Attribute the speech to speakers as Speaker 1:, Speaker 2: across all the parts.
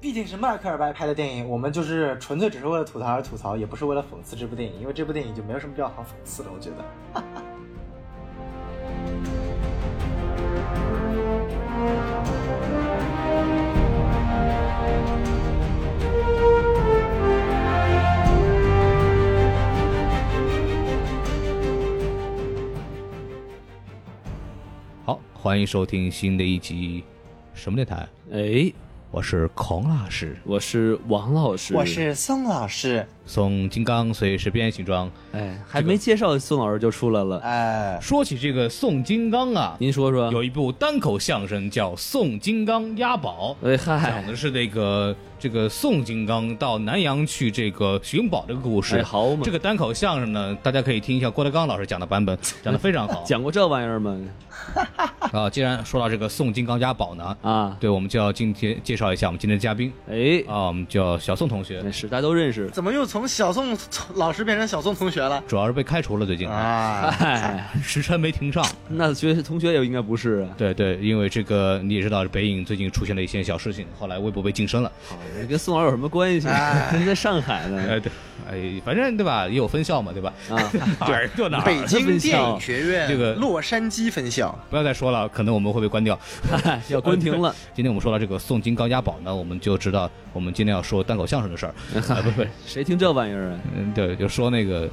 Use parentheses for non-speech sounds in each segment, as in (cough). Speaker 1: 毕竟是迈克尔·白拍的电影，我们就是纯粹只是为了吐槽而吐槽，也不是为了讽刺这部电影，因为这部电影就没有什么比较好讽刺的，我觉得。
Speaker 2: 好，欢迎收听新的一集什么电台？
Speaker 3: 哎，
Speaker 2: 我是孔老师，
Speaker 3: 我是王老师，
Speaker 1: 我是宋老师，
Speaker 2: 送金刚随时变形装。
Speaker 3: 哎，还没介绍宋老师就出来了，
Speaker 1: 哎、
Speaker 2: 说起这个宋金刚啊，
Speaker 3: 您说说，
Speaker 2: 有一部单口相声叫《宋金刚押宝》，
Speaker 3: 哎
Speaker 2: 讲
Speaker 3: 嗨，
Speaker 2: 的是那个这个宋金刚到南洋去这个寻宝这个故事。
Speaker 3: 哎好嘛
Speaker 2: 这个单口相声呢，大家可以听一下郭德纲老师讲的版本， (laughs) 讲的非常好
Speaker 3: 讲过这玩意儿吗？
Speaker 2: 啊。既然说到这个宋金刚押宝呢，
Speaker 3: 啊，
Speaker 2: 对，我们就要今天介绍一下我们今天的嘉宾
Speaker 3: 哎，
Speaker 2: 啊，我们叫小宋同学。
Speaker 3: 那是大家都认识，
Speaker 1: 怎么又从小宋老师变成小宋同学了？
Speaker 2: 主要是被开除了，最近
Speaker 1: 啊，
Speaker 3: 哎，
Speaker 2: 时辰没 (laughs) 停上。
Speaker 3: 那学同学也应该不是啊，
Speaker 2: 对对，因为这个你也知道，北影最近出现了一些小事情，后来微博被禁声了。
Speaker 3: 跟宋老师有什么关系？ (laughs) 人在上海呢，
Speaker 2: 哎，对，哎，反正对吧，也有分校嘛，对吧？
Speaker 3: 啊，
Speaker 2: (laughs) 哪儿就哪
Speaker 1: 北
Speaker 2: 儿。
Speaker 1: 京电影学院
Speaker 2: 这个
Speaker 1: 洛杉矶分校，
Speaker 2: 不要再说了，可能我们会被关掉。
Speaker 3: 嗨要关停了，
Speaker 2: 今天我们说到这个宋金刚押宝呢，我们就知道我们今天要说单口相声的事儿。啊，不不，
Speaker 3: (laughs) 谁听这玩意儿啊？
Speaker 2: 嗯，对，就说那个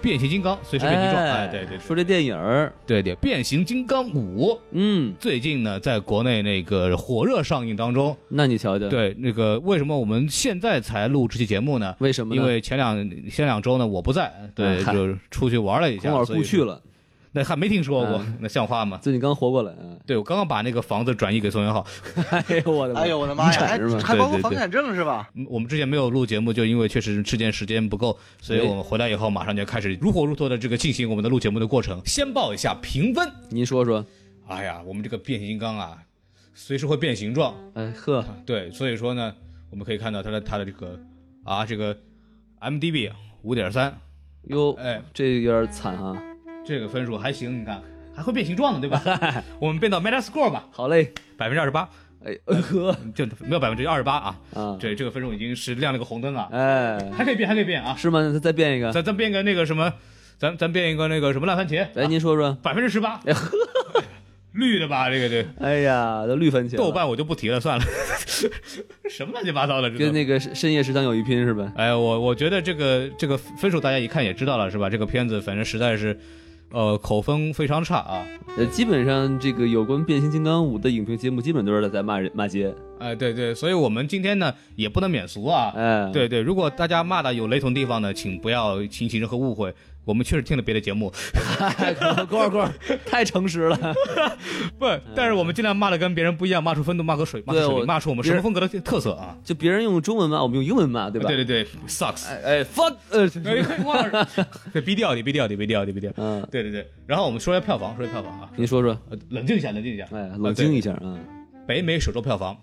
Speaker 2: 变形金刚，随时变形状。哎，对对
Speaker 3: 说这电影儿，
Speaker 2: 对对，变形金刚五
Speaker 3: 嗯，
Speaker 2: 最近呢，在国内那个火热上映当中。
Speaker 3: 那你瞧瞧，，
Speaker 2: 对，那个为什么我们现在才录这期节目呢？
Speaker 3: 为什么呢？哎
Speaker 2: 因为前两前两周呢，我不在，对，
Speaker 3: 嗨
Speaker 2: 就是出去玩了一下，
Speaker 3: 孔老师
Speaker 2: 所以
Speaker 3: 故去，了，
Speaker 2: 那还没听说过
Speaker 3: 嗯，
Speaker 2: 那像话吗？
Speaker 3: 最近刚活过来啊， (laughs)
Speaker 2: 对，我刚刚把那个房子转移给宋元浩，
Speaker 3: 哎呦我的妈，
Speaker 1: 哎呦我的妈呀，
Speaker 3: 遗产
Speaker 1: 还
Speaker 3: 是吧
Speaker 1: 还包括
Speaker 2: 对对对
Speaker 1: 房产证是吧？
Speaker 2: 嗯我们之前没有录节目，就因为确实之前时间不够，所以
Speaker 3: 对
Speaker 2: 我们回来以后马上就开始如火如荼的这个进行我们的录节目的过程。先报一下评分，
Speaker 3: 您说说，
Speaker 2: 哎呀，我们这个变形金刚啊，随时会变形状，
Speaker 3: 哎呵，
Speaker 2: 对，所以说呢，我们可以看到它的它的这个啊这个 MDB 五点三，
Speaker 3: 哟，
Speaker 2: 哎，
Speaker 3: 这有点惨啊，
Speaker 2: 这个分数还行，你看还会变形状呢，对
Speaker 3: (laughs)
Speaker 2: 吧？我们变到 Metascore 吧，
Speaker 3: 好嘞，
Speaker 2: 百分之二十八，
Speaker 3: 哎呵
Speaker 2: 就没有百分之二十八啊。
Speaker 3: 啊，
Speaker 2: 对，这个分数已经是亮了个红灯了，
Speaker 3: 哎，
Speaker 2: 还可以变，还可以变啊！
Speaker 3: 是吗？那再变一个，
Speaker 2: 咱咱变个那个什么，咱咱变一个那个什么烂番茄，
Speaker 3: 哎来您说说，
Speaker 2: 百分之十
Speaker 3: (laughs)
Speaker 2: 八，绿的吧？这个对，
Speaker 3: 哎呀，都绿番茄了，
Speaker 2: 豆瓣我就不提了，算了， (laughs) 什么乱七八糟的，这
Speaker 3: 跟
Speaker 2: 都。
Speaker 3: 那个深夜食堂有一拼是吧？
Speaker 2: 哎，我我觉得这个这个分数大家一看也知道了，是吧？这个片子反正实在是，呃，口风非常差啊。
Speaker 3: 呃，基本上这个有关变形金刚五的影评节目，基本都是在骂人骂街，
Speaker 2: 哎，对对，所以我们今天呢也不能免俗啊。
Speaker 3: 哎，， (laughs)
Speaker 2: 对对，如果大家骂的有雷同地方呢，请不要引起任何误会。我们确实听了别的节目，
Speaker 3: 过过太诚实了，
Speaker 2: 不，但是我们尽量骂的跟别人不一样，骂出风度，骂出水，骂出
Speaker 3: 嗯对
Speaker 2: 水平
Speaker 3: 我
Speaker 2: 骂出我们什么风格的特色啊？
Speaker 3: (laughs) 就别人用中文骂，我们用英文骂，对吧？
Speaker 2: 对对对，sucks。
Speaker 3: 哎哎，fuck，呃，
Speaker 2: (laughs) 对，低调点，低调点，低调点，低调点。
Speaker 3: 嗯，
Speaker 2: 对对对，然后我们说一下票房，说一下票房啊，
Speaker 3: 您说说，
Speaker 2: 呃冷静一下，冷静一下，
Speaker 3: 哎，
Speaker 2: 啊
Speaker 3: 冷静一下啊，
Speaker 2: 北美首周票房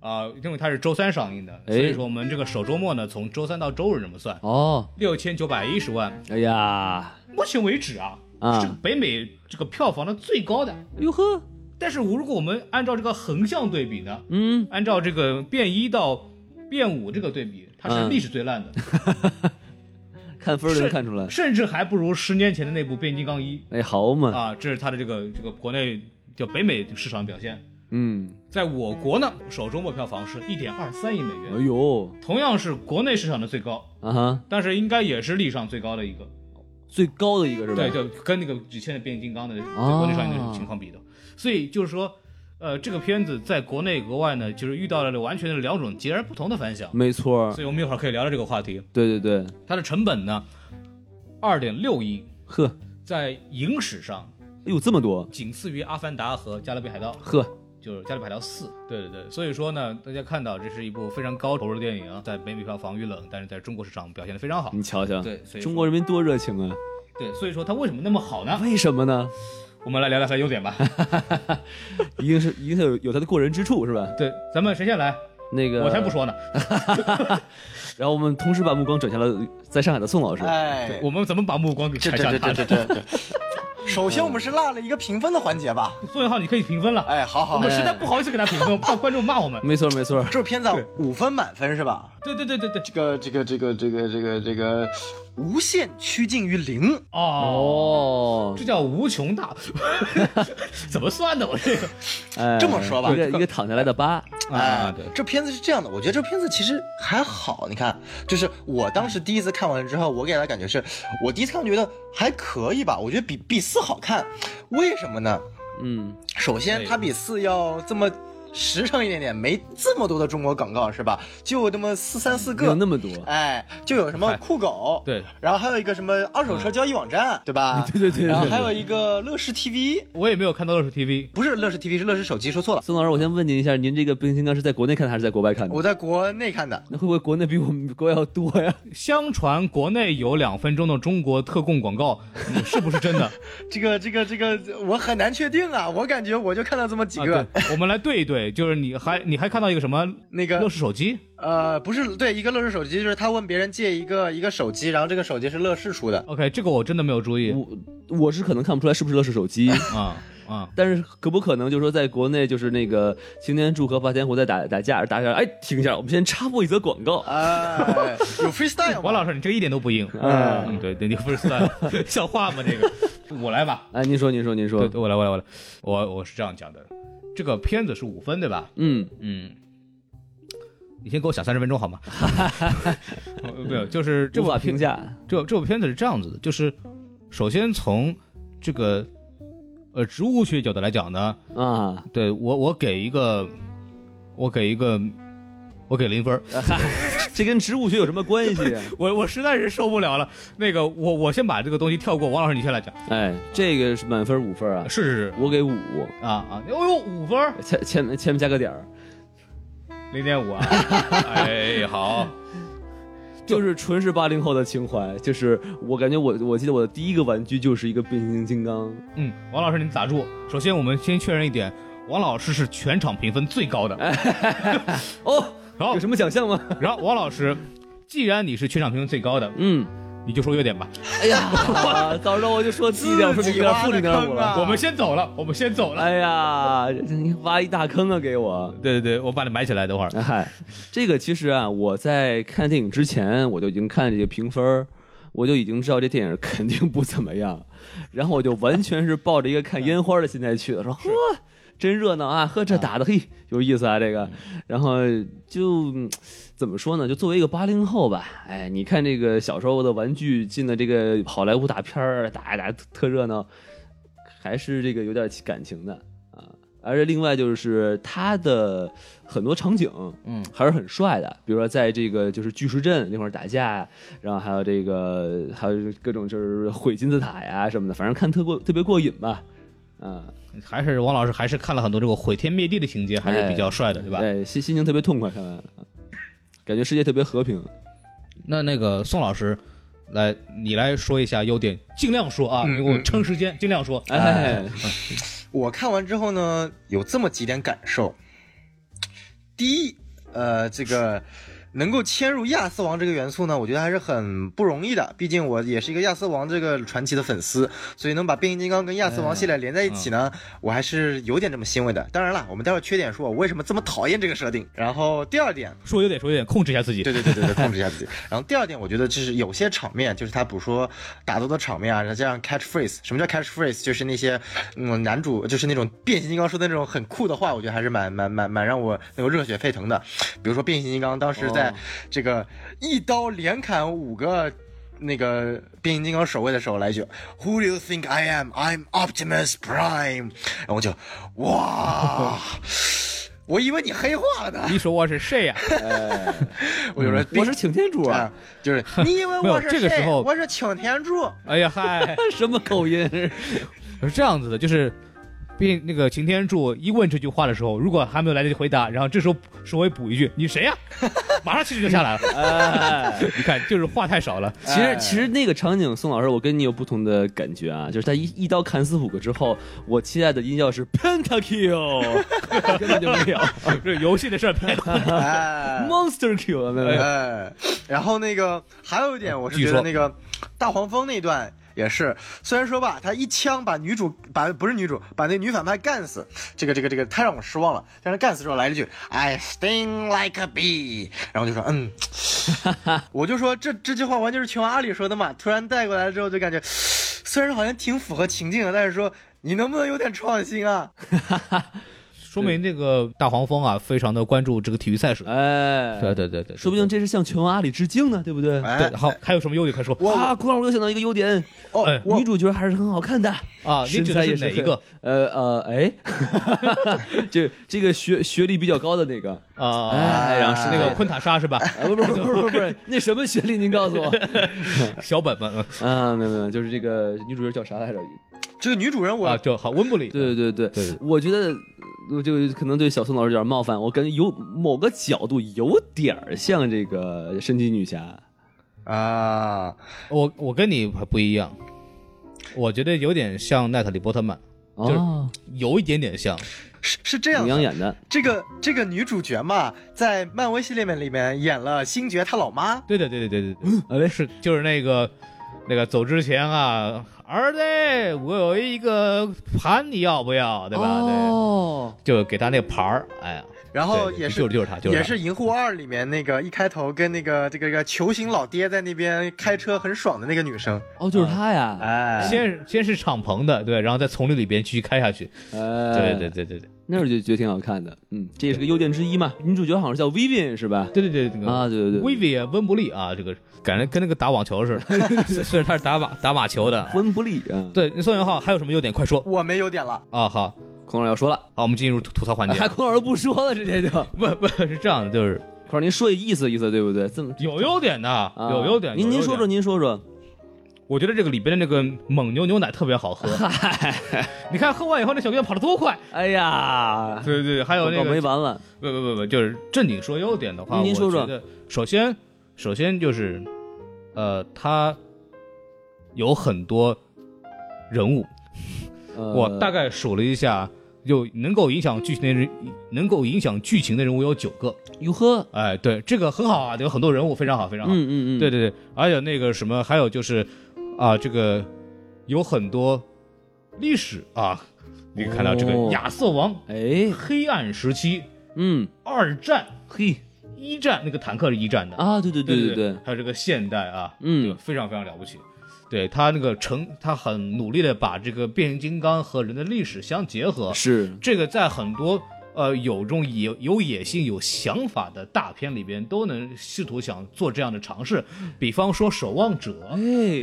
Speaker 2: 啊、因为它是周三上映的，
Speaker 3: 哎
Speaker 2: 所以说我们这个首周末呢，从周三到周日这么算，
Speaker 3: 哦，
Speaker 2: 六千九百一十万，
Speaker 3: 哎呀，
Speaker 2: 目前为止啊，
Speaker 3: 啊
Speaker 2: 是北美这个票房的最高的。
Speaker 3: 哟呵，
Speaker 2: 但是如果我们按照这个横向对比呢，
Speaker 3: 嗯，
Speaker 2: 按照这个变一到变五这个对比，它是
Speaker 3: 嗯
Speaker 2: 历史最烂的，
Speaker 3: 看分儿就能看出
Speaker 2: (laughs)
Speaker 3: 来，
Speaker 2: 甚至还不如十年前的那部《变形金刚一
Speaker 3: 哎，好》嘛，
Speaker 2: 啊，这是它的这个这个国内叫北美市场表现。
Speaker 3: 嗯，
Speaker 2: 在我国呢，首周末票房是一点二三亿美元
Speaker 3: 哎，呦，
Speaker 2: 同样是国内市场的最高，
Speaker 3: 啊哈，
Speaker 2: 但是应该也是历史上最高的一个。
Speaker 3: 最高的一个是吧？
Speaker 2: 对，就跟那个以前的变形金刚的在国内上映的那种情况比的，所以就是说，呃，这个片子在国内国外呢，就是遇到了完全的两种截然不同的反响，
Speaker 3: 没错
Speaker 2: 所，以我们一会儿可以聊聊这个话题。
Speaker 3: 对对对，
Speaker 2: 它的成本呢，二点六亿，
Speaker 3: 呵，
Speaker 2: 在影史上
Speaker 3: 哎呦这么多，
Speaker 2: 仅次于《阿凡达》和《加勒比海盗》，
Speaker 3: 呵，
Speaker 2: 就是《加勒比海盗四》。对对对，所以说呢，大家看到这是一部非常高投入的电影啊，在北美票房遇冷，但是在中国市场表现的非常好。
Speaker 3: 你瞧瞧，
Speaker 2: 对，所以说
Speaker 3: 中国人民多热情啊！
Speaker 2: 嗯对，所以说它为什么那么好呢？
Speaker 3: 为什么呢？
Speaker 2: 我们来聊聊它的优点吧。
Speaker 3: 一定是一定是有有它的过人之处是吧？
Speaker 2: 对，咱们谁先来？
Speaker 3: 那个
Speaker 2: 我才不。说呢。
Speaker 3: (laughs)
Speaker 1: 哎
Speaker 3: 然后我们同时把目光转向了在上海的宋老师，
Speaker 1: 哎，
Speaker 2: 我们怎么把目光给
Speaker 1: 这
Speaker 2: 转
Speaker 1: 这
Speaker 2: 向
Speaker 1: 这
Speaker 2: 他
Speaker 1: 这
Speaker 2: 的
Speaker 1: 这？这这，首先我们是落了一个评分的环节吧？
Speaker 2: 宋元浩，你可以评分了。
Speaker 1: 哎，好好
Speaker 2: 我们
Speaker 1: 好，
Speaker 2: 实在不好意思给他评
Speaker 1: (laughs)
Speaker 2: 分，怕观众骂我们。
Speaker 3: 没错没错，
Speaker 1: 这片子啊五分满分是吧？
Speaker 2: 对对对对对。
Speaker 1: 这个这个这个这个这个这个无限趋近于零，
Speaker 2: 哦，
Speaker 3: 哦
Speaker 2: 这，叫无穷
Speaker 1: (laughs)
Speaker 2: 大，怎么算的？我这个
Speaker 3: 哎
Speaker 1: 这么说吧
Speaker 3: 一个一个躺下来的疤，
Speaker 2: 啊，对，
Speaker 1: 哎这片子是这样的，我觉得这片子其实还好。你看，就是我当时第一次看完之后，我给他感觉是，我第一次看觉得还可以吧，我觉得比比四好看。为什么呢？
Speaker 3: 嗯，
Speaker 1: 首先，它比四要这么实诚一点点，没这么多的中国广告是吧？就那么四三四
Speaker 3: 没有
Speaker 1: 个，
Speaker 3: 那么多，
Speaker 1: 哎，就有什么酷狗，
Speaker 2: 对，
Speaker 1: 然后还有一个什么二手车交易网站，对吧？
Speaker 3: 嗯 (laughs) 对对对对
Speaker 1: 然后还有一个乐视 TV，
Speaker 2: 我也没有看到乐视 TV。
Speaker 1: 不是乐视 TV，是乐视手机，说错了，
Speaker 3: 宋老师，我先问您一下，您这个变形金刚是在国内看的还是在国外看的
Speaker 1: 我？在国内看的。
Speaker 3: 那会不会国内比我们国外要多呀？
Speaker 2: 相传国内有两分钟的中国特供广告，你是不是
Speaker 1: (laughs)
Speaker 2: 真的？啊
Speaker 1: 这个这个这个我很难确定啊，我感觉我就看到这么几
Speaker 2: 啊，
Speaker 1: 个，
Speaker 2: 对，我们来对一对，就是你还你还看到一个什么
Speaker 1: 那
Speaker 2: 乐
Speaker 1: 个
Speaker 2: 视手机？
Speaker 1: 呃不是对一个乐视手机，就是他问别人借一个一个手机，然后这个手机是乐视出的，
Speaker 2: OK，这个我真的没有注意
Speaker 3: 我我是可能看不出来是不是乐视
Speaker 2: (laughs)
Speaker 3: 手机，
Speaker 2: 啊啊！
Speaker 3: 但是可不可能就是说在国内就是那个擎天柱和霸天虎在打打架打架？哎，停一下，我们先插播一则广告。
Speaker 1: 哎，有 freestyle
Speaker 2: 王
Speaker 1: 吗？
Speaker 2: 老师，你这个一点都不硬。
Speaker 3: 嗯，
Speaker 2: 嗯，对，对，你不是算
Speaker 3: (laughs)
Speaker 2: 了像话吗？这个，我来吧。
Speaker 3: 哎，您说，您说，您说
Speaker 2: 对，，我来，我来，我来，我我是这样讲的，这个片子是五分，对吧？
Speaker 3: 嗯，
Speaker 2: 嗯，你先给我想三十分钟好吗？ (laughs) 呃没有，就是这
Speaker 3: 无
Speaker 2: 部
Speaker 3: 法
Speaker 2: 片
Speaker 3: 评价。
Speaker 2: 这这部片子是这样子的，就是首先从这个呃植物学角度来讲呢，
Speaker 3: (laughs) 啊，
Speaker 2: 对我我给一个我给一个我给零分儿，
Speaker 3: 这跟植物学有什么关系？
Speaker 2: 我我实在是受不了了。那个我我先把这个东西跳过，王老师你先来讲。
Speaker 3: (laughs) 哎，这个是满分五分啊，
Speaker 2: 是是
Speaker 3: 我给五，
Speaker 2: 是啊啊，哦呦五分儿，
Speaker 3: 前前前面加个点儿，
Speaker 2: 零点
Speaker 1: (laughs)
Speaker 2: 五啊，哎好，
Speaker 3: 就是纯是八零后的情怀。就是我感觉我我记得我的第一个玩具就是一个变形金刚，
Speaker 2: 嗯，王老师您打住。首先我们先确认一点，王老师是全场评分最高的。
Speaker 1: 哎
Speaker 3: 哦，
Speaker 1: (laughs)
Speaker 2: 然后
Speaker 3: 有什么奖项吗？
Speaker 2: 然后王老师，既然你是全场评分最高的，
Speaker 3: 嗯，
Speaker 2: 你就说优点吧。
Speaker 3: (laughs) 哎呀， (laughs) 早知道我就说自己点，我说零点负零点五了。
Speaker 1: 啊
Speaker 2: 我们先走了，我们先走了。
Speaker 3: 哎呀，你挖一大坑啊，给我。
Speaker 2: 对对对，我把你埋起来，等会儿。
Speaker 1: 哎
Speaker 3: 嗨， (laughs) 这个其实啊，我在看电影之前，我就已经看这些评分儿，我就已经知道这电影肯定不怎么样，然后我就完全是抱着一个看烟花的心态去的，说呵，真热闹啊，呵，这打的嘿有意思啊，这个，然后就嗯怎么说呢，就作为一个八零后吧，哎，你看这个小时候的玩具进了这个好莱坞大片儿，打一打特热闹，还是这个有点感情的啊，而且另外就是它的很多场景，
Speaker 2: 嗯，
Speaker 3: 还是很帅的。比如说在这个就是巨石阵那块儿打架，然后还有这个还有各种就是毁金字塔呀什么的，反正看特过特别过瘾吧。啊，
Speaker 2: 还是王老师还是看了很多这个毁天灭地的情节，还是比
Speaker 1: 哎
Speaker 2: 较帅的，对吧？
Speaker 3: 对，心心情特别痛快，看完感觉世界特别和平。
Speaker 2: 那那个宋老师，来你来说一下优点，尽量说啊，
Speaker 1: 嗯
Speaker 2: 你给我撑时间，尽量说。
Speaker 3: 哎，
Speaker 1: 我看完之后呢，有这么几点感受。第一，呃，这个能够迁入亚瑟王这个元素呢，我觉得还是很不容易的。毕竟我也是一个亚瑟王这个传奇的粉丝，所以能把变形金刚跟亚瑟王系列连在一起呢，我还是有点这么欣慰的。当然了，我们待会儿缺点说我为什么这么讨厌这个设定。然后第二点，
Speaker 2: 说优点，说优点，控制一下自己。
Speaker 1: 对对对对对，控制一下自己。然后第二点，我觉得就是有些场面，就是他比如说打斗的场面啊，然后加上 catchphrase。什么叫 catchphrase？就是那些嗯男主就是那种变形金刚说的那种很酷的话，我觉得还是蛮蛮蛮蛮让我那个热血沸腾的。比如说变形金刚当时在
Speaker 3: 哦
Speaker 1: 这个一刀连砍五个。那个变形金刚守卫的时候来一句 “Who do you think I am? I'm Optimus Prime。”然后我就
Speaker 3: (laughs)
Speaker 1: 哇，我以为你黑化了呢，
Speaker 2: 你说我是谁呀、 (laughs)
Speaker 1: 我就说
Speaker 3: 嗯我是擎天柱
Speaker 1: 啊
Speaker 3: 啊，，
Speaker 1: 就是你以为
Speaker 2: 没有
Speaker 1: 我是
Speaker 2: 这个
Speaker 1: 谁
Speaker 2: 时候
Speaker 1: 我是擎天柱。
Speaker 2: 哎呀嗨，
Speaker 3: 什么口音？
Speaker 2: 是这样子的，就是。并那个擎天柱一问这句话的时候，如果还没有来得及回答，然后这时候守卫补一句：“你谁呀、 (laughs) 马上气势就下来了。 (laughs)
Speaker 3: 哎，
Speaker 2: 你看，就是话太少了。
Speaker 3: 其实其实那个场景，宋老师，我跟你有不同的感觉啊，就是他一一刀砍死五个之后，我期待的音效是 Pentakill，根 (laughs) 本就没有
Speaker 2: 这游戏的事儿别管，
Speaker 1: (laughs) 哎
Speaker 3: Monster Kill，没有没有。
Speaker 1: 哎，然后那个还有一点，我是
Speaker 2: 据
Speaker 1: 觉得
Speaker 2: 说
Speaker 1: 那个大黄蜂那段也是，虽然说吧，他一枪把女主把不是女主把那女反派干死，这个这个这个太让我失望了。但是干死之后来了一句 “I sting like a bee”，然后就说 (laughs) 嗯，我就说这这句话完全是琼阿里说的嘛，突然带过来之后就感觉， (sighs) 虽然好像挺符合情境的，但是说你能不能有点创新啊？
Speaker 2: 说明那个大黄蜂啊，非常的关注这个体育赛事。
Speaker 3: 哎，
Speaker 2: 对对对对，
Speaker 3: 说不定这是向拳王阿里致敬呢，对不对？
Speaker 1: 哎
Speaker 2: 对。，好，还有什么优点可以说
Speaker 1: 我
Speaker 3: 啊，郭老师又想到一个优点，
Speaker 1: 哦
Speaker 2: 哎，
Speaker 1: 我
Speaker 3: 女主角还是很好看的。
Speaker 2: 啊？你
Speaker 3: 身
Speaker 2: 指
Speaker 3: 材
Speaker 2: 的
Speaker 3: 也
Speaker 2: 是哪一个
Speaker 3: 很？呃呃，哎， (laughs) 这这个学学历比较高的那个，
Speaker 2: 啊？
Speaker 3: 哎，然后是
Speaker 2: 那个昆塔莎是吧？
Speaker 3: 哎不是不是不是不是，那什么学历？您告诉 (laughs) 我。
Speaker 2: 小本嗯本
Speaker 3: 啊，没有没有，就是这个女主角叫啥来着？
Speaker 1: 这个女主人我
Speaker 2: 啊，就好温布里。
Speaker 3: 对对对
Speaker 2: 对对
Speaker 3: 我觉得我这个可能对小宋老师有点冒犯，我感觉有某个角度有点儿像这个神奇女侠。
Speaker 1: 啊，
Speaker 2: 我我跟你还不一样，我觉得有点像奈特里波特曼，就是
Speaker 3: 哦，
Speaker 2: 有一点点像。
Speaker 1: 是是这样
Speaker 3: 羚羊。
Speaker 1: 的
Speaker 3: 演的，哦
Speaker 1: 这个这个女主角嘛，在漫威系列里面演了星爵他老妈，
Speaker 2: 对的，对对对对对，
Speaker 3: 哎
Speaker 2: 是就是那个那个走之前啊，儿子，我有一个盘，你要不要？对吧？
Speaker 3: 哦，
Speaker 2: 对，就给他那个牌儿，哎呀，
Speaker 1: 然后也
Speaker 2: 对
Speaker 1: 是
Speaker 2: 就是就是他，就是
Speaker 1: 也
Speaker 2: 他
Speaker 1: 是《银护二》里面那个一开头跟那个这个这个球形老爹在那边开车很爽的那个女生，
Speaker 3: 哦，就是她呀。
Speaker 1: 哎，
Speaker 2: 先先是敞篷的，对，然后在丛林里边继续开下去。
Speaker 3: 哎，
Speaker 2: 对对，对对对
Speaker 3: 那会儿就觉得挺好看的。嗯，这也是个优点之一嘛。女主角好像叫 Vivian 是吧？
Speaker 2: 对对对，这个
Speaker 3: 啊，对对对，
Speaker 2: Vivi 温布利啊，这个感觉跟那个打网球似的，虽然他是打马打马球的。
Speaker 3: 温布利啊，
Speaker 2: 对，宋元浩还有什么优点？快说
Speaker 1: 我没有点了，
Speaker 2: 啊！好，
Speaker 3: 孔老师要说了，
Speaker 2: 好，我们进入吐吐槽环节
Speaker 3: 还。 (laughs) 孔老师不说了，直接 (laughs) 就孔
Speaker 2: 不不是这样的，就是
Speaker 3: 老师您说意思意思，对不对？这么
Speaker 2: (laughs) 有优点的，
Speaker 3: 啊
Speaker 2: 有优点。
Speaker 3: 您您
Speaker 2: 有优
Speaker 3: 说
Speaker 2: 点
Speaker 3: 说，您说说，
Speaker 2: 我觉得这个里边的那个蒙牛牛奶特别好
Speaker 3: (laughs)
Speaker 2: 喝。你看喝完以后，那小姑娘跑得多快。
Speaker 3: 哎呀，
Speaker 2: 对对，还有
Speaker 3: 广
Speaker 2: 那
Speaker 3: 告
Speaker 2: 个
Speaker 3: 没完了，
Speaker 2: 不不不不，就是正经说优点的话，
Speaker 3: 您说说
Speaker 2: 我觉得首先，首先就是，呃，他有很多人物，
Speaker 3: 呃
Speaker 2: 我大概数了一下，有能够影响剧情的人，能够影响剧情的人物有九个。
Speaker 3: 哟呵，
Speaker 2: 哎，对，这个很好啊，有很多人物，非常好，非常好。
Speaker 3: 嗯嗯嗯，
Speaker 2: 对对对，而且那个什么，还有就是，啊，这个有很多历史啊， (laughs) 你看到这个
Speaker 3: 哦
Speaker 2: 亚瑟王、
Speaker 3: 哎，
Speaker 2: 黑暗时期、
Speaker 3: 嗯，
Speaker 2: 二战。
Speaker 3: 嘿
Speaker 2: 一战那个坦克是一战的，
Speaker 3: 啊，对对对
Speaker 2: 对
Speaker 3: 对对，
Speaker 2: 还有这个现代啊，对
Speaker 3: 嗯，
Speaker 2: 非常非常了不起。对他那个成，他很努力的把这个变形金刚和人的历史相结合，
Speaker 3: 是，
Speaker 2: 这个在很多呃有这种野有野心、有想法的大片里边都能试图想做这样的尝试，
Speaker 3: 嗯
Speaker 2: 比方说《守望者》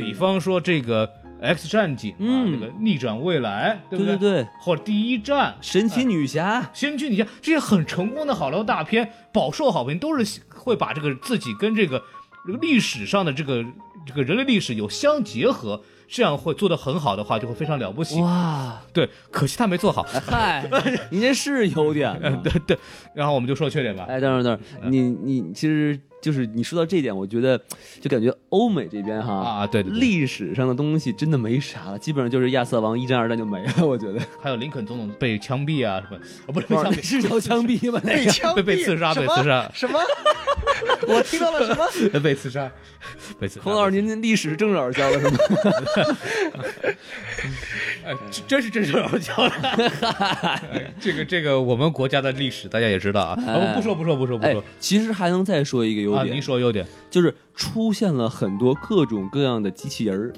Speaker 3: 哎，
Speaker 2: 比方说这个《X 战警》啊，
Speaker 3: 嗯
Speaker 2: 这个逆转未来，对
Speaker 3: 对
Speaker 2: 不
Speaker 3: 对哎
Speaker 2: 对
Speaker 3: 对，
Speaker 2: 或者第一战，
Speaker 3: 神奇女侠，
Speaker 2: 先驱，你像这些很成功的好莱坞大片，饱受好评，都是会把这个自己跟这个这个历史上的这个这个人类历史有相结合，这样会做得很好的话，就会非常了不
Speaker 3: 哎
Speaker 2: 起。
Speaker 3: 哇，
Speaker 2: 对，可惜他没做好。 (laughs)
Speaker 3: (laughs) 嗨，您这是有点呢，
Speaker 2: 对对，然后我们就说缺点吧。
Speaker 3: 哎，等会儿等
Speaker 2: 嗯
Speaker 3: 会儿，你你其实就是你说到这一点，我觉得就感觉欧美这边哈。
Speaker 2: 啊，对对对，
Speaker 3: 历史上的东西真的没啥了，基本上就是亚瑟王一战、二战就没了，我觉得。
Speaker 2: 还有林肯总统被枪毙啊什么，啊不是被
Speaker 3: 不
Speaker 2: 枪
Speaker 3: 是
Speaker 2: 毙，
Speaker 3: 是叫枪毙吗？那
Speaker 1: 被
Speaker 3: 个
Speaker 1: 枪
Speaker 2: 哎被
Speaker 1: 毙
Speaker 2: 被刺杀
Speaker 1: 什
Speaker 2: 被
Speaker 1: 么
Speaker 2: 刺杀嗯
Speaker 1: 什么？ (laughs) 我听到了什么？
Speaker 2: 被刺杀，被刺杀。
Speaker 3: 孔老师，您您历史正着教了是吗？
Speaker 2: 哎，这真是真是老教
Speaker 3: (laughs)
Speaker 2: 了。哎这个这个，我们国家的历史大家也知道啊。啊不不说不说不说不
Speaker 3: 哎
Speaker 2: 说，
Speaker 3: 其实还能再说哎一个优
Speaker 2: 啊，
Speaker 3: 点
Speaker 2: 您，说优点
Speaker 3: 就是出现了很多各种各样的机器人儿。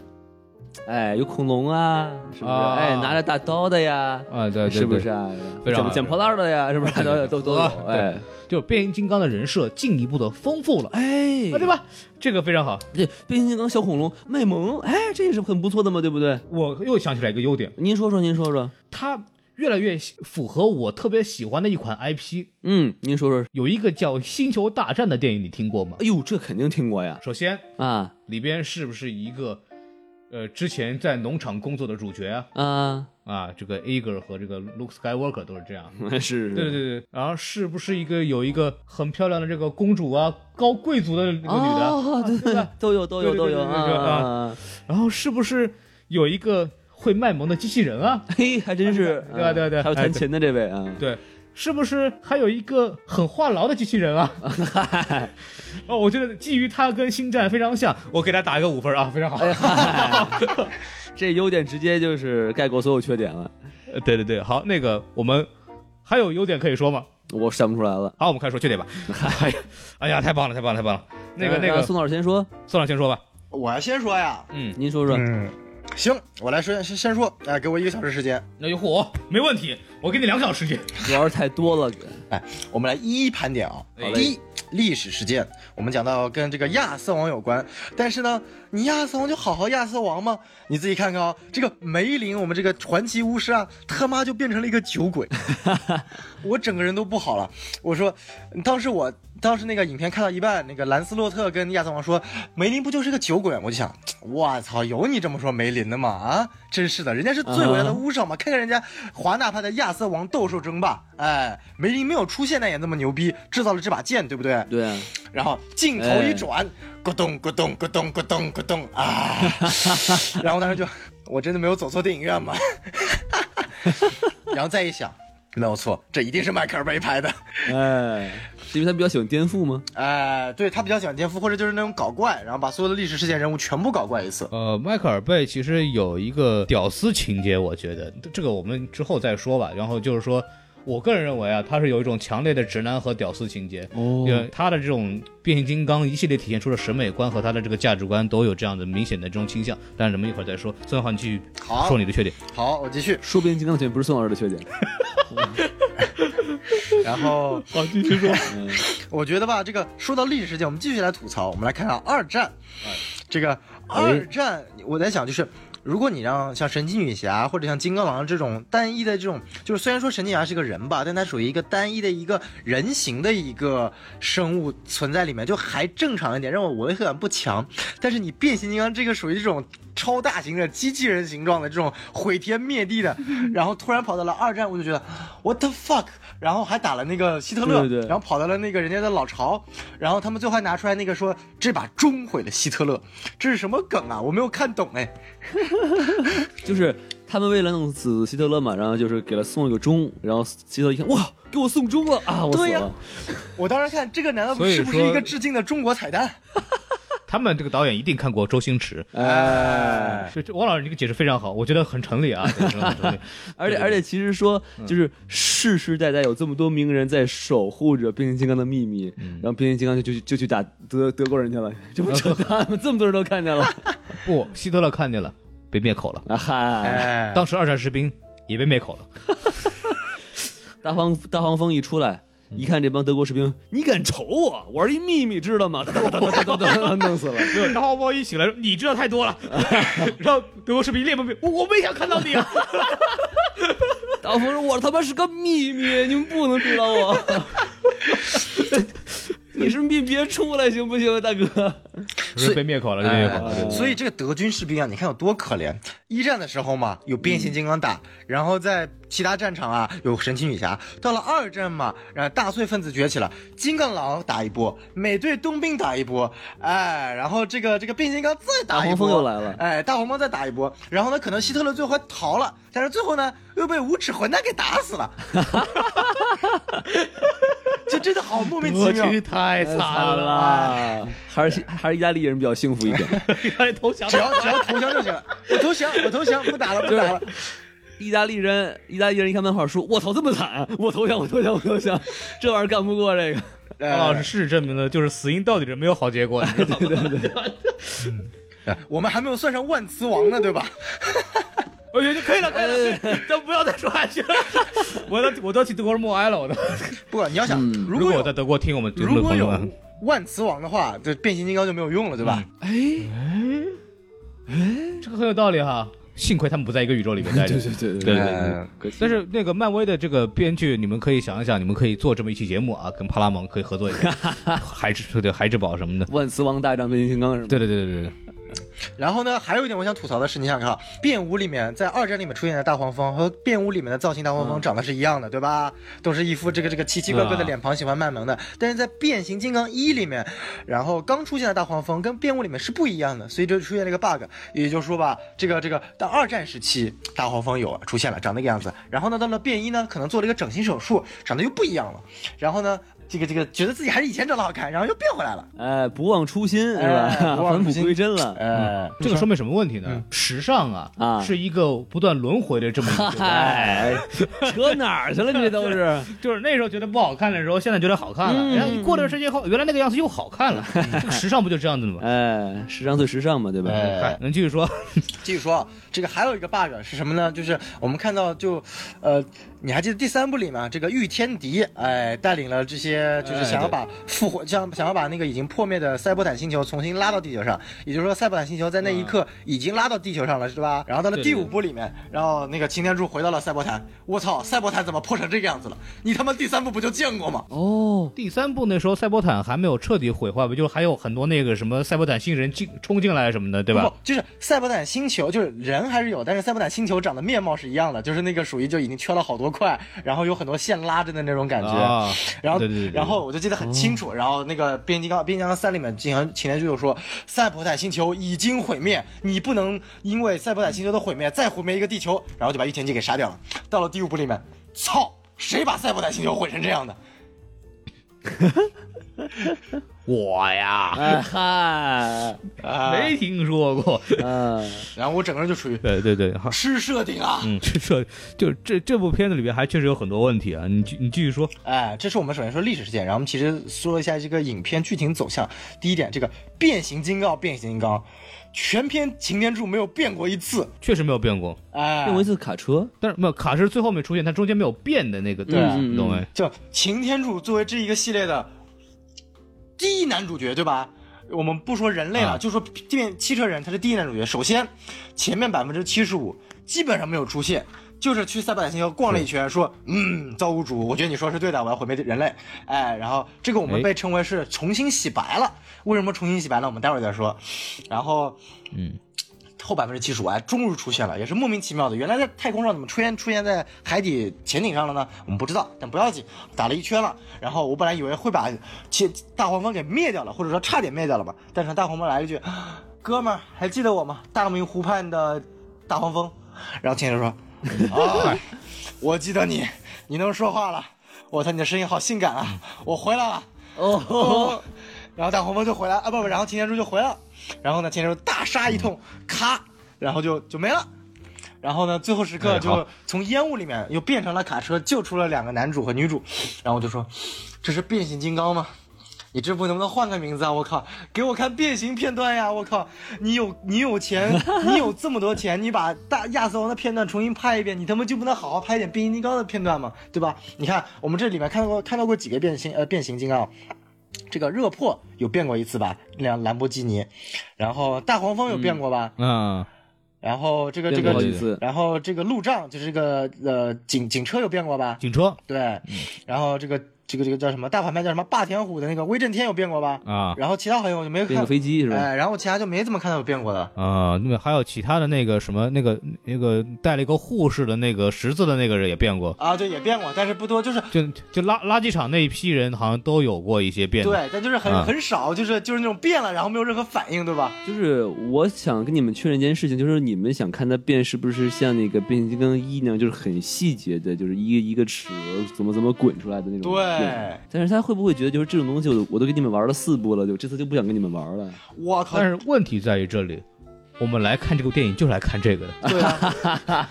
Speaker 3: 哎，有恐龙啊，是不是？
Speaker 2: 啊
Speaker 3: 哎，拿着大刀的呀，
Speaker 2: 啊，对对对，
Speaker 3: 是不是？啊？
Speaker 2: 非常好
Speaker 3: 捡捡破烂的呀，是不是？
Speaker 2: 对对
Speaker 3: 都
Speaker 2: 对
Speaker 3: 都
Speaker 2: (laughs)
Speaker 3: 都
Speaker 2: 啊
Speaker 3: 有，哎，
Speaker 2: 就变形金刚的人设进一步的丰富了，
Speaker 3: 哎，
Speaker 2: 啊，对？吧？这个非常好，
Speaker 3: 对，变形金刚小恐龙卖萌，哎，这也是很不错的嘛，对不对？
Speaker 2: 我又想起来一个优点，
Speaker 3: 您说说，您说说，
Speaker 2: 它越来越符合我特别喜欢的一款 IP，
Speaker 3: 嗯，您说说，
Speaker 2: 有一个叫《星球大战》的电影，你听过吗？
Speaker 3: 哎呦，这肯定听过呀，
Speaker 2: 首先，
Speaker 3: 啊
Speaker 2: 里边是不是一个，呃，之前在农场工作的主角啊？
Speaker 3: 啊，
Speaker 2: 啊，这个 Ager 和这个 Luke Skywalker 都是这样。
Speaker 3: (laughs) 是是，
Speaker 2: 对对对对，然后是不是一个有一个很漂亮的这个公主啊，高贵族的那个女的？啊
Speaker 3: 哦，对
Speaker 2: 对
Speaker 3: 对
Speaker 2: 吧，
Speaker 3: 都有都有
Speaker 2: 对
Speaker 3: 都
Speaker 2: 对对
Speaker 3: 有
Speaker 2: 对对对
Speaker 3: 啊，
Speaker 2: 然后是不是有一个会卖萌的机器人啊？
Speaker 3: 嘿，还真是，
Speaker 2: 对啊对啊对啊
Speaker 3: 还有
Speaker 2: 哎
Speaker 3: 弹
Speaker 2: 对
Speaker 3: 琴的这位啊，
Speaker 2: 对，是不是还有一个很话痨的机器人啊？哦，我觉得基于它跟星战非常像，我给它打一个五分啊，非常好。
Speaker 3: 这优点直接就是概括所有缺点了，
Speaker 2: 呃 (laughs) 对对对，好，那个我们还有优点可以说吗？
Speaker 3: 我想不出来了。
Speaker 2: 好，我们开始说缺 (laughs) 点吧。哎呀，哎呀，太棒了，太棒了，太棒了！那个那
Speaker 3: 让
Speaker 2: 个，
Speaker 3: 哎宋老师先说，
Speaker 2: 宋老师先说吧。
Speaker 1: 我要先说呀，
Speaker 2: 嗯，
Speaker 3: 您说说，
Speaker 1: 嗯，行，我来说先先说，哎、给我一个小时时间，
Speaker 2: 那就嚯，没问题，我给你两小时间。
Speaker 3: 主要是太多 (laughs) 了。
Speaker 1: 我们来一一盘点啊、
Speaker 2: 好嘞
Speaker 1: 第一，历史事件，我们讲到跟这个亚瑟王有关，但是呢，你亚瑟王就好好亚瑟王嘛，你自己看看啊、这个梅林，我们这个传奇巫师啊，他妈就变成了一个酒鬼，我整个人都不好了。我说，当时我当时那个影片看到一半，那个兰斯洛特跟亚瑟王说，梅林不就是个酒鬼吗？我就想，我操，有你这么说梅林的吗？啊，真是的，人家是最伟大的巫师嘛，看看人家华纳派的亚瑟王斗兽争霸，哎，梅林没有出现但也那么牛逼，制造了这把剑，对不对？
Speaker 3: 对啊，
Speaker 1: 然后镜头一转，咕咚咕咚咕咚咕咚咕咚啊！ (laughs) 然后当时就，我真的没有走错电影院吗？ (laughs) 然后再一想，没有错，这一定是迈克尔贝拍的。
Speaker 3: 哎，是因为他比较喜欢颠覆吗？
Speaker 1: 哎，对他比较喜欢颠覆，或者就是那种搞怪，然后把所有的历史事件人物全部搞怪一次。
Speaker 2: 呃，迈克尔贝其实有一个屌丝情节，我觉得这个我们之后再说吧。然后就是说，我个人认为啊，他是有一种强烈的直男和屌丝情节。
Speaker 3: 哦
Speaker 2: 因为他的这种变形金刚一系列体现出的审美观和他的这个价值观都有这样的明显的这种倾向，但是咱们一会儿再说。孙浩，你继续
Speaker 1: 好
Speaker 2: 说你的缺点。
Speaker 1: 好，我继续。
Speaker 3: 说变形金刚的缺点不是宋老师的缺点。
Speaker 1: 然后
Speaker 2: 好，继续说。
Speaker 1: (laughs) 我觉得吧，这个说到历史事件，我们继续来吐槽。我们来看看二战，
Speaker 3: 哎
Speaker 1: 这个二战，我在想就是，如果你让像神奇女侠或者像金刚狼这种单一的这种，就是虽然说神奇女侠是个人吧，但它属于一个单一的一个人形的一个生物存在里面，就还正常一点，让我违和感不强。但是你变形金刚这个属于这种超大型的机器人形状的这种毁天灭地的，然后突然跑到了二战，我就觉得 what the fuck，然后还打了那个希特勒，
Speaker 3: 对对对
Speaker 1: 然后跑到了那个人家的老巢，然后他们最后还拿出来那个说这把钟毁了希特勒，这是什么梗啊？我没有看懂哎。
Speaker 3: 就是他们为了弄死希特勒嘛，然后就是给了送了个钟，然后希特勒一看，哇，给我送钟了啊，我死
Speaker 1: 对呀
Speaker 3: 了。
Speaker 1: 我当时看这个难道不
Speaker 2: 所以
Speaker 1: 是不是
Speaker 2: 说
Speaker 1: 一个致敬的中国彩蛋？
Speaker 2: 他们这个导演一定看过周星驰。
Speaker 3: 哎，
Speaker 2: 这这王老师这个解释非常好，我觉得很成立 (laughs) 啊，这个很成立。
Speaker 3: 而且而且，其实说就是世世代代有这么多名人在守护着变形金刚的秘密，然后变形金刚就就就去打德德国人去了，这不扯淡吗？这么多人都看见了，
Speaker 2: 不，希特勒看见了，被灭口了。
Speaker 3: 啊嗨，
Speaker 1: 哎，
Speaker 2: 当时二战士兵也被灭口了。
Speaker 3: 大黄大黄蜂一出来。一看这帮德国士兵，你敢瞅我？我是一秘密，知道吗？噔噔噔噔噔噔弄死了。
Speaker 2: 没有，大黄蜂一醒来说：“你知道太多 (laughs) 了。”然后德国士兵脸不变，我我没想看到你啊。
Speaker 3: 大黄蜂说：“我他妈是个秘密，你们不能知道我。 (laughs) 你是别别出来行不行，大哥？
Speaker 2: (laughs) 是被灭口了，被灭口了。对
Speaker 1: 哎所以这个德军士兵啊，你看有多可怜。一战的时候嘛，有变形金刚打，然后在其他战场啊有神奇女侠。到了二战嘛，然后大碎分子崛起了，金刚狼打一波，美队冬兵打一波，哎，然后这个这个变形金刚再打一波，
Speaker 3: 大黄蜂又来了
Speaker 1: 哎，大黄蜂再打一波，然后呢，可能希特勒最后还逃了，但是最后呢又被无耻混蛋给打死了。 (laughs) 就真的好莫名其
Speaker 2: 我
Speaker 1: 妙，
Speaker 2: 去，太惨了，！
Speaker 3: 还是还是意大利人比较幸福一点。
Speaker 2: 他的投降
Speaker 1: 只要
Speaker 2: (laughs)
Speaker 1: 只要投降就行了，我投降，我投降，不打了，不打了。
Speaker 3: 意大利人，意大利人一看漫画书，我操，这么惨！啊我投降，我投降，我投降！这玩意儿干不过这个。
Speaker 1: 呃
Speaker 2: 哎 (laughs) 王老师事实证明了，就是死因到底是没有好结果，你知道吗？
Speaker 1: 呃我们还没有算上万磁王呢，对吧？ (laughs)
Speaker 2: 我觉得哎可以了，可以了可以了，都不要再说下去了。哎 (laughs) 我都我都替德国人默哀了，我都。
Speaker 1: 不，你要想，
Speaker 3: 嗯
Speaker 1: 如
Speaker 2: 如
Speaker 1: 果
Speaker 2: 果
Speaker 1: 有
Speaker 2: 我在德国听我们节目
Speaker 1: 如
Speaker 2: 的
Speaker 1: 果
Speaker 2: 朋友
Speaker 1: 有
Speaker 2: 们，
Speaker 1: 万磁王的话，这变形金刚就没有用了，对吧？
Speaker 2: 嗯
Speaker 3: 哎，
Speaker 2: 这个很有道理哈。幸亏他们不在一个宇宙里面待着。
Speaker 3: (laughs) 对对对
Speaker 2: 对
Speaker 1: 呃
Speaker 3: 对，
Speaker 2: 但是那个漫威的这个编剧，你们可以想一想，你们可以做这么一期节目啊，跟帕拉蒙可以合作一下，孩之对孩之宝什么的。
Speaker 3: 万磁王大战变形金刚是吗？
Speaker 2: 对对对对对，
Speaker 1: 然后呢，还有一点我想吐槽的是，你想想看啊，变五里面在二战里面出现的大黄蜂和变五里面的造型大黄蜂长得是一样的，对吧？都是一副这个这个奇奇怪怪的
Speaker 2: 啊
Speaker 1: 脸庞，喜欢卖萌的。但是在变形金刚一里面，然后刚出现的大黄蜂跟变五里面是不一样的，所以就出现了一个 bug，也就是说吧，这个这个到二战时期大黄蜂有出现了，长那个样子。然后呢，到了变一呢，可能做了一个整形手术，长得又不一样了。然后呢，这个这个觉得自己还是以前长得好看，然后又变回来了。
Speaker 3: 哎，不忘初心是吧？
Speaker 1: 哎不忘
Speaker 3: (laughs) 返
Speaker 1: 初
Speaker 3: 璞
Speaker 1: 心
Speaker 3: 归真了。
Speaker 1: 呃，
Speaker 2: 这个说明什么问题呢
Speaker 1: 嗯？
Speaker 2: 时尚啊，
Speaker 3: 啊，
Speaker 2: 是一个不断轮回的这么一个
Speaker 3: (laughs) 哎，扯哪儿去了？这都是 (laughs)
Speaker 2: 就是那时候觉得不好看的时候，现在觉得好看了。然哎后你过段时间后，原来那个样子又好看了。这个时尚不就这样子的吗？
Speaker 3: 哎，时尚最时尚嘛，对吧？
Speaker 1: 哎
Speaker 2: 嗨能继续说？
Speaker 1: 继续说，啊，这个还有一个 bug 是什么呢？就是我们看到就，呃，你还记得第三部里吗？这个御天敌，哎，带领了这些就是想要把复活，想想要把那个已经破灭的塞伯坦星球重新拉到地球上，也就是说塞伯坦星球在那一刻已经拉到地球上了，是吧？然后到了
Speaker 2: 对
Speaker 1: 第
Speaker 2: 对
Speaker 1: 五部里面，然后那个擎天柱回到了塞伯坦，我操，塞伯坦怎么破成这个样子了？你他妈第三部不就见过吗？
Speaker 3: 哦，
Speaker 2: 第三部那时候赛博坦还没有彻底毁坏吧，就是还有很多那个什么赛博坦新人进冲进来什么的，对吧
Speaker 1: 不？，就是塞伯坦星球，就是人还是有，但是塞伯坦星球长得面貌是一样的，就是那个属于就已经缺了好多块，然后有很多线拉着的那种感觉。
Speaker 2: 啊，
Speaker 1: 然后，
Speaker 2: 对对对对
Speaker 1: 然后我就记得很清楚。然后那个《变形金刚》《变形金刚三》里面，经常擎天柱就说：“赛博坦星球已经毁灭，你不能因为赛博坦星球的毁灭再毁灭一个地球。”然后就把御天机给杀掉了。到了第五部里面，操，谁把赛博坦星球毁成这样的？
Speaker 2: 我
Speaker 3: (laughs)
Speaker 2: 呀，
Speaker 3: 哎嗨，
Speaker 1: 啊、
Speaker 2: 没听说过。
Speaker 3: 嗯，
Speaker 1: 然后我整个人就处于
Speaker 2: 对对对，好，
Speaker 1: 吃设定啊。
Speaker 2: 嗯，这这就这这部片子里边还确实有很多问题啊，你继你继续说。
Speaker 1: 哎，这是我们首先说历史事件，然后我们其实说一下这个影片剧情走向。第一点，这个变形金刚，变形金刚，全篇擎天柱没有变过一次。
Speaker 2: 确实没有变过，
Speaker 1: 哎，
Speaker 3: 用一次卡车，
Speaker 2: 但是没有卡是最后面出现，它中间没有变的那个，
Speaker 1: 对
Speaker 2: 你懂没？
Speaker 1: 就擎天柱作为这一个系列的第一男主角，对吧？我们不说人类了，
Speaker 2: 啊
Speaker 1: 就说电汽车人，他是第一男主角。首先，前面百分之七十五基本上没有出现，就是去塞伯坦星球逛了一圈，说嗯，造物主，我觉得你说的是对的，我要毁灭人类。哎，然后这个我们
Speaker 2: 哎
Speaker 1: 被称为是重新洗白了。为什么重新洗白呢？我们待会儿再说。然后，
Speaker 2: 嗯，
Speaker 1: 后百分之七十五哎，终于出现了，也是莫名其妙的。原来在太空上怎么出现出现在海底潜艇上了呢？我们不知道，但不要紧，打了一圈了。然后我本来以为会把其大黄蜂给灭掉了，或者说差点灭掉了吧。但是大黄蜂来了一句：“哥们儿，还记得我吗？大明湖畔的大黄蜂。”然后潜艇说：“啊，我记得你，你能说话了。我操，你的声音好性感啊！我回来了。”
Speaker 3: 哦，
Speaker 1: (laughs) 然后大黄蜂就回来啊，不不，然后擎天柱就回来了，然后呢，擎天柱大杀一通，咔，然后就就没了。然后呢，最后时刻
Speaker 2: 哎好
Speaker 1: 就从烟雾里面又变成了卡车，救出了两个男主和女主。然后我就说，这是变形金刚吗？你这部能不能换个名字啊？我靠，给我看变形片段呀！我靠，你有你有钱， (laughs) 你有这么多钱，你把大亚瑟王的片段重新拍一遍，你他妈就不能好好拍一点变形金刚的片段吗？对吧？你看我们这里面看到过看到过几个变形呃变形金刚啊，这个热破有变过一次吧，辆兰博基尼，然后大黄蜂有变过吧，
Speaker 2: 啊，
Speaker 1: 然后这个这
Speaker 3: 嗯变过好几
Speaker 1: 个，
Speaker 3: 次，
Speaker 1: 然后这个路障就是这个呃警警车有变过吧，
Speaker 2: 警车
Speaker 1: 对，
Speaker 3: 嗯
Speaker 1: 然后这个这个这个叫什么大反派叫什么霸天虎的那个威震天有变过吧，
Speaker 2: 啊
Speaker 1: 然后其他好像我就没有
Speaker 3: 变
Speaker 1: 看
Speaker 3: 个，飞机是吧？
Speaker 1: 哎，然后其他就没怎么看到有变过的，
Speaker 2: 啊，那么还有其他的那个什么那个那个带了一个护士的那个十字的那个人也变过，
Speaker 1: 啊，对，也变过，但是不多，就是
Speaker 2: 就就垃垃圾场那一批人好像都有过一些变的。
Speaker 1: 对，但就是很
Speaker 2: 啊
Speaker 1: 很少，就是就是那种变了然后没有任何反应，对吧？
Speaker 3: 就是我想跟你们确认一件事情，就是你们想看它变是不是像那个变形金刚一那样，就是很细节的，就是一个一个齿轮怎么怎么滚出来的那种。
Speaker 1: 对，
Speaker 3: 但是他会不会觉得就是这种东西我都我都给你们玩了四部了，就这次就不想跟你们玩了？
Speaker 1: 我靠啊
Speaker 2: 但，
Speaker 3: (laughs)
Speaker 1: (laughs)
Speaker 2: 是问题在于这里，我们来看这部电影就是来看这个的，
Speaker 1: 对啊，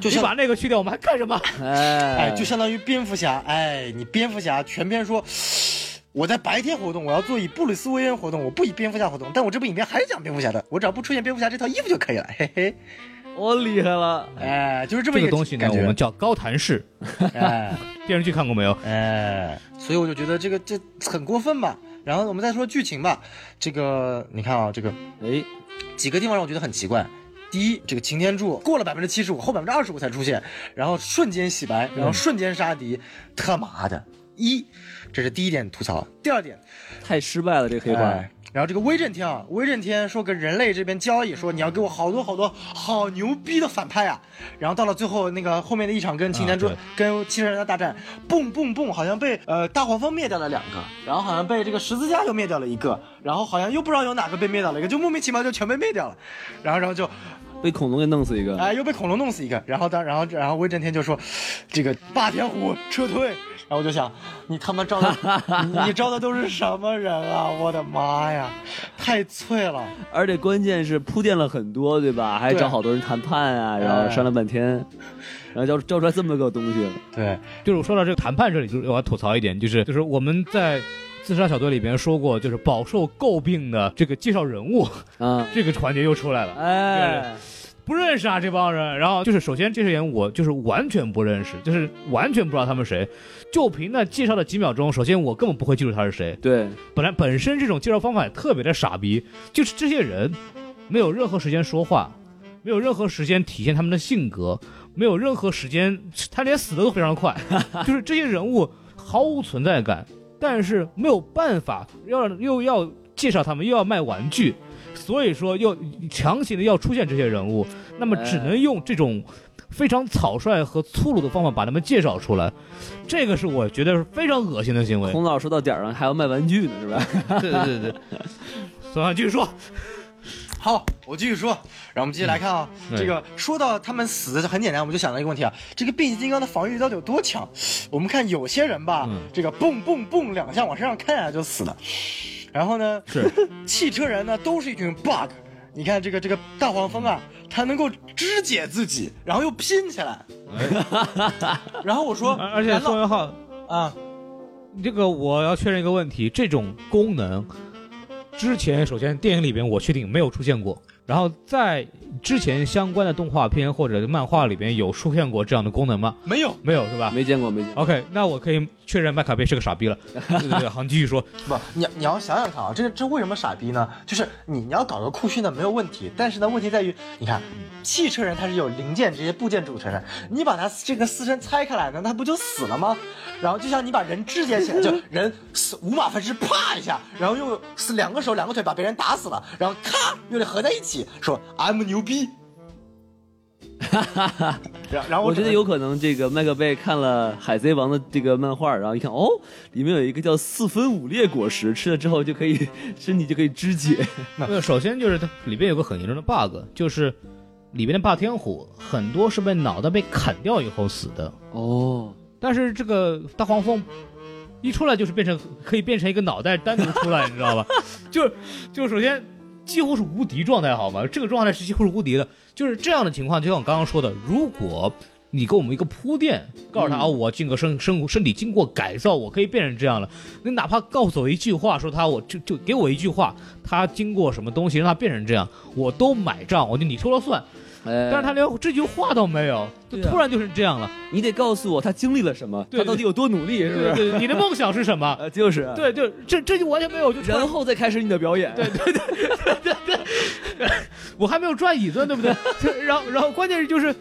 Speaker 1: 就
Speaker 2: 你
Speaker 1: 像
Speaker 2: 把那个去掉，我们
Speaker 1: (laughs)
Speaker 2: 还看什么？
Speaker 3: 哎
Speaker 1: 哎，就相当于蝙蝠侠，哎，你蝙蝠侠全篇说，我在白天活动，我要做以布鲁斯·韦恩活动，我不以蝙蝠侠活动，但我这部影片还是讲蝙蝠侠的，我只要不出现蝙蝠侠这套衣服就可以了，嘿嘿。
Speaker 3: 我厉害了，
Speaker 1: 哎、就是这么
Speaker 2: 这
Speaker 1: 一
Speaker 2: 个东西呢，
Speaker 1: 感
Speaker 2: 我
Speaker 1: 觉
Speaker 2: 们叫高谭市。
Speaker 1: 哎
Speaker 2: 电视剧看过没有？
Speaker 1: 哎，所以我就觉得这个这很过分吧。然后我们再说剧情吧，这个你看啊，这个
Speaker 3: 哎，
Speaker 1: 几个地方让我觉得很奇怪。第一，这个擎天柱过了百分之七十五，后百分之二十五才出现，然后瞬间洗白，然后瞬间杀敌，他妈的！一，这是第一点吐槽。第二点，
Speaker 3: 太失败了，这个黑化。
Speaker 1: 哎然后这个威震天啊，威震天说跟人类这边交易，说你要给我好多好多好牛逼的反派啊。然后到了最后那个后面的一场跟擎天柱、
Speaker 2: 啊
Speaker 1: 跟七十人的大战，蹦蹦蹦，好像被呃大黄蜂灭掉了两个，然后好像被这个十字架又灭掉了一个，然后好像又不知道有哪个被灭掉了一个，就莫名其妙就全被灭掉了。然后然后就
Speaker 3: 被恐龙给弄死一个。
Speaker 1: 哎，又被恐龙弄死一个。然后当然后然后威震天就说，这个霸天虎撤退。然后我就想，你他妈招的，
Speaker 2: (laughs)
Speaker 1: 你你招的都是什么人啊？我的妈呀，太脆了。
Speaker 3: 而且关键是铺垫了很多，对吧？还
Speaker 1: 对
Speaker 3: 找好多人谈判
Speaker 2: 哎
Speaker 3: 啊，然后商量
Speaker 2: (laughs)
Speaker 3: 半天，然后交交出来这么个东西。
Speaker 1: 对，
Speaker 2: 就是我说到这个谈判这里，就是我要吐槽一点，
Speaker 1: 嗯
Speaker 2: 就是就是我们在自杀小队里边说过，就是饱受诟病的这个介绍人物
Speaker 3: 啊，
Speaker 2: 这个环节又出来了。
Speaker 3: 哎，
Speaker 2: 不认识啊这帮人，然后就是首先这些人我就是完全不认识，就是完全不知道他们谁，就凭那介绍的几秒钟，首先我根本不会记住他是谁。
Speaker 3: 对，
Speaker 2: 本来本身这种介绍方法也特别的傻逼，就是这些人没有任何时间说话，没有任何时间体现他们的性格，没有任何时间，他连死的都非常快，就是这些人物毫无存在感，但是没有办法，要又要介绍他们，又要卖玩具，所以说又强行的要出现这些人物，那么只能用这种。非常草率和粗鲁的方法把他们介绍出来，这个是我觉得是非常恶心的行为。
Speaker 3: 孔老师说到点儿上还要卖玩具呢，是
Speaker 2: (laughs)
Speaker 3: 吧？
Speaker 2: 对对对， (laughs) 所以继续说，
Speaker 1: 好，我继续说。然后我们继续来看啊，
Speaker 2: 嗯
Speaker 1: 这个说到他们死很简单，我们就想到一个问题啊，这个变形金刚的防御力到底有多强？我们看有些人吧，
Speaker 2: 嗯
Speaker 1: 这个蹦蹦蹦两下往身上开啊就死了，然后呢，
Speaker 2: 是
Speaker 1: 汽车人呢都是一群 bug。你看这个这个大黄蜂啊，它能够肢解自己，然后又拼起来。然后我说，
Speaker 2: 哎而而且
Speaker 1: 难道
Speaker 2: 宋元浩，
Speaker 1: 啊，
Speaker 2: 这个我要确认一个问题，这种功能之前首先电影里边我确定没有出现过，然后在之前相关的动画片或者漫画里边有出现过这样的功能吗？
Speaker 1: 没有，
Speaker 2: 没有是吧
Speaker 3: 没见过，没见过。
Speaker 2: ？OK，那我可以确认麦卡贝是个傻逼了。对对 (laughs) 对，好，你继续说。
Speaker 1: 不，你你要想想看啊，这这为什么傻逼呢？就是你你要搞个酷炫的没有问题，但是呢，问题在于，你看，汽车人他是有零件这些部件组成的，你把它这个四身拆开来呢，他不就死了吗？然后就像你把人肢解起
Speaker 3: (laughs)
Speaker 1: 来，就人死五马分尸，啪一下，然后用死两个手两个腿把别人打死了，然后咔又得合在一起说 I'm 牛逼，然后然后
Speaker 3: 我觉
Speaker 1: 整个
Speaker 3: 得有可能这个麦克贝看了《海贼王》的这个漫画，然后一看哦，里面有一个叫四分五裂果实，吃了之后就可以身体就可以肢解。
Speaker 2: 那首先就是它里边有个很严重的 bug，就是里边的霸天虎很多是被脑袋被砍掉以后死的。
Speaker 3: 哦，
Speaker 2: 但是这个大黄蜂一出来就是变成可以变成一个脑袋单独出来，你知
Speaker 3: (laughs)
Speaker 2: 道吧？就是就是首先几乎是无敌状态，好吗？这个状态是几乎是无敌的，就是这样的情况，就像我刚刚说的，如果。你给我们一个铺垫，告诉
Speaker 3: 嗯
Speaker 2: 他啊、我经过身身身体经过改造，我可以变成这样了。你哪怕告诉我一句话，说他我就就给我一句话，他经过什么东西让他变成这样，我都买账，我就你说了算。
Speaker 3: 哎，
Speaker 2: 但是他连这句话都没有，就
Speaker 3: 对啊
Speaker 2: 突然就是这样了。
Speaker 3: 你得告诉我他经历了什么，
Speaker 2: 对
Speaker 3: 他到底有多努力，是不
Speaker 2: 对
Speaker 3: 是？
Speaker 2: 对，你的梦想是什么？
Speaker 3: 呃，就是，
Speaker 2: (laughs) 对对，这这就完全没有，就突然
Speaker 3: 然后再开始你的表演。对对，
Speaker 2: 我还没有转椅子，对不对？就然后然后关键 (laughs) 是就是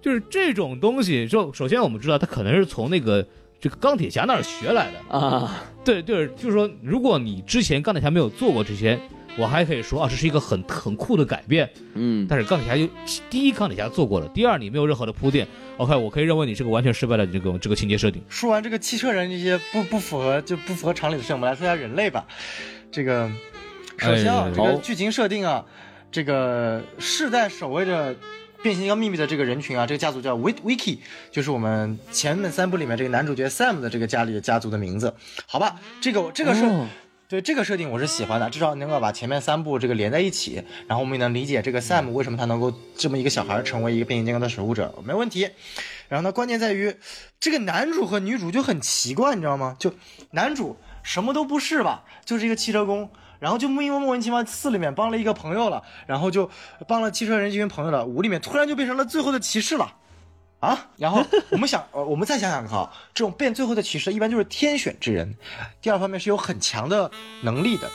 Speaker 2: 就是这种东西，就首先我们知道他可能是从那个这个钢铁侠那儿学来的，
Speaker 3: 啊，
Speaker 2: 对对，就是说如果你之前钢铁侠没有做过这些。我还可以说啊，这是一个很很酷的改变，
Speaker 3: 嗯，
Speaker 2: 但是钢铁侠就第一，钢铁侠做过了；第二，你没有任何的铺垫。OK，我可以认为你是个完全失败的这个这个情节设定。
Speaker 1: 说完这个汽车人这些不不符合就不符合常理的事，我们来说一下人类吧。这个，首先啊
Speaker 2: 哎，
Speaker 1: 这
Speaker 3: 好
Speaker 1: 个剧情设定啊，这个世代守卫着变形金刚秘密的这个人群啊，这个家族叫 Wit Wiki，就是我们前面三部里面这个男主角 Sam 的这个家里的家族的名字。好吧，这个这个是、
Speaker 3: 哦
Speaker 1: 对这个设定我是喜欢的，至少能够把前面三部这个连在一起，然后我们也能理解这个 Sam 为什么他能够这么一个小孩成为一个变形金刚的守护者，没问题。然后呢，关键在于这个男主和女主就很奇怪，你知道吗？就男主什么都不是吧，就是一个汽车工。然后就莫莫名其妙四里面帮了一个朋友了，然后就帮了汽车人这群朋友了，五里面突然就变成了最后的骑士了，啊！然后我们想， (laughs) 呃我们再想想看啊，这种变最后的骑士一般就是天选之人，第二方面是有很强的能力的。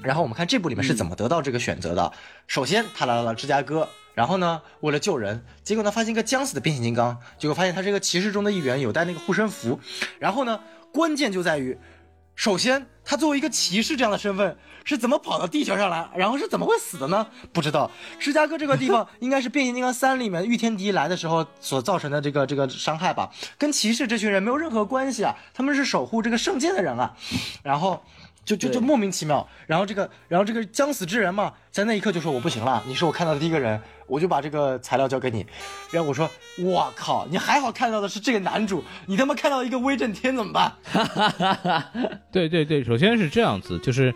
Speaker 1: 然后我们看这部里面是怎么得到这个选择的。首先他来到了芝加哥，然后呢，为了救人，结果呢发现一个将死的变形金刚，结果发现他是一个骑士中的一员，有带那个护身符。然后呢，关键就在于，首先他作为一个骑士这样的身份是怎么跑到地球上来，然后是怎么会死的呢？不知道。芝加哥这个地方应该是变形金刚三里面御天敌来的时候所造成的这个这个伤害吧，跟骑士这群人没有任何关系啊，他们是守护这个圣剑的人啊。然后就就
Speaker 3: 对
Speaker 1: 就莫名其妙。然后这个，然后这个将死之人嘛，在那一刻就说我不行了，你是我看到的第一个人，我就把这个材料交给你。然后我说，我靠，你还好看到的是这个男主，你他妈看到一个威震天怎么办？
Speaker 2: 对对对，首先是这样子，就是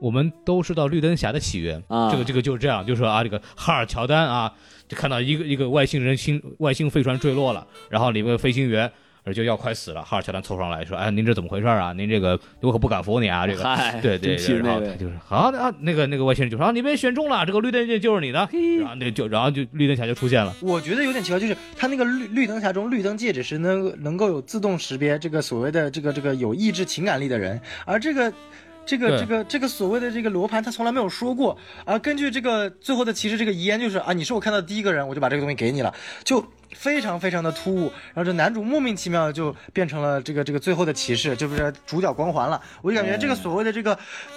Speaker 2: 我们都知道绿灯侠的起源，
Speaker 3: 啊
Speaker 2: 这个这个就是这样，就是说啊，这个哈尔乔丹啊，就看到一个一个外星人星外星飞船坠落了，然后里面有个飞行员。而就要快死了，哈尔乔丹凑上来说：“哎，您这怎么回事啊？您这个我可不敢服你啊！这个，
Speaker 3: 嗨
Speaker 2: 对
Speaker 3: (laughs)
Speaker 2: 对
Speaker 3: 真
Speaker 2: 对，然
Speaker 3: 皮那
Speaker 2: 后
Speaker 3: 位
Speaker 2: 他就是啊啊，那个那个外星人就说啊，你被选中了，这个绿灯就就是你的，然后那就然后就绿灯侠就出现了。
Speaker 1: 我觉得有点奇怪，就是他那个绿绿灯侠中绿灯戒指是能能够有自动识别这个所谓的这个这个有意志情感力的人，而这个。这个
Speaker 2: 对
Speaker 1: 这个这个所谓的这个罗盘，他从来没有说过。而根据这个最后的骑士这个遗言，就是啊，你是我看到的第一个人，我就把这个东西给你了，就非常非常的突兀。然后这男主莫名其妙就变成了这个这个最后的骑士，就是主角光环了。我就感觉这个所谓的这个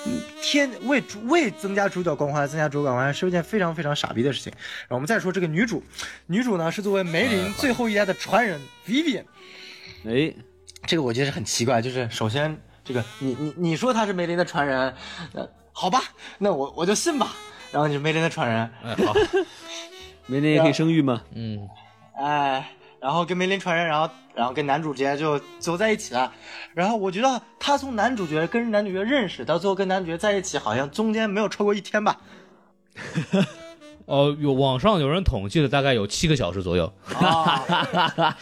Speaker 1: 嗯天为主为增加主角光环增加主角光环是一件非常非常傻逼的事情。然后我们再说这个女主，女主呢是作为梅林最后一代的传人 Vivian，
Speaker 3: 哎，
Speaker 1: 这个我觉得是很奇怪，就是首先这个你你你说她是梅林的传人，呃，好吧，那我我就信吧。然后你是梅林的传人，
Speaker 2: 哎，好，
Speaker 3: 明年也可以生育吗？
Speaker 2: 嗯，
Speaker 1: 哎，然后跟梅林传人，然后然后跟男主角就走在一起了。然后我觉得她从男主角跟男主角认识到最后跟男主角在一起，好像中间没有超过一天吧。
Speaker 2: 呃，有网上有人统计了，大概有七个小时左右。
Speaker 1: (laughs) 啊，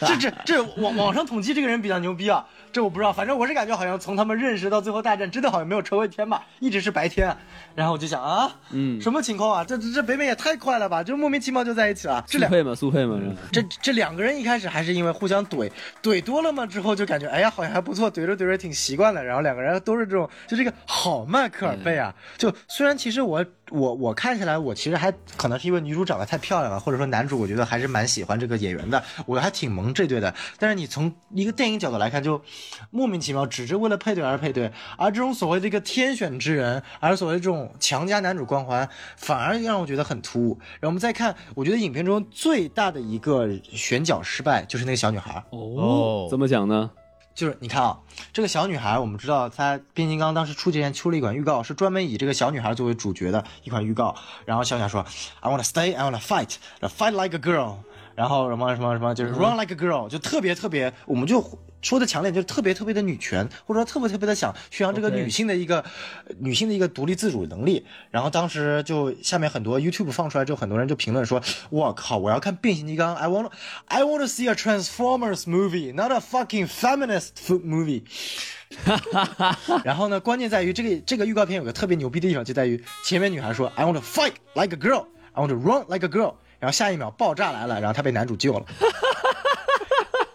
Speaker 1: 这这这网网上统计这个人比较牛逼啊，这我不知道，反正我是感觉好像从他们认识到最后大战，真的好像没有超过一天吧，一直是白天。然后我就想啊，
Speaker 3: 嗯，
Speaker 1: 什么情况啊？这这这北美也太快了吧，就莫名其妙就在一起了。
Speaker 3: 速
Speaker 1: 这
Speaker 3: (laughs)
Speaker 1: 两
Speaker 3: 配吗？速配吗？这
Speaker 1: 这这两个人一开始还是因为互相怼，怼多了嘛之后就感觉哎呀好像还不错，怼着怼着挺习惯的。然后两个人都是这种，就这个好慢科尔贝啊。就虽然其实我我我看起来我其实还可能是因为女主长得太漂亮了，或者说男主我觉得还是蛮喜欢这个演员的，我还挺萌这对的。但是你从一个电影角度来看，就莫名其妙只是为了配对而配对，而这种所谓的一个天选之人，而所谓这种强加男主光环，反而让我觉得很突兀。然后我们再看，我觉得影片中最大的一个选角失败就是那个小女孩儿，
Speaker 2: 哦
Speaker 3: 怎么讲呢？
Speaker 1: 就是你看啊，这个小女孩儿，我们知道她变形金刚当时出之前出了一款预告，是专门以这个小女孩作为主角的一款预告。然后小女孩说：“I wanna stay, I wanna fight, fight like a girl。”然后什么什么什么，就是 run like a girl，就特别特别，我们就说的强烈，就是特别特别的女权，或者说特别特别的想宣扬这个
Speaker 3: OK
Speaker 1: 女性的一个呃女性的一个独立自主能力。然后当时就下面很多 YouTube 放出来之后，很多人就评论说：“我靠，我要看变形金刚，I want I want to see a Transformers movie, not a fucking feminist food movie。”然后呢，关键在于这个这个预告片有个特别牛逼的地方，就在于前面女孩说 “I want to fight like a girl, I want to run like a girl”，然后下一秒爆炸来了，然后她被男主救了。 (laughs)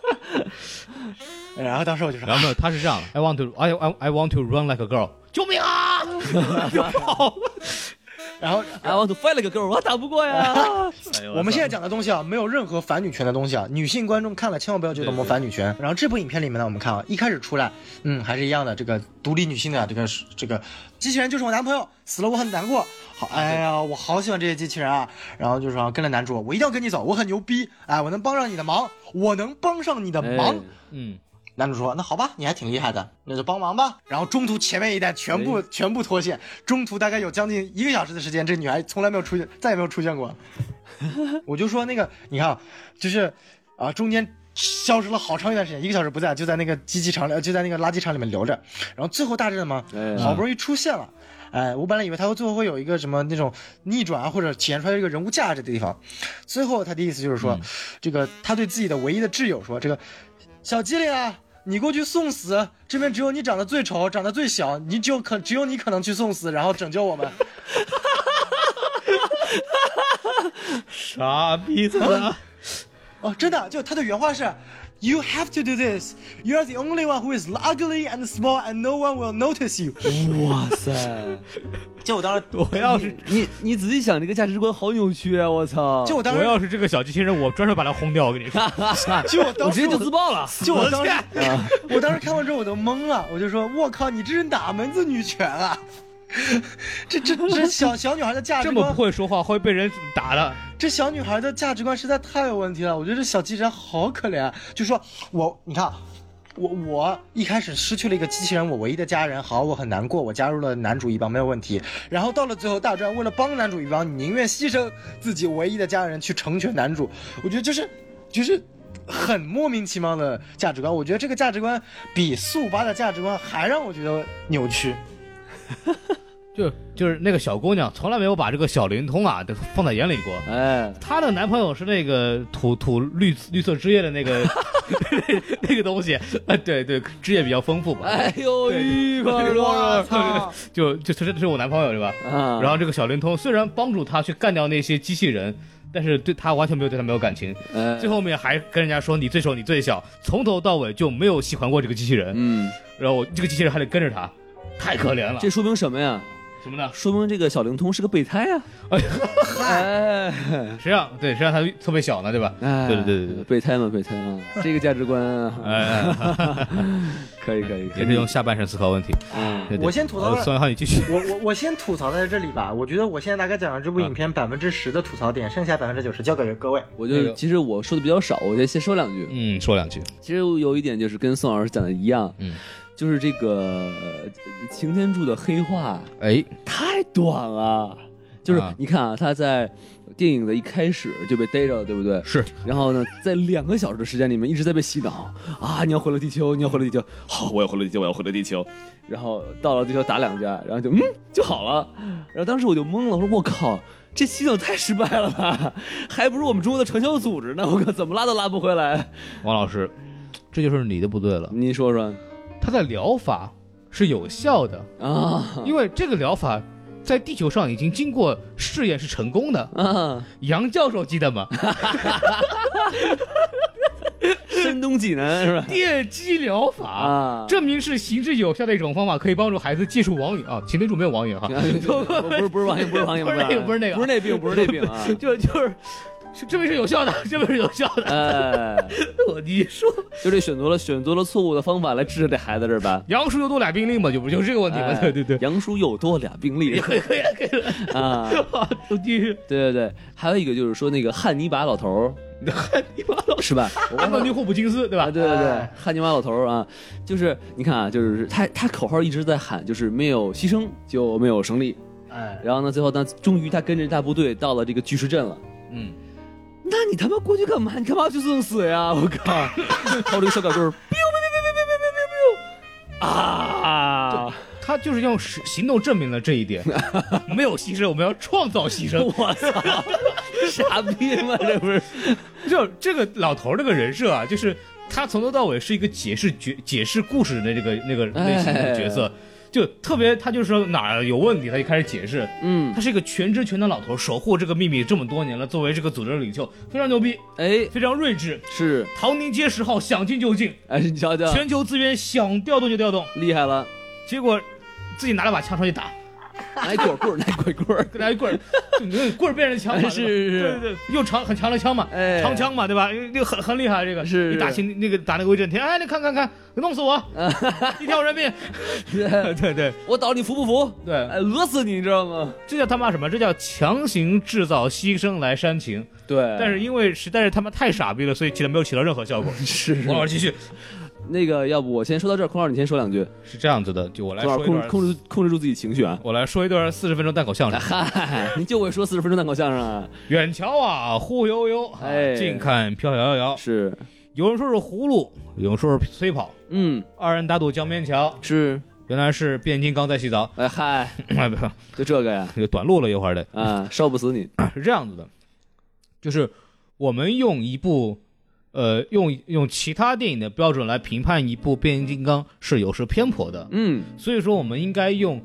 Speaker 1: 然后当时我就
Speaker 2: (laughs)
Speaker 1: 说
Speaker 2: 然后没有，他是这样的，I want to I I I want to run like a (laughs) girl，救命啊！就跑了。
Speaker 1: 然后
Speaker 3: I want to fight like a girl，我哎打不过呀。
Speaker 1: 我们现在讲的东西啊，没有任何反女权的东西啊，女性观众看了千万不要觉得我们反女权。然后这部影片里面呢，我们看啊，一开始出来，嗯，还是一样的这个独立女性的啊这个这个机器人就是我男朋友，死了我很难过。好，哎呀，我好喜欢这些机器人啊。然后就说跟了男主，我一定要跟你走，我很牛逼，哎，我能帮上你的忙，我能帮上你的忙。
Speaker 3: 哎
Speaker 2: 嗯，
Speaker 1: 男主说：“那好吧，你还挺厉害的，那就帮忙吧。”然后中途前面一代全部、全部脱线，中途大概有将近一个小时的时间，这女孩从来没有出现，再也没有出现过。 (laughs) 我就说那个，你看，啊，就是啊，中间消失了好长一段时间，一个小时不在，就在那个机器厂里，呃就在那个垃圾场里面留着。然后最后大战嘛，
Speaker 3: 哎
Speaker 1: 好不容易出现了。哎，我本来以为他会最后会有一个什么那种逆转啊，或者体现出来这个人物价值的地方。最后他的意思就是说，这个他对自己的唯一的挚友说：“这个小机灵啊，你过去送死，这边只有你长得最丑，长得最小，你只有可只有你可能去送死，然后拯救我们。 (laughs)
Speaker 2: 傻逼子，
Speaker 1: 哦，真的，就他的原话是，You have to do this. You are the only one who is ugly and small, and no one will notice you.
Speaker 3: 哇塞！
Speaker 1: 就我当时，
Speaker 2: 我要是
Speaker 3: 你你仔细想，这个价值观好扭曲啊！我操！
Speaker 1: 就我当
Speaker 2: 我
Speaker 1: 时，
Speaker 2: 要是这个小机器人，我专门把它轰掉。我跟你 (laughs) 说，
Speaker 1: 就我
Speaker 3: 啊我
Speaker 1: 当
Speaker 3: 直接
Speaker 1: 时
Speaker 3: 就自爆了。
Speaker 1: 就我当时， (laughs) 我当时看完之后我都懵了，我就说：“我靠，你这是哪门子女权啊？ (laughs) 这这这小小女孩的价值
Speaker 2: 这么
Speaker 1: 观
Speaker 2: 不，会说话会被人打的。
Speaker 1: 这小女孩的价值观实在太有问题了。我觉得这小机器人好可怜、啊。就说我，你看，啊我我一开始失去了一个机器人，我唯一的家人，好，我很难过，我加入了男主一帮没有问题。然后到了最后大战，为了帮男主一帮，你宁愿牺牲自己唯一的家人去成全男主。我觉得就是就是很莫名其妙的价值观。我觉得这个价值观比速八的价值观还让我觉得扭曲。
Speaker 2: 就就是那个小姑娘，从来没有把这个小灵通啊都放在眼里过。
Speaker 3: 哎，
Speaker 2: 她的男朋友是那个土土绿绿色枝叶的那个 (laughs) 那个东西， (laughs) 啊，对对，枝叶比较丰富吧。
Speaker 3: 哎呦，
Speaker 2: 对
Speaker 3: 一块儿
Speaker 2: 我
Speaker 3: 多
Speaker 2: 操！就就这是我男朋友是吧？
Speaker 3: 啊！
Speaker 2: 然后这个小灵通虽然帮助他去干掉那些机器人，但是对他完全没有对他没有感情。
Speaker 3: 哎
Speaker 2: 最后面还跟人家说你最丑，你最小，从头到尾就没有喜欢过这个机器人。
Speaker 3: 嗯，
Speaker 2: 然后我这个机器人还得跟着他，太可怜了。
Speaker 3: 这说明什么呀？
Speaker 2: 什么呢？
Speaker 3: 说明这个小灵通是个备胎啊！哎，
Speaker 2: 实际上对，实际上他特别小呢，对吧？
Speaker 3: 哎，
Speaker 2: 对对对对对
Speaker 3: 备胎嘛，备
Speaker 2: (laughs)
Speaker 3: 胎啊，这个价值观啊，
Speaker 2: 哎，
Speaker 3: 可以可以可
Speaker 2: 也是
Speaker 3: 以
Speaker 2: 用。下半身思考问题。
Speaker 3: 嗯
Speaker 2: 对对
Speaker 1: 我先吐槽
Speaker 2: 呃宋元浩，你继续。
Speaker 1: 我我我先吐槽在这里吧，我觉得我现在大概讲了这
Speaker 3: 嗯
Speaker 1: 部影片百分之十的吐槽点，剩下百分之九十交给各位。
Speaker 3: 我
Speaker 2: 那
Speaker 3: 就
Speaker 2: 个
Speaker 3: 其实我说的比较少，我就先说两句。
Speaker 2: 嗯，说两句。
Speaker 3: 其实有一点就是跟宋老师讲的一样，
Speaker 2: 嗯，
Speaker 3: 就是这个呃擎天柱的黑化
Speaker 2: 哎，
Speaker 3: 太短了。就是
Speaker 2: 啊
Speaker 3: 你看啊，他在电影的一开始就被逮着了，对不对？
Speaker 2: 是。
Speaker 3: 然后呢，在两个小时的时间里面一直在被洗脑啊，你要回到地球，你要回到地球，好，我要回到地球，我要回到地球。然后到了地球打两架，然后就嗯就好了。然后当时我就懵了，我说我靠，这洗脑太失败了吧？还不如我们中国的传销组织呢，我靠，怎么拉都拉不回来。
Speaker 2: 王老师，这就是你的不对了。
Speaker 3: 您说说
Speaker 2: 他的疗法是有效的，
Speaker 3: 啊
Speaker 2: 因为这个疗法在地球上已经经过试验是成功的。
Speaker 3: 啊，
Speaker 2: 杨教授记得
Speaker 3: (laughs)
Speaker 2: 吗？
Speaker 3: 山东济南是吧？
Speaker 2: 电击疗法。
Speaker 3: 啊，
Speaker 2: 证明是行之有效的一种方法，可以帮助孩子戒除网瘾啊。擎天柱没有网瘾哈，
Speaker 3: 不是不是王爷，不是王爷，
Speaker 2: 不是那个不是那个
Speaker 3: 不是那病，不是那病啊！
Speaker 2: (laughs) 就就是，是证明是有效的， (laughs) 证明是有效的。
Speaker 3: 哎，
Speaker 2: 我你说
Speaker 3: (laughs) 就这选择了选择了错误的方法来治这孩子这吧？
Speaker 2: 杨叔又多俩病例嘛，就不就是这个问题嘛？
Speaker 3: 哎
Speaker 2: 对对 (laughs) 对，
Speaker 3: 杨叔又多俩病例
Speaker 2: 可以可以可以了，
Speaker 3: 啊！
Speaker 2: 我继续。
Speaker 3: 对对对，还有一个就是说那个汉尼拔老头汉尼拔老是吧？我
Speaker 2: 安东尼霍普金斯对吧
Speaker 3: 啊，？对对对
Speaker 1: 哎，
Speaker 3: 汉尼拔老头儿啊，就是你看啊，就是他他口号一直在喊，就是没有牺牲就没有胜利。
Speaker 1: 哎，
Speaker 3: 然后呢，最后呢，终于他跟着大部队到了这个巨石阵了。
Speaker 2: 嗯，
Speaker 3: 那你他妈过去干嘛？你干嘛去送死呀？我靠！然后这个小狗就是 biu biu biu biu biu biu biu biu biu 啊！
Speaker 2: 他就是用实行动证明了这一
Speaker 3: (laughs)
Speaker 2: 点，没有牺牲，我们要创造牺 (laughs) 牲。
Speaker 3: 我操，傻逼吗？这不是？
Speaker 2: 就这个老头儿这个人设啊，就是他从头到尾是一个解释角解释故事的这个那个类型的角色，
Speaker 3: 哎
Speaker 2: 就特别他就说哪儿有问题，他就开始解释。
Speaker 3: 嗯，
Speaker 2: 他是一个全知全能老头，守护这个秘密这么多年了，作为这个组织的领袖，非常牛逼，
Speaker 3: 哎，
Speaker 2: 非常睿智。
Speaker 3: 是，
Speaker 2: 唐宁街十号想进就进，
Speaker 3: 哎，你瞧瞧，
Speaker 2: 全球资源想调动就调动，
Speaker 3: 厉害了，
Speaker 2: 结果自己拿了把枪上去打，
Speaker 3: 来棍儿 (laughs) 棍儿，来棍儿棍儿，
Speaker 2: 跟他一棍儿，就那个棍儿变成枪嘛，
Speaker 3: 哎是是
Speaker 2: 对吧对对，又长很长的枪嘛，
Speaker 3: 哎
Speaker 2: 长枪嘛，对吧？那个很很厉害，这个
Speaker 3: 是
Speaker 2: 你打新那个打那个威震天，哎，你看看看，弄死
Speaker 3: (laughs)
Speaker 2: 我，一条人命， (laughs) 对对
Speaker 3: (laughs) 我倒，你服不服？
Speaker 2: 对，
Speaker 3: 哎，讹死你，你知道吗？
Speaker 2: 这叫他妈什么？这叫强行制造牺牲来煽情。
Speaker 3: 对，
Speaker 2: 但是因为实在是他妈太傻逼了，所以起来没有起到任何效果。
Speaker 3: (laughs) 是
Speaker 2: 王老师继续，
Speaker 3: 那个，要不我先说到这儿，孔老师你先说两句，
Speaker 2: 是这样子的，就我来
Speaker 3: 孔老
Speaker 2: 说
Speaker 3: 师
Speaker 2: 一段
Speaker 3: 控，控制控制住自己情
Speaker 2: (laughs)
Speaker 3: 绪啊。
Speaker 2: 我来说一段四十分钟单口相
Speaker 3: (laughs)
Speaker 2: 声。
Speaker 3: 嗨，你就会说四十分钟单口相声啊？
Speaker 2: 远瞧啊，忽悠悠，啊
Speaker 3: 哎
Speaker 2: 近看飘摇摇。
Speaker 3: 是，
Speaker 2: 有人说是葫芦，有人说是飞跑，
Speaker 3: 嗯，
Speaker 2: 二人打赌江边桥，
Speaker 3: 是，
Speaker 2: 原来是变形金刚在洗澡， (coughs)
Speaker 3: 哎嗨，
Speaker 2: 哎不，
Speaker 3: 就这
Speaker 2: (laughs)
Speaker 3: 个呀，
Speaker 2: 有短路了一会儿的， (laughs)
Speaker 3: 啊，烧不死你，
Speaker 2: 是这样子的，就是我们用一部呃，用用其他电影的标准来评判一部变形金刚是有失偏颇的。
Speaker 3: 嗯，
Speaker 2: 所以说，我们应该用，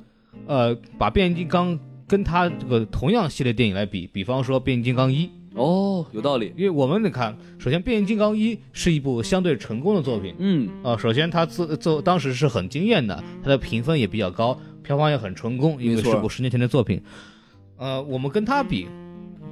Speaker 2: 呃，把变形金刚跟它这个同样系列电影来比，比方说《变形金刚一》，
Speaker 3: 哦，有道理。
Speaker 2: 因为我们得看，首先《变形金刚一》是一部相对成功的作品，
Speaker 3: 嗯，
Speaker 2: 呃，首先它做做当时是很惊艳的，它的评分也比较高，票房也很成功，因为
Speaker 3: 没错
Speaker 2: 是部十年前的作品。呃，我们跟它比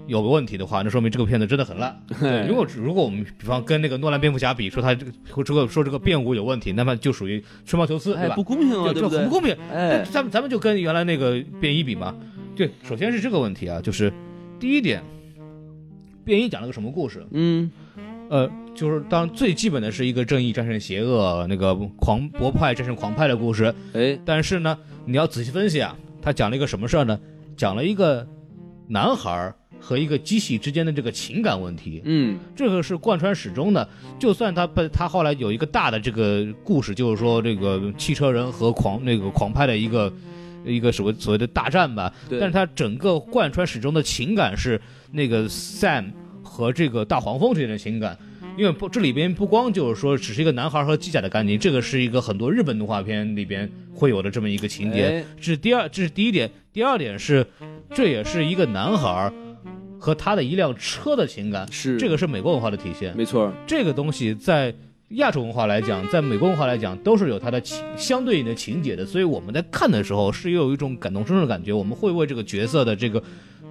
Speaker 2: 有问题的话，那说明这个片子真的很烂。
Speaker 3: 嘿
Speaker 2: 如果如果我们比方跟那个诺兰蝙蝠侠比，说他这个这个说这个变舞有问题，那么就属于吹毛求疵，
Speaker 3: 哎
Speaker 2: 对吧
Speaker 3: 不？公平
Speaker 2: 就
Speaker 3: 啊，对
Speaker 2: 就
Speaker 3: 不
Speaker 2: 很
Speaker 3: 对
Speaker 2: 不？公平。那
Speaker 3: 哎，
Speaker 2: 咱们咱们就跟原来那个变异比嘛。对，首先是这个问题啊，就是第一点，变异讲了个什么故事？
Speaker 3: 嗯，
Speaker 2: 呃，就是当最基本的是一个正义战胜邪恶，那个狂博派战胜狂派的故事。
Speaker 3: 哎，
Speaker 2: 但是呢，你要仔细分析啊，他讲了一个什么事儿呢？讲了一个男孩儿和一个机器之间的这个情感问题。
Speaker 3: 嗯，
Speaker 2: 这个是贯穿始终的。就算他被他后来有一个大的这个故事，就是说这个汽车人和狂那个狂派的一个一个所谓所谓的大战吧，
Speaker 3: 对，
Speaker 2: 但是他整个贯穿始终的情感是那个 Sam 和这个大黄蜂之间的情感。因为不，这里边不光就是说只是一个男孩和机甲的感情，这个是一个很多日本动画片里边会有的这么一个情节。
Speaker 3: 哎
Speaker 2: 这是第二，这是第一点。第二点是，这也是一个男孩和他的一辆车的情感，
Speaker 3: 是
Speaker 2: 这个是美国文化的体现。
Speaker 3: 没错，
Speaker 2: 这个东西在亚洲文化来讲，在美国文化来讲，都是有它的情相对应的情节的。所以我们在看的时候是有一种感同身受的感觉，我们会为这个角色的这个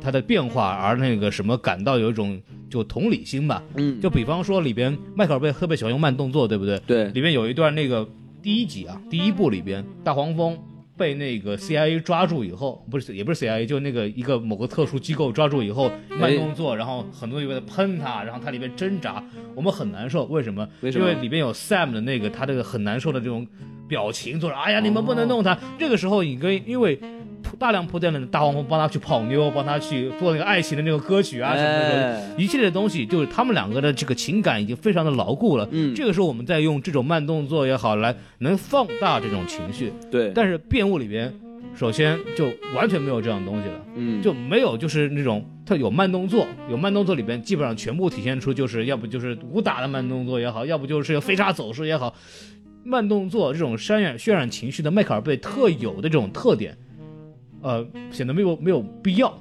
Speaker 2: 他的变化而那个什么感到有一种就同理心吧。
Speaker 3: 嗯，
Speaker 2: 就比方说里边迈克尔贝特别喜欢用慢动作，对不对？
Speaker 3: 对，
Speaker 2: 里面有一段那个第一集啊，第一部里边大黄蜂被那个 CIA 抓住以后，不是也不是 CIA，就那个一个某个特殊机构抓住以后，
Speaker 3: 哎
Speaker 2: 慢动作，然后很多人在喷他，然后他里面挣扎，我们很难受，为什么？
Speaker 3: 为什么
Speaker 2: 因为里面有 Sam 的那个他这个很难受的这种表情，就是哎呀你们不能弄
Speaker 3: 哦
Speaker 2: 他。这个时候你跟因为。大量铺垫了大黄蜂帮他去泡妞，帮他去做那个爱情的那个歌曲啊什么的，
Speaker 3: 哎，
Speaker 2: 一系列的东西，就是他们两个的这个情感已经非常的牢固了。
Speaker 3: 嗯
Speaker 2: 这个时候我们再用这种慢动作也好，来能放大这种情绪。
Speaker 3: 对，
Speaker 2: 但是变物里边，首先就完全没有这样的东西了，
Speaker 3: 嗯，
Speaker 2: 就没有就是那种它有慢动作，有慢动作里边基本上全部体现出就是要不就是武打的慢动作也好，要不就是飞叉走势也好，慢动作这种渲染渲染情绪的迈克尔贝特有的这种特点，呃，显得没有没有必要。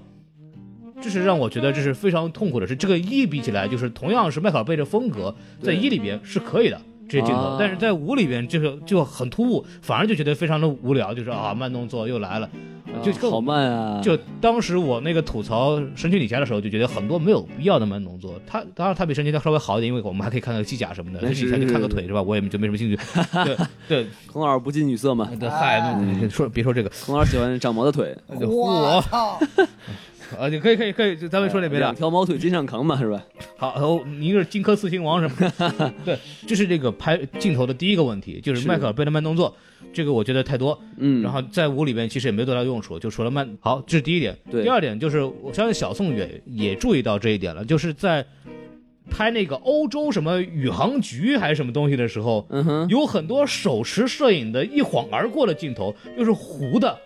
Speaker 2: 这是让我觉得这是非常痛苦的是，这个一比起来，就是同样是迈克尔贝的风格，在
Speaker 3: 对
Speaker 2: 一里边是可以的这些镜头，
Speaker 3: 啊
Speaker 2: 但是在五里边就是就很突兀，反而就觉得非常的无聊，就是啊慢动作又来了，
Speaker 3: 啊
Speaker 2: 就更
Speaker 3: 好慢啊，
Speaker 2: 就当时我那个吐槽《神奇女侠》的时候，就觉得很多没有必要的慢动作。它当然它比神奇女侠稍微好一点，因为我们还可以看看机甲什么的。
Speaker 3: 那
Speaker 2: 神
Speaker 3: (laughs) 是
Speaker 2: 奇女侠就看个腿是吧？我也就没什么兴趣。对 (laughs) 对
Speaker 3: 孔老师不近女色嘛，
Speaker 2: 对， (laughs)
Speaker 3: 啊
Speaker 2: 嗨，嗯说别说这个，
Speaker 3: 孔老师喜欢长毛的腿，
Speaker 2: 我
Speaker 4: 操！
Speaker 2: 啊，你可以可以可以，就咱们说那啊别的
Speaker 3: 两。条毛腿肩上扛嘛，是吧？
Speaker 2: 好，哦，你是荆轲刺秦王什么
Speaker 3: (laughs)
Speaker 2: 的，对，这是这个拍镜头的第一个问题，就是
Speaker 3: 是
Speaker 2: 迈克尔贝的慢动作，这个我觉得太多。
Speaker 3: 嗯，
Speaker 2: 然后在舞里边其实也没有多大用处，就除了慢。好，这是第一点。
Speaker 3: 对
Speaker 2: 第二点就是我相信小宋也也注意到这一点了，就是在拍那个欧洲什么宇航局还是什么东西的时候，
Speaker 3: 嗯哼，
Speaker 2: 有很多手持摄影的一晃而过的镜头，又是糊的。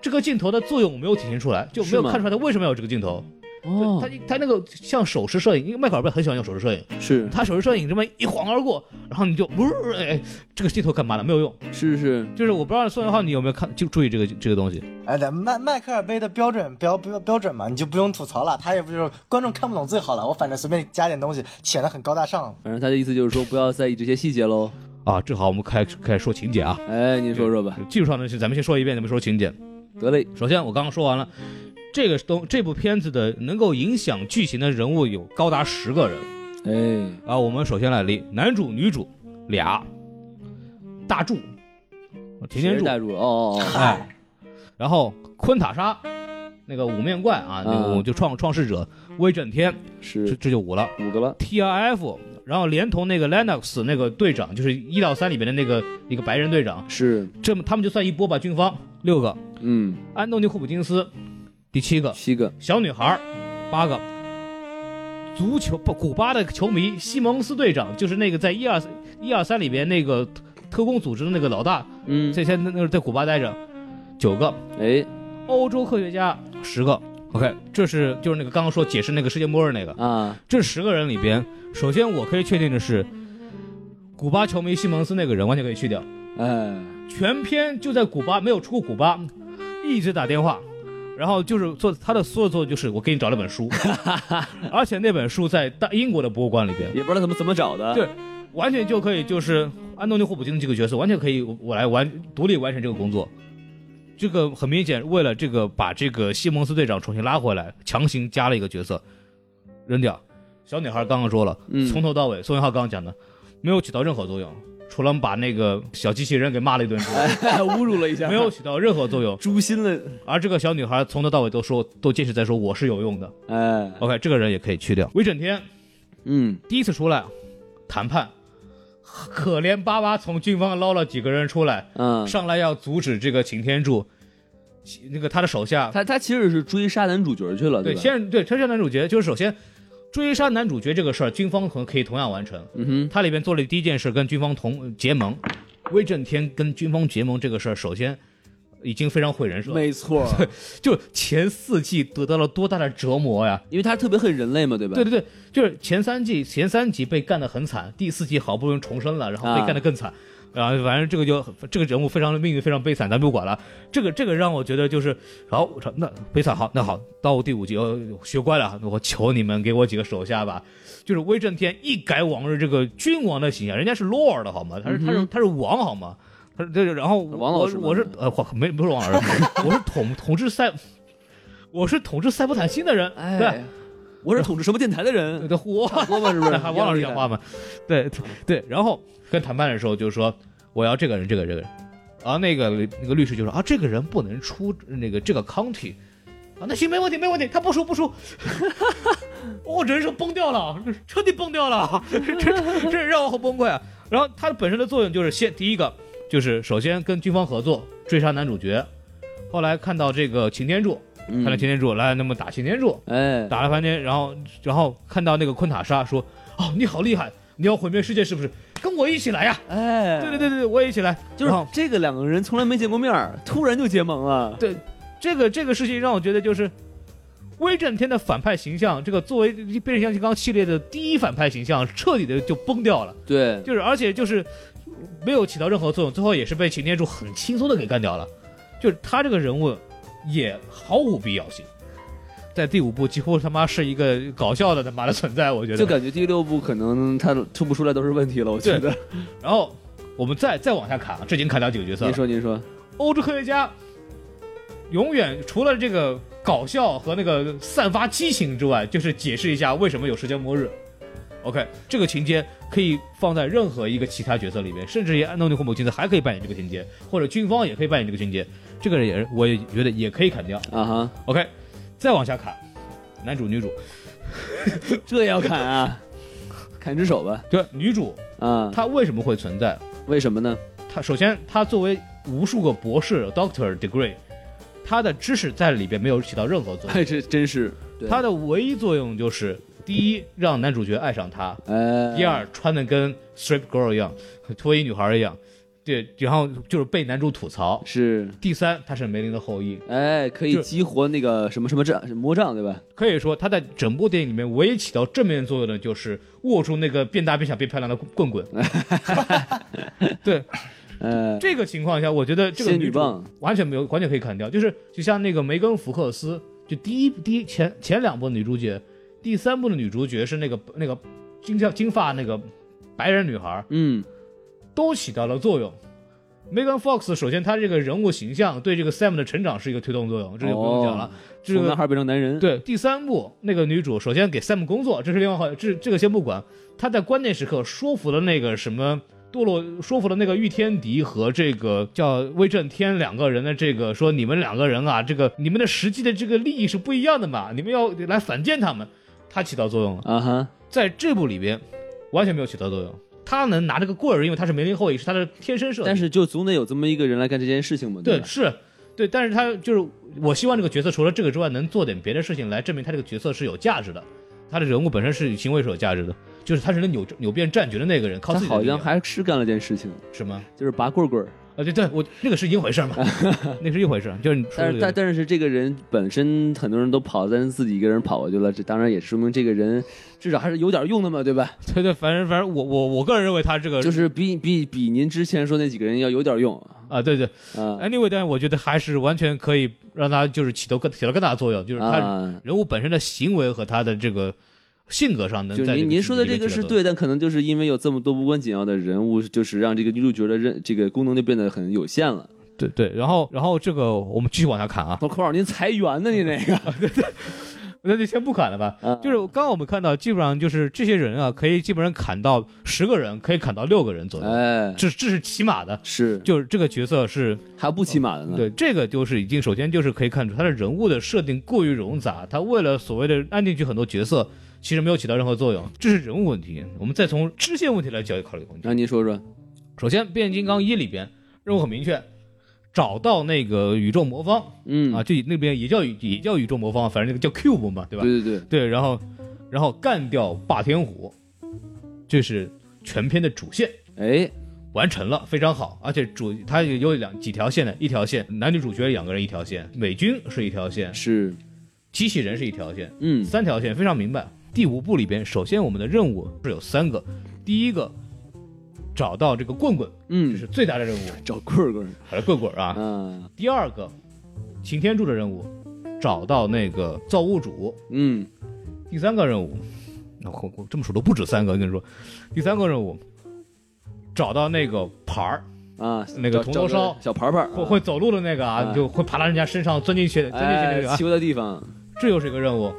Speaker 2: 这个镜头的作用没有体现出来，就没有
Speaker 3: 是吗
Speaker 2: 看出来它为什么要有这个镜头。
Speaker 3: 哦
Speaker 2: 它，它那个像手持摄影，因为迈克尔贝很喜欢用手持摄影，
Speaker 3: 是
Speaker 2: 他手持摄影这么一晃而过，然后你就呜、哎，这个镜头干嘛呢？没有用。
Speaker 3: 是是，
Speaker 2: 就是我不知道宋元浩你有没有看，就注意这个这个东西。
Speaker 4: 哎，咱们迈迈克尔贝的标准标标标准嘛，你就不用吐槽了，他也不就是观众看不懂最好了，我反正随便加点东西，显得很高大上。
Speaker 3: 反正他的意思就是说不要在意这些细节喽。
Speaker 2: 啊，正好我们开开始说情节啊。
Speaker 3: 哎，您说说吧，
Speaker 2: 技术上的事，咱们先说一遍，咱们说情节。
Speaker 3: 得嘞，
Speaker 2: 首先，我刚刚说完了，这个东这部片子的能够影响剧情的人物有高达十个人
Speaker 3: 哎，
Speaker 2: 啊。我们首先来列男主、女主俩，大柱、擎天
Speaker 3: 谁
Speaker 2: 柱，
Speaker 3: 带住了？哦哦
Speaker 2: 哎，然后昆塔莎，那个五面怪啊，那个
Speaker 3: 嗯
Speaker 2: 我就创创世者威震天，
Speaker 3: 哦，
Speaker 2: 这
Speaker 3: 是
Speaker 2: 这就五了。
Speaker 3: 五个了，
Speaker 2: T R F，然后连同那个 Lennox 那个队长，就是一到三里面的那个一个白人队长，
Speaker 3: 是，
Speaker 2: 这么他们就算一波吧，军方六个，
Speaker 3: 嗯，
Speaker 2: 安东尼·霍普金斯第七个，
Speaker 3: 七个，
Speaker 2: 小女孩儿八个，足球不古巴的球迷西蒙斯队长，就是那个在一二一二三里边那个特工组织的那个老大，
Speaker 3: 嗯，
Speaker 2: 这些那那个在古巴待着，九个，
Speaker 3: 哎，
Speaker 2: 欧洲科学家十个， OK，这是就是那个刚刚说解释那个世界末日那个，
Speaker 3: 啊，
Speaker 2: 这十个人里边，首先我可以确定的是，古巴球迷西蒙斯那个人完全可以去掉。
Speaker 3: 哎，
Speaker 2: 全篇就在古巴，没有出过古巴，一直打电话，然后就是做他的所有作就是我给你找了本书，而且那本书在大英国的博物馆里边，
Speaker 3: 也不知道怎么怎么找的，
Speaker 2: 对完全就可以就是安东尼·霍普金斯这个角色完全可以我来完独立完成这个工作。这个很明显，为了这个把这个西蒙斯队长重新拉回来，强行加了一个角色，扔掉。小女孩刚刚说了，
Speaker 3: 嗯
Speaker 2: 从头到尾，宋元浩刚刚讲的，没有起到任何作用，除了把那个小机器人给骂了一顿之外，
Speaker 3: (laughs) 侮辱了
Speaker 2: (laughs)
Speaker 3: 一下，
Speaker 2: 没有起到任何作用。
Speaker 3: 诛心了，
Speaker 2: 而这个小女孩从头到尾都说，都坚持在说我是有用的。
Speaker 3: 哎，
Speaker 2: OK，这个人也可以去掉。威震天
Speaker 3: 嗯，
Speaker 2: 第一次出来谈判，可怜巴巴从军方捞了几个人出来，
Speaker 3: 嗯，
Speaker 2: 上来要阻止这个擎天柱，那个他的手下，
Speaker 3: 他他其实是追杀男主角去了，
Speaker 2: 对，
Speaker 3: 吧？
Speaker 2: 先对追杀男主角，就是首先追杀男主角这个事儿，军方可可以同样完成。
Speaker 3: 嗯哼，
Speaker 2: 他里边做了第一件事，跟军方同结盟。威震天跟军方结盟这个事儿，首先已经非常毁人设，
Speaker 3: 没错，
Speaker 2: 就前四季得到了多大的折磨呀！
Speaker 3: 因为他特别恨人类嘛，对吧？
Speaker 2: 对对对，就是前三季前三集被干得很惨，第四季好不容易重生了，然后被
Speaker 3: 啊
Speaker 2: 干得更惨。啊，反正这个就这个人物非常的命运非常悲惨，咱不管了。这个这个让我觉得就是，好，我操那悲惨好，那好，到第五集我学乖了，我求你们给我几个手下吧。就是威震天一改往日这个君王的形象，人家是 lord 好吗？他是他是他是王好吗？他是这个然后
Speaker 3: 嗯王老师吗
Speaker 2: 我我是呃我没不是王老师，我是统统治塞，我是统治塞伯坦星的人，对吧
Speaker 3: (laughs) 哎，我是统治什么电台的人，
Speaker 2: 对对，我
Speaker 3: 差不多吧，是不是？
Speaker 2: 还 (laughs) 王老师讲话嘛，对对，然后跟谈判的时候就说我要这个人，这个人这个人，然后那个那个律师就说啊，这个人不能出那个这个 county，啊，那行没问题没问题，他不输 (laughs) 不输，我、人生崩掉了，彻底崩掉了，这这这让我好崩溃啊。然后它本身的作用就是先第一个就是首先跟军方合作追杀男主角，后来看到这个擎天柱，
Speaker 3: 嗯
Speaker 2: 看到擎天柱来，那么打擎天柱，
Speaker 3: 哎，
Speaker 2: 打了半天，然后然后看到那个昆塔莎说：“哦，你好厉害，你要毁灭世界是不是？跟我一起来呀！”
Speaker 3: 哎，
Speaker 2: 对对对对，我也一起来。
Speaker 3: 就是
Speaker 2: 然后
Speaker 3: 这个两个人从来没见过面儿，突然就结盟了。
Speaker 2: 这个这个事情让我觉得就是。威震天的反派形象，这个作为《变形金刚》系列的第一反派形象，彻底的就崩掉了，
Speaker 3: 对，
Speaker 2: 就是而且就是没有起到任何作用，最后也是被擎天柱很轻松的给干掉了。就是他这个人物也毫无必要性，在第五部几乎他妈是一个搞笑的他妈的存在，我觉得
Speaker 3: 就感觉第六部可能他吐不出来都是问题了，我觉得。
Speaker 2: 然后我们再再往下砍啊，这已经砍掉几个角色
Speaker 3: 您
Speaker 2: 了。
Speaker 3: 说，您说，
Speaker 2: 欧洲科学家永远除了这个搞笑和那个散发激情之外，就是解释一下为什么有世界末日。OK，这个情节可以放在任何一个其他角色里面，甚至于安东尼·霍普金斯还可以扮演这个情节，或者军方也可以扮演这个情节。这个人也是，我也觉得也可以砍掉。
Speaker 3: 啊哈，
Speaker 2: OK，再往下砍，男主、女主，
Speaker 3: 这也要砍啊？砍只手吧？
Speaker 2: 对，女主
Speaker 3: 啊，
Speaker 2: 她为什么会存在？
Speaker 3: 为什么呢？
Speaker 2: 他首先他作为无数个博士 Doctor degree，他的知识在里边没有起到任何 (laughs) 作用。
Speaker 3: 哎，这真是对
Speaker 2: 他的唯一作用就是，第一让男主角爱上他，
Speaker 3: 哎，
Speaker 2: 第二穿的跟 strip girl 一样，脱衣女孩一样，对，然后就是被男主吐槽。
Speaker 3: 是
Speaker 2: 第三，他是梅林的后裔，
Speaker 3: 哎，
Speaker 2: 就
Speaker 3: 可以激活那个什么什么杖魔杖，对吧？
Speaker 2: 可以说他在整部电影里面唯一起到正面作用的就是握住那个变大变小变漂亮的棍棍。对，
Speaker 3: 哎，
Speaker 2: 这个情况下，我觉得这个
Speaker 3: 仙女
Speaker 2: 主
Speaker 3: 棒
Speaker 2: 完全没有，完全可以砍掉。就是就像那个梅根·福克斯，就第一第一前前两部女主角，第三部的女主角是那个那个金发金发那个白人女孩，
Speaker 3: 嗯，
Speaker 2: 都起到了作用。Megan Fox 首先她这个人物形象对这个 Sam 的成长是一个推动作用，这就不用讲了。
Speaker 3: 哦
Speaker 2: 这
Speaker 3: 从
Speaker 2: 个
Speaker 3: 男孩变成男人，，
Speaker 2: 对，第三部那个女主首先给 Sam 工作，这是另外话，这这个先不管。她在关键时刻说服了那个什么堕落，说服了那个御天敌和这个叫威震天两个人的这个说你们两个人啊，这个你们的实际的这个利益是不一样的嘛，你们要来反间他们，她起到作用了。
Speaker 3: 啊哈，
Speaker 2: 在这部里边完全没有起到作用，她能拿这个棍儿，因为她是梅林后裔，是她的天生设定。
Speaker 3: 但是就总得有这么一个人来干这件事情嘛，
Speaker 2: 对，
Speaker 3: 吧？
Speaker 2: 是，对，但是他就是我希望这个角色除了这个之外，能做点别的事情来证明他这个角色是有价值的，他的人物本身是行为是有价值的，就是他是能扭扭变战局的那个人，靠
Speaker 3: 他
Speaker 2: 自己的
Speaker 3: 好
Speaker 2: 力
Speaker 3: 像
Speaker 2: 量
Speaker 3: 还是干了件事情，
Speaker 2: 什么
Speaker 3: 就是拔棍棍儿，
Speaker 2: 呃，对对，我那个是一回事儿嘛， (laughs) 那是一回事儿，就是你说
Speaker 3: 但是但但是这个人本身很多人都跑，但是自己一个人跑过去了，这当然也说明这个人至少还是有点用的嘛，对吧？
Speaker 2: 对对，反正反正我我我个人认为他这个
Speaker 3: 就是比比比您之前说那几个人要有点用
Speaker 2: 啊，对对
Speaker 3: 啊
Speaker 2: ，anyway，但是我觉得还是完全可以让他就是起到更起到更大的作用，就是他
Speaker 3: 啊！
Speaker 2: 人物本身的行为和他的这个性格上能
Speaker 3: 就是
Speaker 2: 在
Speaker 3: 您您说的
Speaker 2: 这
Speaker 3: 这个
Speaker 2: 角
Speaker 3: 是
Speaker 2: 色
Speaker 3: 对，但可能就是因为有这么多无关紧要的人物，就是让这个女主角的任这个功能就变得很有限了。
Speaker 2: 对对，然后然后这个我们继续往下看啊，
Speaker 3: 我靠，您裁员呢？你那个
Speaker 2: 那就先不砍了吧。
Speaker 3: (laughs) 啊
Speaker 2: 就是刚刚我们看到，基本上就是这些人啊，可以基本上砍到十个人，可以砍到六个人左右，
Speaker 3: 哎，
Speaker 2: 这这是起码的。
Speaker 3: 是
Speaker 2: 就是这个角色是
Speaker 3: 还不骑马的呢。
Speaker 2: 对这个就是已经首先就是可以看出他的人物的设定过于冗杂，他为了所谓的安进去很多角色，其实没有起到任何作用，这是人物问题。我们再从支线问题来考虑问题。
Speaker 3: 那您说说，
Speaker 2: 首先，变形金刚一里边任务很明确，找到那个宇宙魔方
Speaker 3: 嗯
Speaker 2: 啊，，就那边也叫宇也叫宇宙魔方，反正那个叫 Cube 嘛，对吧？
Speaker 3: 对对对，
Speaker 2: 对，然后然后干掉霸天虎，这是全片的主线
Speaker 3: 哎，
Speaker 2: 完成了，非常好。而且主它也有两几条线的，一条线男女主角两个人一条线，美军是一条线，
Speaker 3: 是，
Speaker 2: 机器人是一条线，
Speaker 3: 嗯，
Speaker 2: 三条线非常明白。第五部里边，首先我们的任务是有三个，第一个找到这个棍棍，这
Speaker 3: 嗯
Speaker 2: 是，最大的任务，
Speaker 3: 找棍棍，
Speaker 2: 找到棍棍啊。
Speaker 3: 啊，
Speaker 2: 第二个擎天柱的任务，找到那个造物主，
Speaker 3: 嗯，
Speaker 2: 第三个任务，那我我这么说都不止三个，跟你说，第三个任务，找到那个牌儿，
Speaker 3: 啊，
Speaker 2: 那个
Speaker 3: 找
Speaker 2: 铜
Speaker 3: 找
Speaker 2: 锣烧
Speaker 3: 小牌牌，
Speaker 2: 会
Speaker 3: 啊
Speaker 2: 会走路的那个啊，
Speaker 3: 哎
Speaker 2: 就会爬到人家身上钻进去，钻进去那
Speaker 3: 哎
Speaker 2: 个啊
Speaker 3: 欺，负的地方，
Speaker 2: 这又是一个任务。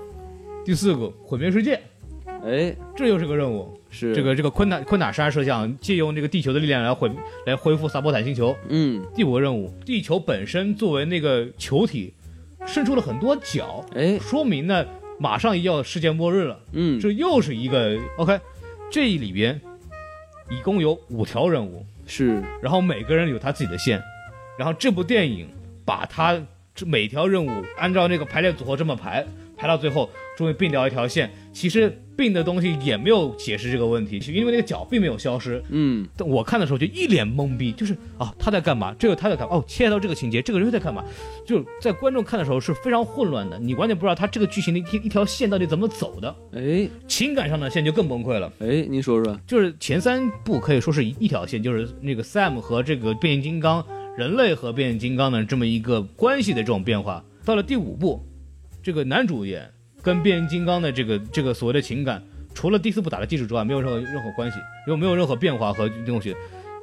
Speaker 2: 第四个，毁灭世界，
Speaker 3: 哎，
Speaker 2: 这又是个任务。
Speaker 3: 是
Speaker 2: 这，个这个昆塔昆塔山设想借用这个地球的力量来毁来恢复萨博坦星球。
Speaker 3: 嗯，
Speaker 2: 第五个任务，地球本身作为那个球体，伸出了很多角，
Speaker 3: 哎，
Speaker 2: 说明呢马上要世界末日了。
Speaker 3: 嗯，
Speaker 2: 这又是一个 OK，这里边一共有五条任务，
Speaker 3: 是，
Speaker 2: 然后每个人有他自己的线，然后这部电影把他这每条任务按照那个排列组合这么排，排到最后终于并掉一条线。其实并的东西也没有解释这个问题，因为那个脚并没有消失。
Speaker 3: 嗯，
Speaker 2: 但我看的时候就一脸懵逼，就是啊他在干嘛？这个他在干嘛？哦，切到这个情节，这个人又在干嘛？就是在观众看的时候是非常混乱的，你完全不知道他这个剧情的一一条线到底怎么走的。
Speaker 3: 哎，
Speaker 2: 情感上的线就更崩溃了。
Speaker 3: 哎，您说说，
Speaker 2: 就是前三部可以说是一条线，就是那个 Sam 和这个变形金刚，人类和变形金刚的这么一个关系的这种变化。到了第五部，这个男主演跟变形金刚的这个这个所谓的情感，除了第四部打的基础之外，没有任何任何关系，又没有任何变化和东西。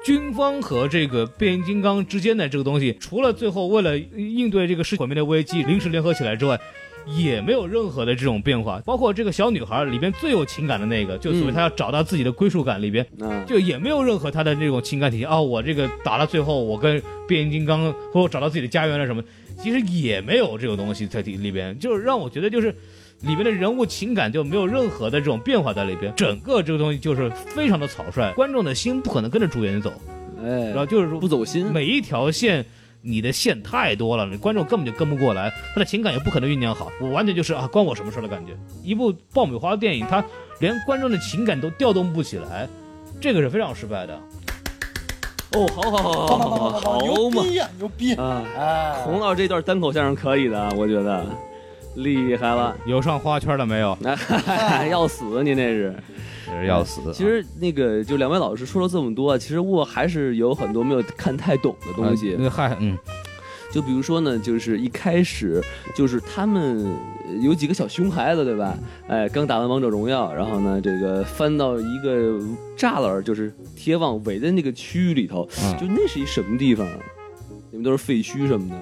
Speaker 2: 军方和这个变形金刚之间的这个东西，除了最后为了应对这个世界毁灭的危机临时联合起来之外，也没有任何的这种变化。包括这个小女孩里边最有情感的那个，就所谓她要找到自己的归属感里边，
Speaker 3: 啊，
Speaker 2: 就也没有任何她的这种情感体现啊。我这个打到最后，我跟变形金刚或者找到自己的家园啊了什么，其实也没有这种东西在里里边，就是让我觉得就是。里边的人物情感就没有任何的这种变化在里边，整个这个东西就是非常的草率，观众的心不可能跟着主演走，
Speaker 3: 哎
Speaker 2: 然，后就是说
Speaker 3: 不走心，
Speaker 2: 每一条线，你的线太多了，你观众根本就跟不过来，他的情感也不可能酝酿好。我完全就是啊，关我什么事儿的感觉。一部爆米花电影，它连观众的情感都调动不起来，这个是非常失败的。
Speaker 3: 哦，好好好好
Speaker 4: 棒棒棒棒
Speaker 3: 好好
Speaker 4: 棒棒
Speaker 3: 好
Speaker 4: 牛
Speaker 3: 嘛，
Speaker 4: 逼呀，牛逼！
Speaker 3: 啊，
Speaker 4: 哎，
Speaker 3: 洪老师这段单口相声可以的啊，我觉得厉害了，
Speaker 2: 有上花圈的没有？
Speaker 3: 要死您这是。
Speaker 2: 要死。
Speaker 3: 其实那个就两位老师说了这么多啊，其实我还是有很多没有看太懂的东西。
Speaker 2: 那嗨，嗯，
Speaker 3: 就比如说呢，就是一开始就是他们呃有几个小熊孩子，对吧？哎，刚打完王者荣耀，然后呢，这个翻到一个栅栏，就是铁网围的那个区域里头，
Speaker 2: 嗯
Speaker 3: 就那是一什么地方啊？你们都是废墟什么的。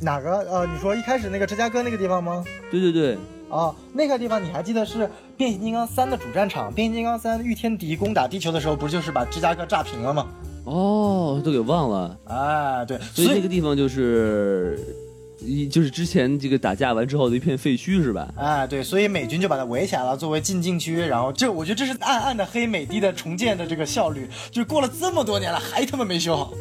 Speaker 4: 哪个？呃，你说一开始那个芝加哥那个地方吗？
Speaker 3: 对对对，
Speaker 4: 啊，那个地方你还记得是变形金刚三的主战场？变形金刚三御天敌攻打地球的时候，不就是把芝加哥炸平了吗？
Speaker 3: 哦，都给忘了。
Speaker 4: 哎，对，所
Speaker 3: 所以那
Speaker 4: 以
Speaker 3: 个地方就是，一就是之前这个打架完之后的一片废墟是吧？
Speaker 4: 哎，对，所以美军就把它围起来了，作为禁禁区。然后这，我觉得这是暗暗的黑美帝的重建的这个效率，就是过了这么多年了，还他妈没修
Speaker 3: (laughs)
Speaker 4: 好。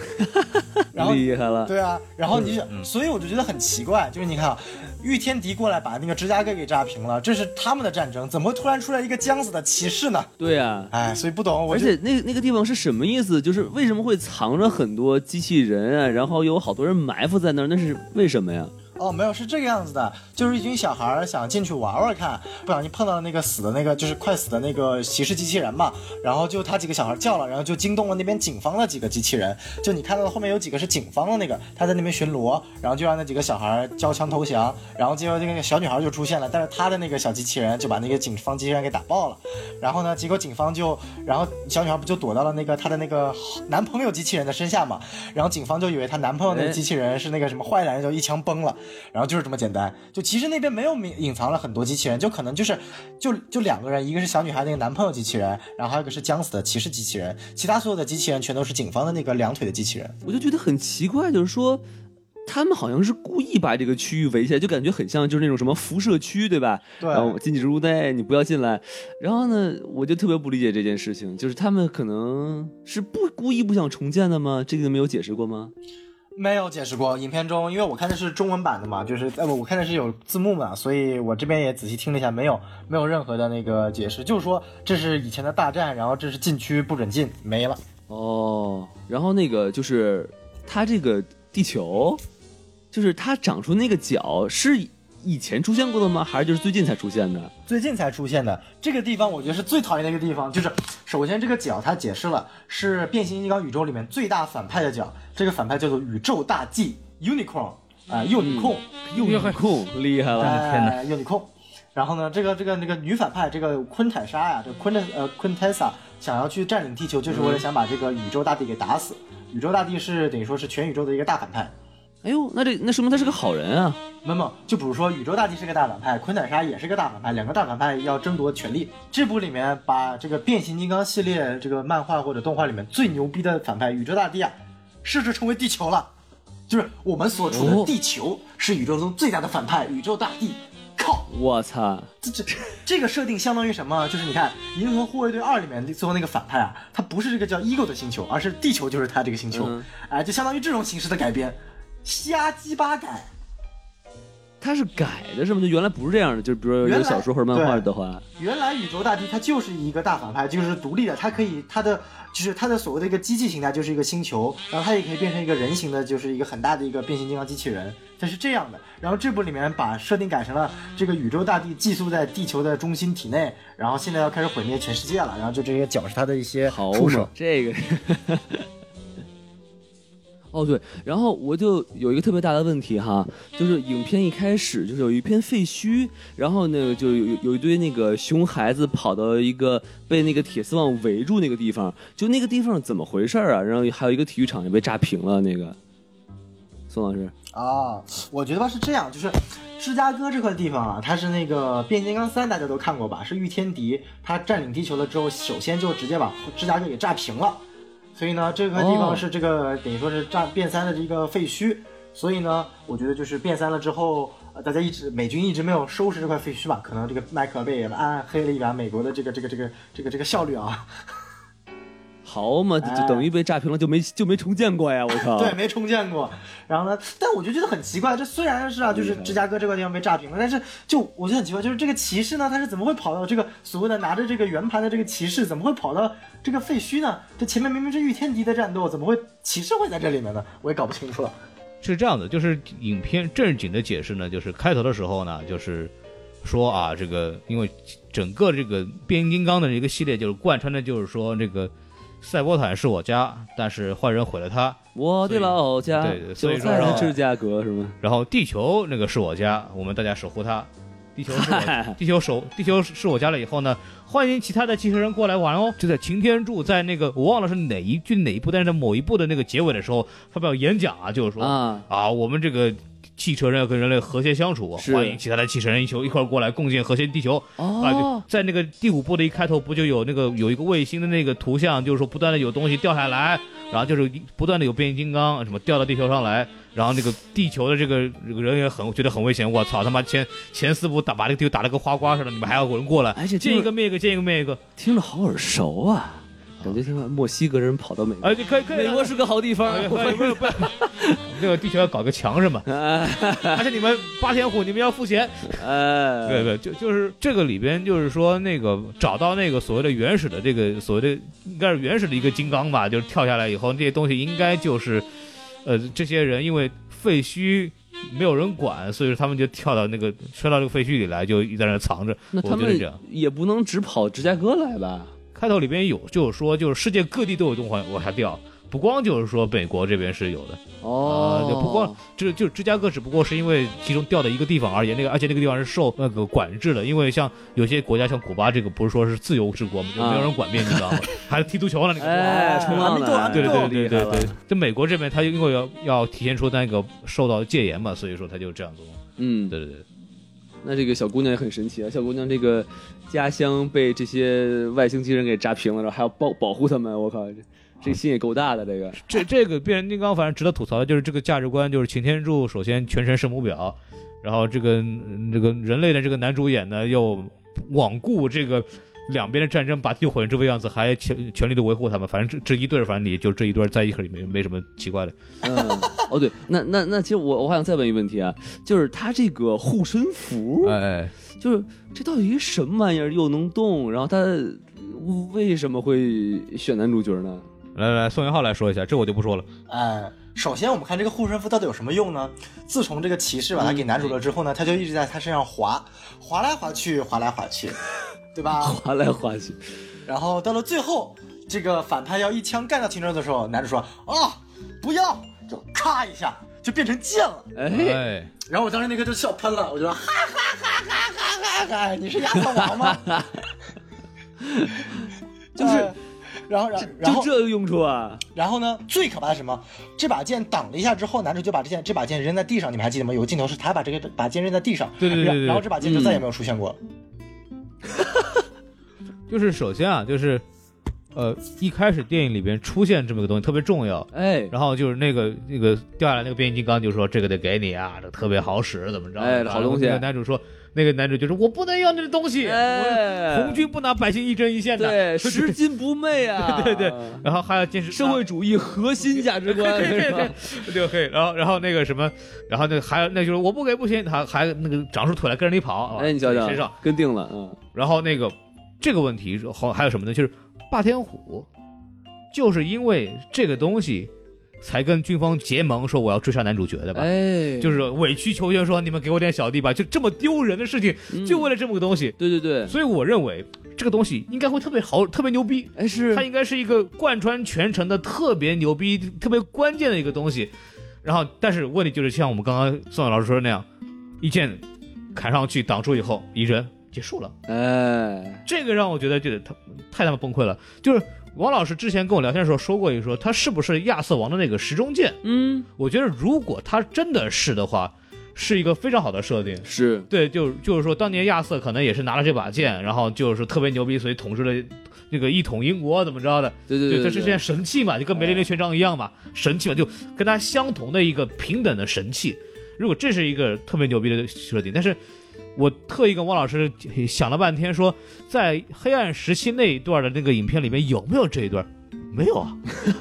Speaker 4: 然后
Speaker 3: 厉害了。
Speaker 4: 对啊，然后你就，所以我就觉得很奇怪，就是你看啊，
Speaker 1: 御天敌过来把那个芝加哥给炸平了，这是他们的战争，怎么会突然出来一个将死的骑士呢？
Speaker 3: 对啊，
Speaker 1: 哎，所以不懂，我
Speaker 3: 而
Speaker 1: 就
Speaker 3: 且那那个地方是什么意思？就是为什么会藏着很多机器人啊？然后有好多人埋伏在那儿，那是为什么呀？
Speaker 1: 哦，没有，是这个样子的，就是一群小孩儿想进去玩玩看，不小心碰到了那个死的那个，就是快死的那个骑士机器人嘛，然后就他几个小孩叫了，然后就惊动了那边警方的几个机器人，就你看到的后面有几个是警方的那个，他在那边巡逻，然后就让那几个小孩儿交枪投降，然后结果这个小女孩就出现了，但是她的那个小机器人就把那个警方机器人给打爆了，然后呢，结果警方就，然后小女孩不就躲到了那个她的那个男朋友机器人的身下嘛，然后警方就以为她男朋友那个机器人是那个什么坏男人，就一枪崩了。然后就是这么简单。就其实那边没有隐隐藏了很多机器人，就可能就是就就两个人，一个是小女孩那个男朋友机器人，然后还有一个是将死的骑士机器人，其他所有的机器人全都是警方的那个两腿的机器人。
Speaker 3: 我就觉得很奇怪，就是说。他们好像是故意把这个区域围起来，就感觉很像就是那种什么辐射区，对啊吧？
Speaker 1: 对
Speaker 3: 然后禁止入内，你不要进来。然后呢，我就特别不理解这件事情，就是他们可能是不故意不想重建的吗？这个没有解释过吗？
Speaker 1: 没有解释过，影片中因为我看的是中文版的嘛，就是呃我看的是有字幕嘛，所以我这边也仔细听了一下，没有没有任何的那个解释，就是说这是以前的大战，然后这是禁区不准进，没了。
Speaker 3: 哦，然后那个就是它这个地球，就是它长出那个角是以前出现过的吗？还是就是最近才出现的？
Speaker 1: 最近才出现的这个地方，我觉得是最讨厌的一个地方，就是首先这个角，它解释了是变形金刚宇宙里面最大反派的角，这个反派叫做宇宙大 G Unicorn 啊、呃，幼女控，
Speaker 2: 又很
Speaker 3: 酷，厉害了！
Speaker 2: 嗯哦的天哪
Speaker 1: 哎幼女控。然后呢，这个这个那个女反派，这个昆泰莎呀，这个昆泰呃昆泰莎想要去占领地球，就是为了想把这个宇宙大帝给打死。宇宙大帝是等于说是全宇宙的一个大反派，
Speaker 3: 哎呦，那这那说明他是个好人啊！
Speaker 1: 没有没有，就比如说宇宙大帝是个大反派，昆坦莎也是个大反派，两个大反派要争夺权力。这部里面把这个变形金刚系列这个漫画或者动画里面最牛逼的反派宇宙大帝啊，设置成为地球了，就是我们所处的
Speaker 3: 哦
Speaker 1: 地球是宇宙中最大的反派，宇宙大帝。靠，
Speaker 3: 我操，
Speaker 1: 这这这个设定相当于什么？就是你看《银河护卫队二》里面最后那个反派啊，他不是这个叫 Ego 的星球，而是地球就是他这个星球，哎、
Speaker 3: 嗯
Speaker 1: 就相当于这种形式的改编，瞎鸡巴改。
Speaker 3: 他是改的是吗？就原来不是这样的，就比如说
Speaker 1: 原
Speaker 3: 有
Speaker 1: 来
Speaker 3: 小说或者漫画的话，
Speaker 1: 原来宇宙大帝他就是一个大反派，就是独立的，他可以他的就是他的所谓的一个机器形态就是一个星球，然后他也可以变成一个人形的，就是一个很大的一个变形金刚机器人，它是这样的。然后这部里面把设定改成了这个宇宙大帝寄宿在地球的中心体内，然后现在要开始毁灭全世界了，然后就这些角是他的一些
Speaker 3: 好
Speaker 1: 触手
Speaker 3: 嘛。，这个。 (laughs) 哦对，然后我就有一个特别大的问题哈，就是影片一开始就是有一片废墟，然后那个就有有有一堆那个熊孩子跑到一个被那个铁丝网围住那个地方，就那个地方怎么回事儿啊？然后还有一个体育场也被炸平了，那个宋老师，
Speaker 1: 啊，我觉得吧是这样，就是芝加哥这块地方啊，它是那个变形金刚三大家都看过吧，是御天敌，他占领地球了之后，首先就直接把芝加哥给炸平了，所以呢，这块地
Speaker 3: 哦
Speaker 1: 方是这个、等于说是炸变三的一个废墟，所以呢，我觉得就是变三了之后。呃大家一直美军一直没有收拾这块废墟吧？可能这个麦克贝也暗暗黑了一把美国的这个这个这个这个这个效率啊，
Speaker 3: 好嘛，就
Speaker 1: 哎
Speaker 3: 就等于被炸平了，就没就没重建过呀！我靠，
Speaker 1: 对，没重建过。然后呢，但我就觉得很奇怪，这虽然是啊，就是芝加哥这块地方被炸平了，但是就我就很奇怪，就是这个骑士呢，他是怎么会跑到这个所谓的拿着这个圆盘的这个骑士，怎么会跑到这个废墟呢？这前面明明是御天敌的战斗，怎么会骑士会在这里面呢？我也搞不清楚了。
Speaker 2: 是这样的，就是影片正经的解释呢，就是开头的时候呢，就是说啊，这个因为整个这个变形金刚的这个系列，就是贯穿的就是说这个赛博坦是我家，但是坏人毁了它，
Speaker 3: 我的老家
Speaker 2: 对对所
Speaker 3: 就
Speaker 2: 以说
Speaker 3: 在
Speaker 2: 让
Speaker 3: 芝加哥是吗？
Speaker 2: 然后地球那个是我家，我们大家守护它。地球
Speaker 3: (laughs)
Speaker 2: 是我，地球守，地球是我家了以后呢，欢迎其他的机器人过来玩哦。就在擎天柱在那个我忘了是哪一句哪一部，但是在某一部的那个结尾的时候发表演讲啊，就是说
Speaker 3: 啊，
Speaker 2: 啊，我们这个汽车人要跟人类和谐相处，
Speaker 3: 是
Speaker 2: 欢迎其他的汽车人一球一块儿过来共建和谐地球。啊，就
Speaker 3: 哦，
Speaker 2: 在那个第五部的一开头，不就有那个有一个卫星的那个图像，就是说不断的有东西掉下来，然后就是不断的有变形金刚什么掉到地球上来，然后那个地球的这个这个人也很觉得很危险，我操他妈前前四部打把这个
Speaker 3: 哎
Speaker 2: 地球打了个花瓜似的，你们还要有人过来，
Speaker 3: 而且
Speaker 2: 见一个灭一个，见一个灭一个，
Speaker 3: 听着好耳熟啊！感觉像墨西哥人跑到美国
Speaker 2: 啊，，你可以可以，
Speaker 3: 美国是个好地方。
Speaker 2: 哎哎
Speaker 3: (laughs)
Speaker 2: 不是不是，这个地球要搞个墙是吗？而且你们八千户，你们要付钱。
Speaker 3: 哎，
Speaker 2: 对对，就就是这个里边，就是说那个找到那个所谓的原始的这个所谓的应该是原始的一个金刚吧，就是跳下来以后，这些东西应该就是，呃，这些人因为废墟没有人管，所以说他们就跳到那个摔到这个废墟里来，就一直在那藏着。
Speaker 3: 那他
Speaker 2: 我觉得这
Speaker 3: 们
Speaker 2: 样啊
Speaker 3: 也不能只跑芝加哥来吧？
Speaker 2: 开头里边有就是说，就是世界各地都有动画往下掉，不光就是说美国这边是有的，
Speaker 3: 哦，
Speaker 2: 呃就不光这就芝加哥只不过是因为其中掉的一个地方而言，那个而且那个地方是受那个管制的，因为像有些国家像古巴这个不是说是自由之国嘛，就没有
Speaker 1: 啊
Speaker 2: 人管面，你知道吗？还踢足球了那个。
Speaker 3: 哎，冲浪
Speaker 1: 阿弥陀阿
Speaker 3: 的，
Speaker 1: 弥
Speaker 2: 对
Speaker 1: 陀
Speaker 2: 对
Speaker 1: 够
Speaker 2: 对
Speaker 1: 厉
Speaker 2: 对
Speaker 1: 害
Speaker 2: 对
Speaker 1: 了
Speaker 2: 对，就美国这边，他因为要要体现出那个受到戒严嘛，所以说他就这样做。
Speaker 3: 嗯，
Speaker 2: 对对对，
Speaker 3: 那这个小姑娘也很神奇啊，小姑娘这个家乡被这些外星机器人给炸平了，然后还要保保护他们，我靠，这这心也够大的，这个
Speaker 2: 这这个变形金刚反正值得吐槽的就是这个价值观，就是擎天柱首先全程圣母婊，然后这个嗯这个人类的这个男主演呢又罔顾这个两边的战争，把地球毁成这副样子，还全全力的维护他们。反正这这一对儿，反正你就这一对儿在一起没没什么奇怪的。
Speaker 3: 嗯，哦对，那那那其实我我还想再问一个问题啊，就是他这个护身符，
Speaker 2: 哎，
Speaker 3: 就是这到底什么玩意儿又能动，然后他为什么会选男主角呢？
Speaker 2: 来来，宋元浩来说一下，这我就不说了。
Speaker 1: 哎，首先我们看这个护身符到底有什么用呢？自从这个骑士把它给男主了之后呢，他就一直在他身上滑，滑来滑去，滑来滑去，对吧？
Speaker 3: 滑来滑去，
Speaker 1: 然后到了最后，这个反派要一枪干掉秦川的时候，男主说：“啊，不要！”就咔一下就变成剑了。
Speaker 3: 哎，
Speaker 2: 哎，
Speaker 1: 然后我当时那刻就笑喷了，我就说：“哈哈哈哈哈哈！你是亚瑟王吗？”
Speaker 3: 就是
Speaker 1: 哎，然后，然后
Speaker 3: 就
Speaker 1: 然后
Speaker 3: 这个用处啊？
Speaker 1: 然后呢，最可怕的是什么？这把剑挡了一下之后，男主就把这剑这把剑扔在地上，你们还记得吗？有个镜头是他把这个把剑扔在地上，
Speaker 2: 对对对对对
Speaker 1: 然后这把剑就再也没有出现过。
Speaker 2: 就是首先啊，就是呃一开始电影里边出现这么个东西特别重要，
Speaker 3: 哎，
Speaker 2: 然后就是那个那个掉下来那个变形金刚就说这个得给你啊，这特别好使，怎么着？
Speaker 3: 哎
Speaker 2: 然后
Speaker 3: 好东西
Speaker 2: 那个男主说，那个男主就说我不能要这东西，
Speaker 3: 哎
Speaker 2: 我红军不拿百姓一针一线的。
Speaker 3: 对，拾金不昧啊，
Speaker 2: (laughs) 对对，然后还要坚持
Speaker 3: 社会主义核心价值观，
Speaker 2: 对对
Speaker 3: 是吧
Speaker 2: 对？对，可以。然后然后那个什么，然后那个还有那就是我不给不行，还还那个长出腿来跟着你跑，啊
Speaker 3: 哎，你瞧瞧
Speaker 2: 身上。，
Speaker 3: 跟定了，嗯，
Speaker 2: 然后那个这个问题是好还有什么呢？就是霸天虎，就是因为这个东西才跟军方结盟，说我要追杀男主角的吧？
Speaker 3: 哎，
Speaker 2: 就是委曲求全说你们给我点小弟吧，就这么丢人的事情，
Speaker 3: 嗯
Speaker 2: 就为了这么个东西。
Speaker 3: 对对对，
Speaker 2: 所以我认为这个东西应该会特别好，特别牛逼。
Speaker 3: 哎是
Speaker 2: 它，应该是一个贯穿全程的特别牛逼、特别关键的一个东西。然后，但是问题就是像我们刚刚宋晓老师说的那样，一剑砍上去挡住以后，一人结束了。
Speaker 3: 哎，
Speaker 2: 这个让我觉得就是他太他妈崩溃了。就是王老师之前跟我聊天的时候说过一说，他是不是亚瑟王的那个时钟剑？
Speaker 3: 嗯，
Speaker 2: 我觉得如果他真的是的话，是一个非常好的设定。
Speaker 3: 是，
Speaker 2: 对，就就是说，当年亚瑟可能也是拿了这把剑，然后就是特别牛逼，所以统治了那个一统英国怎么着的？
Speaker 3: 对对
Speaker 2: 对，哎
Speaker 3: 对
Speaker 2: 这是件神器嘛，就跟梅林的权杖一样嘛，神器嘛，就跟它相同的一个平等的神器。如果这是一个特别牛逼的设定，但是我特意跟汪老师想了半天说，在黑暗时期那一段的那个影片里面有没有这一段？没有啊， (laughs)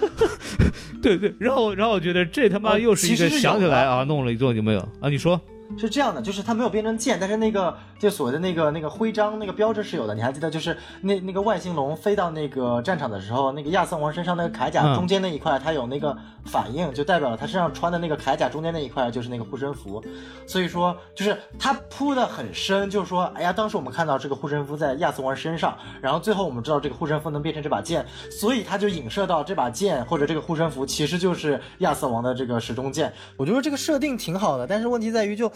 Speaker 2: 对对，然后然后我觉得这他妈
Speaker 1: 哦
Speaker 2: 又是一
Speaker 1: 其
Speaker 2: 个
Speaker 1: 实是有
Speaker 2: 想起来
Speaker 1: 的
Speaker 2: 啊，弄了一座就没有啊？你说
Speaker 1: 是这样的，就是他没有变成剑，但是那个就所谓的那个那个徽章那个标志是有的。你还记得，就是那那个外星龙飞到那个战场的时候，那个亚瑟王身上那个铠
Speaker 2: 嗯
Speaker 1: 甲中间那一块，它有那个反应，就代表了他身上穿的那个铠甲中间那一块就是那个护身符。所以说，就是他铺的很深，就是说，哎呀，当时我们看到这个护身符在亚瑟王身上，然后最后我们知道这个护身符能变成这把剑，所以他就影射到这把剑或者这个护身符其实就是亚瑟王的这个时钟剑。我觉得这个设定挺好的，但是问题在于就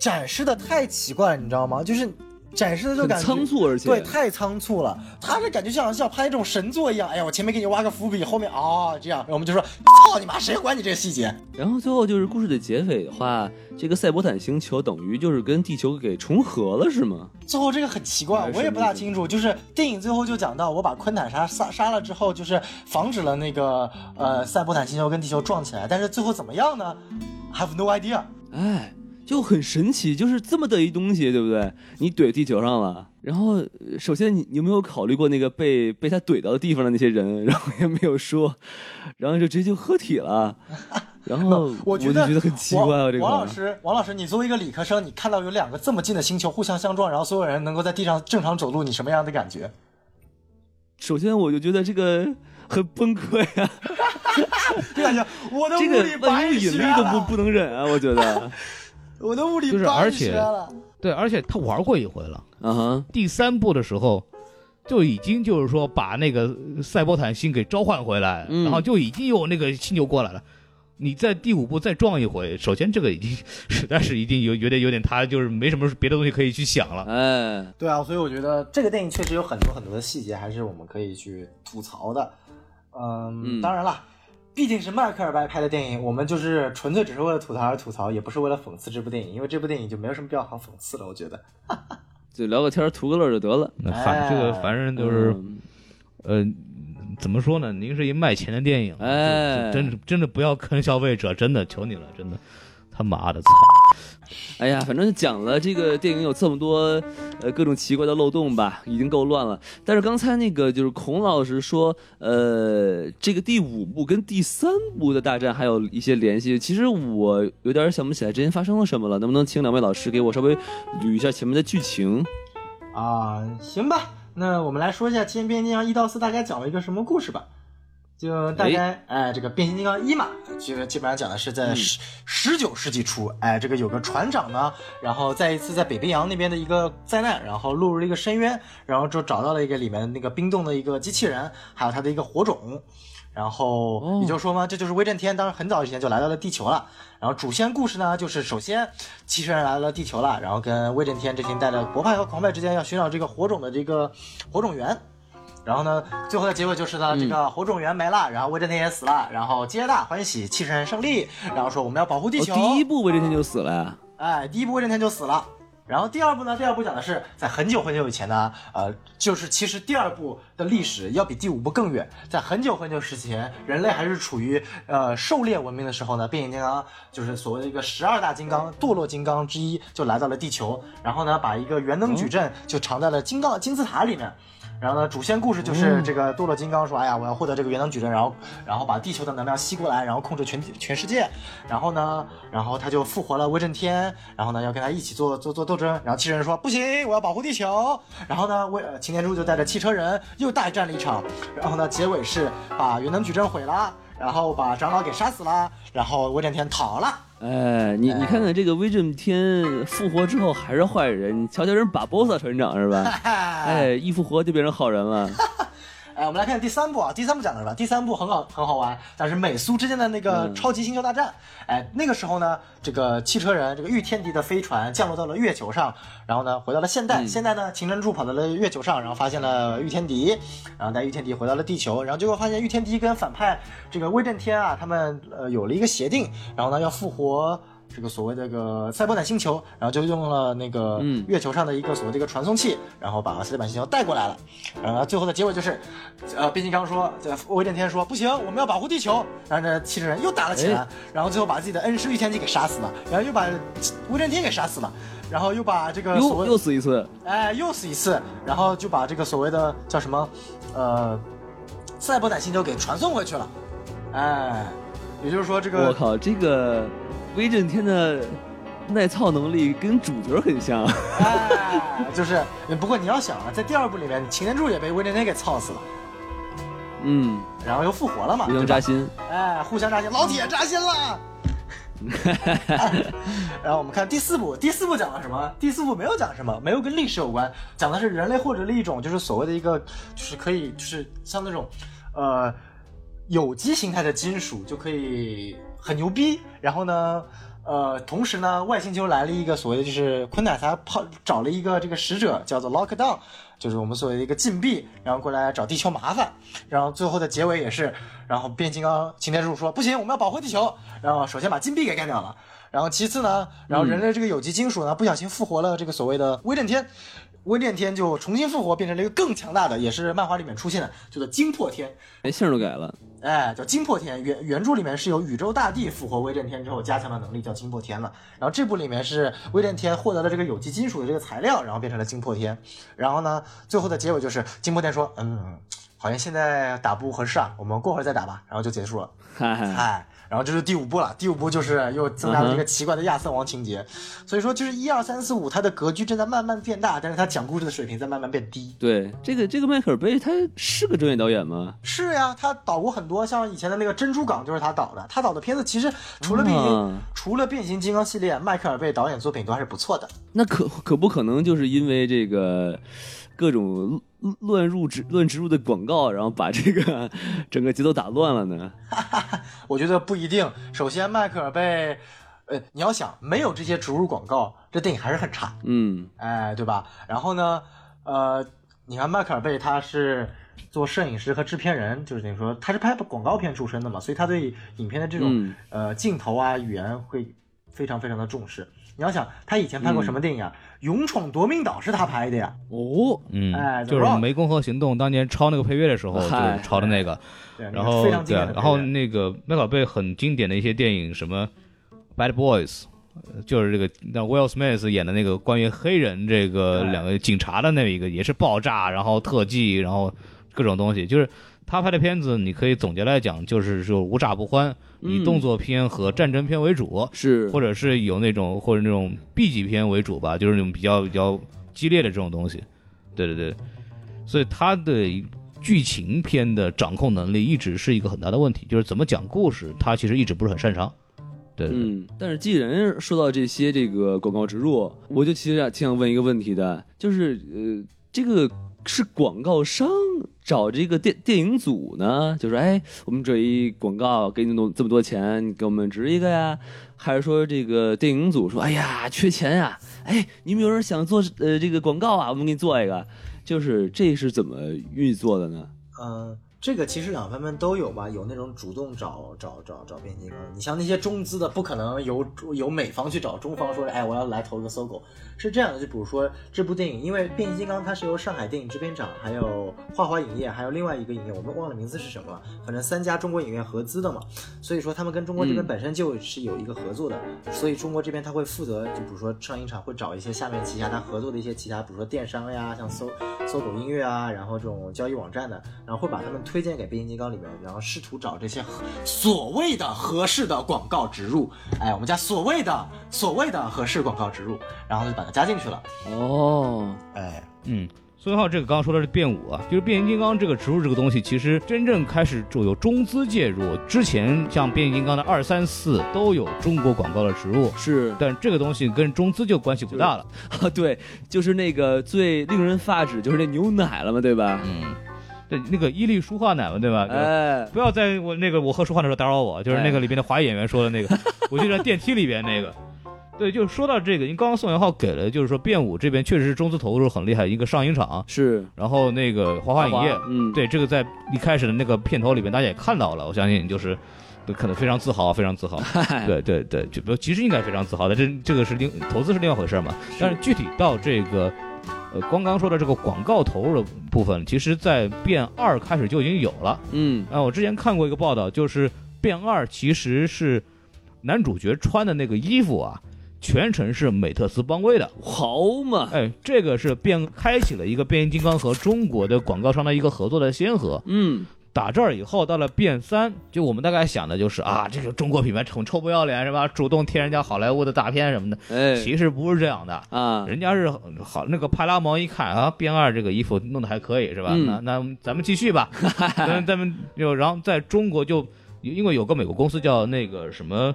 Speaker 1: 展示的太奇怪，你知道吗？就是展示的就
Speaker 3: 很
Speaker 1: 感觉
Speaker 3: 仓促，而且
Speaker 1: 对，太仓促了。他这感觉像像拍这种神作一样，哎呀，我前面给你挖个伏笔，后面啊、这样，然后我们就说，操你妈，谁管你这个细节？
Speaker 3: 然后最后就是故事的结尾的话，这个赛博坦星球等于就是跟地球给重合了，是吗？
Speaker 1: 最后这个很奇怪
Speaker 3: 哎，
Speaker 1: 我也不大清楚。就是电影最后就讲到，我把昆坦杀杀杀了之后，就是防止了那个呃赛博坦星球跟地球撞起来，但是最后怎么样呢？I have no idea。
Speaker 3: 哎，就很神奇，就是这么的一东西，对不对？你怼地球上了，然后呃首先你你有没有考虑过那个被被他怼到的地方的那些人， (laughs) 然后也没有说，然后就直接就合体了，然后
Speaker 1: (laughs) 我
Speaker 3: 就
Speaker 1: 觉
Speaker 3: 觉
Speaker 1: 得
Speaker 3: 得很奇怪啊，
Speaker 1: 王
Speaker 3: 这个
Speaker 1: 王老师，王老师，你作为一个理科生，你看到有两个这么近的星球互相相撞，然后所有人能够在地上正常走路，你什么样的感觉？ (laughs)
Speaker 3: 首先我就觉得这个很崩溃
Speaker 1: (laughs)
Speaker 3: 啊，
Speaker 1: 就感觉我的
Speaker 3: 这
Speaker 1: 物
Speaker 3: 个
Speaker 1: 理
Speaker 3: 万
Speaker 1: 白
Speaker 3: 有引
Speaker 1: 学
Speaker 3: 力都不
Speaker 1: 了
Speaker 3: 不能忍啊，我觉
Speaker 1: (laughs)
Speaker 3: 得，
Speaker 1: 我的物理
Speaker 2: 就是
Speaker 1: 白
Speaker 2: 而
Speaker 1: 学
Speaker 2: 且
Speaker 1: 了。
Speaker 2: 对，而且他玩过一回了，
Speaker 3: 啊哈，
Speaker 2: 第三部的时候。就已经就是说把那个赛博坦星给召唤回来，
Speaker 3: 嗯
Speaker 2: 然后就已经有那个星球过来了。你在第五部再撞一回，首先这个已经实在是已经有有点有点他就是没什么别的东西可以去想了。
Speaker 3: 哎。
Speaker 1: 对啊，所以我觉得这个电影确实有很多很多的细节，还是我们可以去吐槽的。嗯，
Speaker 3: 嗯
Speaker 1: 当然了，毕竟是迈克尔白拍的电影，我们就是纯粹只是为了吐槽而吐槽，也不是为了讽刺这部电影，因为这部电影就没有什么必要好讽刺了。我觉得，
Speaker 3: 就聊个天儿图个乐儿就得了。
Speaker 2: 那反这个
Speaker 1: 哎
Speaker 2: 反正就是
Speaker 3: 嗯
Speaker 2: 呃，怎么说呢？您是一卖钱的电影，啊就就
Speaker 3: 哎
Speaker 2: 真的真的不要坑消费者，真的求你了，真的，他妈的操！
Speaker 3: 哎呀，反正讲了这个电影有这么多呃各种奇怪的漏洞吧，已经够乱了。但是刚才那个就是孔老师说，呃，这个第五部跟第三部的大战还有一些联系。其实我有点想不起来之前发生了什么了，能不能请两位老师给我稍微捋一下前面的剧情？
Speaker 1: 啊、行吧，那我们来说一下《天变形金刚》一到四大概讲了一个什么故事吧。就大概哎这个变形金刚一嘛，其实基本上讲的是在十十九世纪初，哎，这个有个船长呢，然后在一次在北冰洋那边的一个灾难，然后落入了一个深渊，然后就找到了一个里面那个冰冻的一个机器人，还有他的一个火种，然后也就是说嘛，这就是威震天当时很早以前就来到了地球了。然后主线故事呢，就是首先机器人来到了地球了，然后跟威震天这群带着博派和狂派之间要寻找这个火种的这个火种源。然后呢，最后的结果就是呢，这
Speaker 3: 嗯
Speaker 1: 个火种源没了，然后威震天也死了，然后皆大欢喜，气神胜利，然后说我们要保护地
Speaker 3: 哦
Speaker 1: 球。
Speaker 3: 第一部魏震天就死了呀？
Speaker 1: 哎，第一部威震天就死了。然后第二部呢？第二部讲的是在很久很久以前呢，呃，就是其实第二部的历史要比第五部更远，在很久很久之前，人类还是处于呃狩猎文明的时候呢，变形金刚就是所谓的一个十二大金刚、堕落金刚之一，就来到了地球，然后呢，把一个圆灯矩阵就藏在了金刚金字塔里面。然后呢，主线故事就是这个堕落金刚说：“哎呀，我要获得这个元能矩阵，然后然后把地球的能量吸过来，然后控制全体全世界。”然后呢，然后他就复活了威震天，然后呢要跟他一起做做做斗争。然后汽车人说：“不行，我要保护地球。”然后呢，威呃擎天柱就带着汽车人又大战了一场。然后呢，结尾是把元能矩阵毁了，然后把长老给杀死了，然后威震天逃了。 (laughs)
Speaker 3: 哎，你你看看这个威震天复活之后还是坏人，你瞧瞧人把波萨船长是吧？哎，一复活就变成好人
Speaker 1: (laughs)
Speaker 3: 了。
Speaker 1: 哎，我们来看第三部啊，第三部讲的是吧？第三部很好，很好玩，但是美苏之间的那个超级星球大战，哎，那个时候呢，这个汽车人这个御天敌的飞船降落到了月球上，然后呢回到了现代，现代呢擎天柱跑到了月球上，然后发现了御天敌，然后带御天敌回到了地球，然后结果发现御天敌跟反派这个威震天啊，他们呃有了一个协定，然后呢要复活。这个所谓的这个赛博坦星球，然后就用了那个
Speaker 3: 嗯
Speaker 1: 月球上的一个所谓的一个传送器，然后把赛博坦星球带过来了。然后最后的结果就是，呃，变形金刚说，这威震天说不行，我们要保护地球。然后这汽车人又打了起来，
Speaker 3: 哎
Speaker 1: 然后最后把自己的恩师御天机给杀死了，然后又把威震天给杀死了，然后又把这个所
Speaker 3: 又
Speaker 1: 谓
Speaker 3: 又死一次，
Speaker 1: 哎，又死一次，然后就把这个所谓的叫什么，呃，赛博坦星球给传送回去了，哎，也就是说这
Speaker 3: 我
Speaker 1: 个
Speaker 3: 靠，这个威震天的耐操能力跟主角很像。 (laughs)
Speaker 1: 哎， (laughs) 就是不过你要想啊，在第二部里面，擎天柱也被威震天给操死了，
Speaker 3: 嗯，
Speaker 1: 然后又复活了嘛，
Speaker 3: 互相
Speaker 1: 啊对吧
Speaker 3: 扎心。
Speaker 1: 哎，互相扎心，老铁扎心了。然后我们看第四部，第四部讲了什么？第四部没有讲什么，没有跟历史有关，讲的是人类获得了一种就是所谓的一个，就是可以就是像那种，呃，有机形态的金属就可以很牛逼。然后呢，呃，同时呢，外星球来了一个所谓的就是昆塔萨泡找了一个这个使者叫做 Lockdown，就是我们所谓的一个禁闭，然后过来找地球麻烦。然后最后的结尾也是，然后变形金刚擎天柱说不行，我们要保护地球。然后首先把禁闭给干掉了。然后其次呢，然后人类这个有机金属呢，不小心复活了这个所谓的威震天，威震天就重新复活，变成了一个更强大的，也是漫画里面出现的，叫做惊破天。
Speaker 3: 哎，姓儿都改了。
Speaker 1: 哎，叫惊破天。原原著里面是由宇宙大帝复活威震天之后加强了能力，叫惊破天了。然后这部里面是威震天获得了这个有机金属的这个材料，然后变成了惊破天。然后呢，最后的结尾就是惊破天说：“嗯，好像现在打不合适啊，我们过会儿再打吧。”然后就结束了。
Speaker 3: 嗨嗨，
Speaker 1: 哎，然后这是第五部了，第五部就是又增加了这个奇怪的亚瑟王情节，所以说就是一二三四五，它的格局正在慢慢变大，但是它讲故事的水平在慢慢变低。
Speaker 3: 对，这个这个迈克尔贝他是个正演导演吗？
Speaker 1: 是呀，他导过很多，像以前的那个《珍珠港》就是他导的，他导的片子其实除了变形、
Speaker 3: 啊
Speaker 1: 除了变形金刚系列，迈克尔贝导演作品都还是不错的。
Speaker 3: 那可可不可能就是因为这个各种乱乱入植乱植入的广告，然后把这个 (laughs) 整个节奏打乱了呢？
Speaker 1: 我觉得不一定。首先，迈克尔贝，呃，你要想没有这些植入广告，这电影还是很差。
Speaker 3: 嗯，
Speaker 1: 哎，对吧？然后呢，呃，你看迈克尔贝他是做摄影师和制片人，就是等于说他是拍广告片出身的嘛，所以他对影片的这种、
Speaker 3: 嗯
Speaker 1: 呃镜头啊、语言会非常非常的重视。你要想他以前拍过什么电影啊？勇闯夺命岛》是他拍的呀，
Speaker 3: 哦，
Speaker 1: 哎
Speaker 2: 嗯，
Speaker 1: ，The
Speaker 2: 就是
Speaker 1: Rock
Speaker 2: 《湄公河行动》当年抄那个配乐的时候，就
Speaker 3: 嗨
Speaker 2: 是抄的那个。
Speaker 1: 对，那个
Speaker 2: 然后
Speaker 1: 非常
Speaker 2: 对
Speaker 1: 经典
Speaker 2: 啊
Speaker 1: 的，
Speaker 2: 然后
Speaker 1: 片子
Speaker 2: 那个麦考贝很经典的一些电影，什么《Bad Boys》，呃就是这个那 Will Smith 演的那个关于黑人这个
Speaker 1: 对
Speaker 2: 两个警察的那一个，也是爆炸，然后特技，然后各种东西，就是他拍的片子，你可以总结来讲，就是说无炸不欢，以
Speaker 3: 嗯
Speaker 2: 动作片和战争片为主，
Speaker 3: 是
Speaker 2: 或者是有那种或者那种 B 级片为主吧，就是那种比较比较激烈的这种东西。对对对，所以他的剧情片的掌控能力一直是一个很大的问题，就是怎么讲故事，他其实一直不是很擅长。对对对，
Speaker 3: 嗯，但是既然说到这些这个广告植入，我就其实挺想问一个问题的，就是呃，这个是广告商找这个电电影组呢，就是哎，我们这一广告给你弄这么多钱，你给我们植一个呀？还是说这个电影组说，哎呀，缺钱呀、哎，你们有人想做呃这个广告啊，我们给你做一个，就是这是怎么运作的呢？
Speaker 1: 嗯，这个其实两方面都有吧，有那种主动找找找找变形金刚，你像那些中资的，不可能由由美方去找中方说，哎，我要来投个搜狗，是这样的。就比如说这部电影，因为变形金刚它是由上海电影制片厂、还有画华影业、还有另外一个影业，我们忘了名字是什么了，反正三家中国影院合资的嘛，所以说他们跟中国这边
Speaker 3: 嗯
Speaker 1: 本身就是有一个合作的，所以中国这边他会负责，就比如说上影厂会找一些下面旗下他合作的一些其他，比如说电商呀，像搜搜狗音乐啊，然后这种交易网站的，然后会把他们推荐给变形金刚里面，然后试图找这些合所谓的合适的广告植入，哎，我们家所谓的所谓的合适广告植入，然后就把它加进去了，
Speaker 3: 哦，
Speaker 1: 哎，
Speaker 2: 嗯，孙浩这个刚刚说的是变五啊，就是变形金刚这个植入这个东西，其实真正开始就有中资介入，之前像变形金刚的二三四都有中国广告的植入，
Speaker 3: 是
Speaker 2: 但这个东西跟中资就关系不大了。
Speaker 3: 啊， (laughs) 对，就是那个最令人发指，就是那牛奶了嘛，对吧？
Speaker 2: 嗯，对，那个伊利舒化奶嘛，对吧？
Speaker 3: 哎，
Speaker 2: 不要在我那个我喝舒化的时候打扰我，就是那个里边的华裔演员说的那 (laughs) 个，我就在电梯里边那个。对，就是说到这个，因为刚刚宋元浩给了，就是说变五这边确实是中资投入很厉害，一个上影厂，
Speaker 3: 是
Speaker 2: 然后那个华华影业，
Speaker 3: 嗯，， (laughs)
Speaker 2: 对这个在一开始的那个片头里边大家也看到了，我相信就是对可能非常自豪，非常自豪。对对对，就不其实应该非常自豪的，这这个是另投资是另外回事儿嘛。但是具体到这个，呃，刚刚说的这个广告投入的部分，其实在变二开始就已经有了。
Speaker 3: 嗯，
Speaker 2: 啊，我之前看过一个报道，就是变二其实是男主角穿的那个衣服啊，全程是美特斯邦威的。
Speaker 3: 好嘛，
Speaker 2: 哎，这个是变开启了一个变形金刚和中国的广告商的一个合作的先河。
Speaker 3: 嗯，
Speaker 2: 打这儿以后，到了变三，就我们大概想的就是啊，这个中国品牌很臭不要脸是吧？主动贴人家好莱坞的大片什么的，
Speaker 3: 哎，
Speaker 2: 其实不是这样的。
Speaker 3: 啊，
Speaker 2: 人家是好那个派拉蒙一看啊，变二这个衣服弄得还可以是吧？
Speaker 3: 嗯
Speaker 2: 那那咱们继续
Speaker 3: (laughs)
Speaker 2: 吧，咱咱们就然后在中国就因为有个美国公司叫那个什么，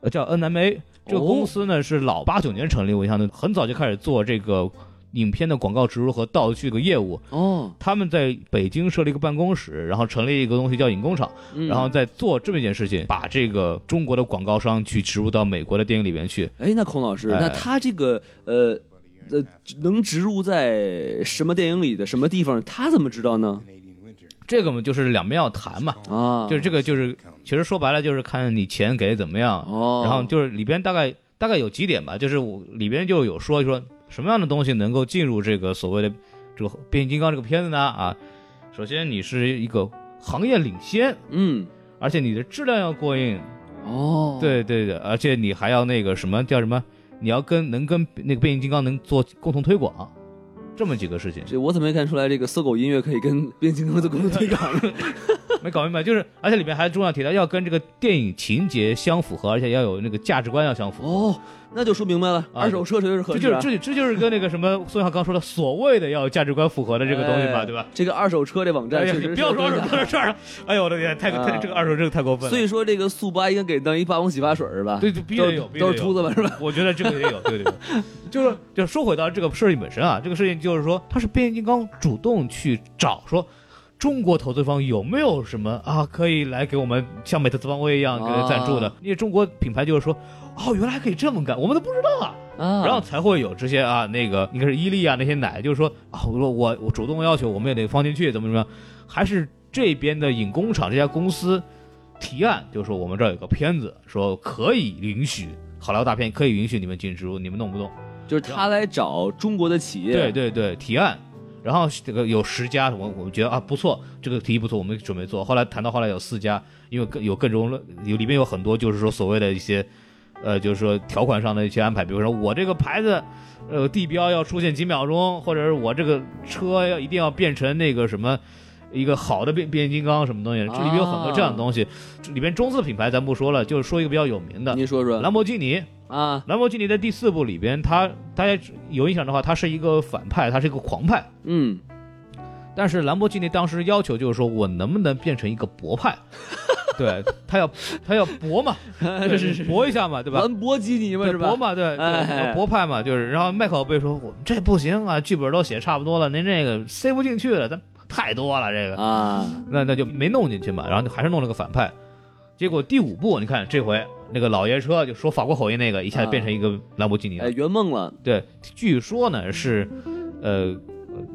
Speaker 2: 呃叫 NMA，这个公司
Speaker 3: 哦
Speaker 2: 呢、是老八九年成立，我印象中很早就开始做这个影片的广告植入和道具的业务。
Speaker 3: 哦，
Speaker 2: 他们在北京设立一个办公室，然后成立一个东西叫影工厂，
Speaker 3: 嗯
Speaker 2: 然后，在做这么一件事情，把这个中国的广告商去植入到美国的电影里边去。
Speaker 3: 哎，那孔老师，
Speaker 2: 哎
Speaker 3: 那他这个呃。呃，能植入在什么电影里的什么地方？他怎么知道呢？
Speaker 2: 这个嘛，就是两边要谈嘛，
Speaker 3: 啊，
Speaker 2: 就是这个就是，其实说白了就是看你钱给得怎么样，
Speaker 3: 哦，
Speaker 2: 然后就是里边大概大概有几点吧，就是我里边就有说说什么样的东西能够进入这个所谓的这个变形金刚这个片子呢？啊，首先你是一个行业领先，
Speaker 3: 嗯，
Speaker 2: 而且你的质量要过硬。
Speaker 3: 哦，，
Speaker 2: 对对对，而且你还要那个什么叫什么，你要跟能跟那个变形金刚能做共同推广，这么几个
Speaker 3: (laughs)
Speaker 2: 事情。
Speaker 3: 这我怎么没看出来这个搜狗音乐可以跟变形金刚做共同推
Speaker 2: (laughs)
Speaker 3: 广呢？
Speaker 2: 没搞明白，就是而且里面还重要提到要跟这个电影情节相符合，而且要有那个价值观要相符。
Speaker 3: 哦，那就说明白了，
Speaker 2: 啊
Speaker 3: 二手车绝对是合
Speaker 2: 这
Speaker 3: 适
Speaker 2: 就
Speaker 3: 的
Speaker 2: 是。这这就是跟那个什么 (laughs) 宋小刚说的所谓的要有价值观符合的这个东西吧，
Speaker 3: 哎
Speaker 2: 对吧？？
Speaker 3: 这个二手车这网
Speaker 2: 哎
Speaker 3: 站
Speaker 2: 呀
Speaker 3: 确实
Speaker 2: 你不要
Speaker 3: 是
Speaker 2: 说二手车的事儿了，哎呦我的天，太太
Speaker 3: 啊
Speaker 2: 这个二手这个太过分了。
Speaker 3: 所以说这个速八应该给当一霸王洗发水是吧？
Speaker 2: 对，就必须
Speaker 3: 都
Speaker 2: 得
Speaker 3: 是
Speaker 2: 有，必须
Speaker 3: 都
Speaker 2: 得
Speaker 3: 是
Speaker 2: 有
Speaker 3: 秃子吧是吧？
Speaker 2: 我觉得这个也有，
Speaker 3: (laughs)
Speaker 2: 对对对，就是就说回到这个事情本身啊，这个事情就是说，他是变形金刚主动去找说。中国投资方有没有什么啊可以来给我们像美特斯邦威一样给他赞助的？
Speaker 3: 啊
Speaker 2: 因为中国品牌就是说，哦，原来还可以这么干，我们都不知道啊，
Speaker 3: 啊，
Speaker 2: 然后才会有这些啊那个应该是伊利啊那些奶，就是说啊，我说我我主动要求，我们也得放进去，怎么怎么样，还是这边的影工厂这家公司提案，就是说我们这儿有个片子，说可以允许好莱坞大片可以允许你们进植入，你们弄不弄？
Speaker 3: 就是他来找中国的企业，
Speaker 2: 对对对，提案。然后这个有十家，我我觉得啊不错，这个提议不错，我们准备做。后来谈到后来有四家，因为各有各种有里面有很多就是说所谓的一些，呃，就是说条款上的一些安排，比如说我这个牌子，呃，地标要出现几秒钟，或者是我这个车要一定要变成那个什么。一个好的变变形金刚什么东西，这里面有很多这样的东西。这里面中字品牌咱不说了，就是说一个比较有名的
Speaker 3: 您说说
Speaker 2: 兰博基尼，
Speaker 3: 啊，
Speaker 2: 兰博基尼在第四部里边，他大家有印象的话，他是一个反派，他是一个狂派。
Speaker 3: 嗯，
Speaker 2: 但是兰博基尼当时要求就是说我能不能变成一个博
Speaker 3: (laughs)
Speaker 2: 派？对他要他要博嘛，对
Speaker 3: 是是
Speaker 2: 博一下嘛，对吧？
Speaker 3: 兰博基尼嘛
Speaker 2: 对
Speaker 3: 是吧
Speaker 2: 博？嘛，对，
Speaker 3: 哎
Speaker 2: 对博派嘛，就是。然后麦考贝说：“我们这不行啊，剧本都写差不多了，您这个塞不进去了，咱太多了这个。”
Speaker 3: 啊，
Speaker 2: 那那就没弄进去嘛，然后还是弄了个反派。结果第五部，你看这回那个老爷车就说法国口音那个，
Speaker 3: 啊
Speaker 2: 一下就变成一个兰博基尼了
Speaker 3: 哎，。圆梦了，
Speaker 2: 对，据说呢是，呃，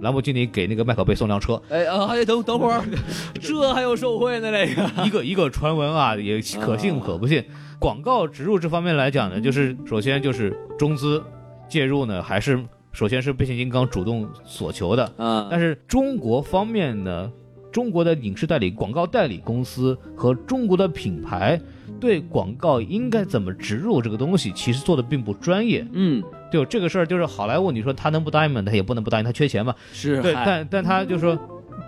Speaker 2: 兰博基尼给那个麦考贝送辆车，
Speaker 3: 哎啊，哎等等会儿， (laughs) 这还有受贿呢这个，
Speaker 2: 一个一个传闻啊，也可信可不信。广告植入这方面来讲呢，就是首先就是中资介入呢，还是首先是变形金刚主动所求的，
Speaker 3: 啊，
Speaker 2: 但是中国方面呢，中国的影视代理、广告代理公司和中国的品牌对广告应该怎么植入这个东西，其实做的并不专业。
Speaker 3: 嗯，
Speaker 2: 就这个事儿，就是好莱坞，你说他能不答应吗？他也不能不答应，他缺钱嘛。
Speaker 3: 是，
Speaker 2: 对，
Speaker 3: 嗨
Speaker 2: 但但他就说，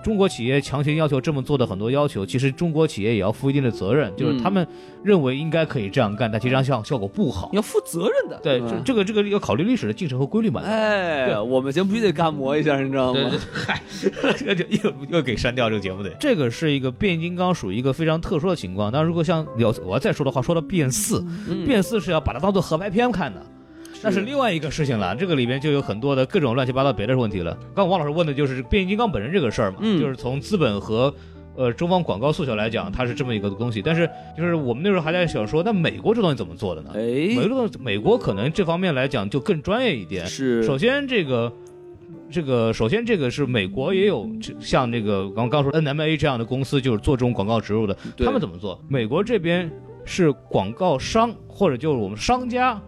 Speaker 2: 中国企业强行要求这么做的很多要求，其实中国企业也要负一定的责任，就是他们认为应该可以这样干，但其实上效效果不好
Speaker 3: 你。要负责任的，
Speaker 2: 对，
Speaker 3: 吧
Speaker 2: 这这个这个要考虑历史的进程和规律嘛。
Speaker 3: 哎，我们先必须得干磨一下，你知道吗？
Speaker 2: 对对，嗨， (laughs) 这就又又给删掉这个节目的。这个是一个变形金刚属于一个非常特殊的情况。但如果像要我要再说的话，说到变四，
Speaker 3: 嗯
Speaker 2: 变四是要把它当做合拍片看的。那是另外一个事情了，这个里面就有很多的各种乱七八糟别的问题了。刚王老师问的就是变形金刚本身这个事儿嘛，
Speaker 3: 嗯
Speaker 2: 就是从资本和呃中方广告诉求来讲，它是这么一个东西。但是就是我们那时候还在想说，那美国这东西怎么做的呢？美
Speaker 3: 哎，
Speaker 2: 国美国可能这方面来讲就更专业一点。
Speaker 3: 是，
Speaker 2: 首先这个。这个首先，这个是美国也有这像这个刚刚说 NMA 这样的公司，就是做这种广告植入的。
Speaker 3: 对
Speaker 2: 他们怎么做？美国这边是广告商或者就是我们商家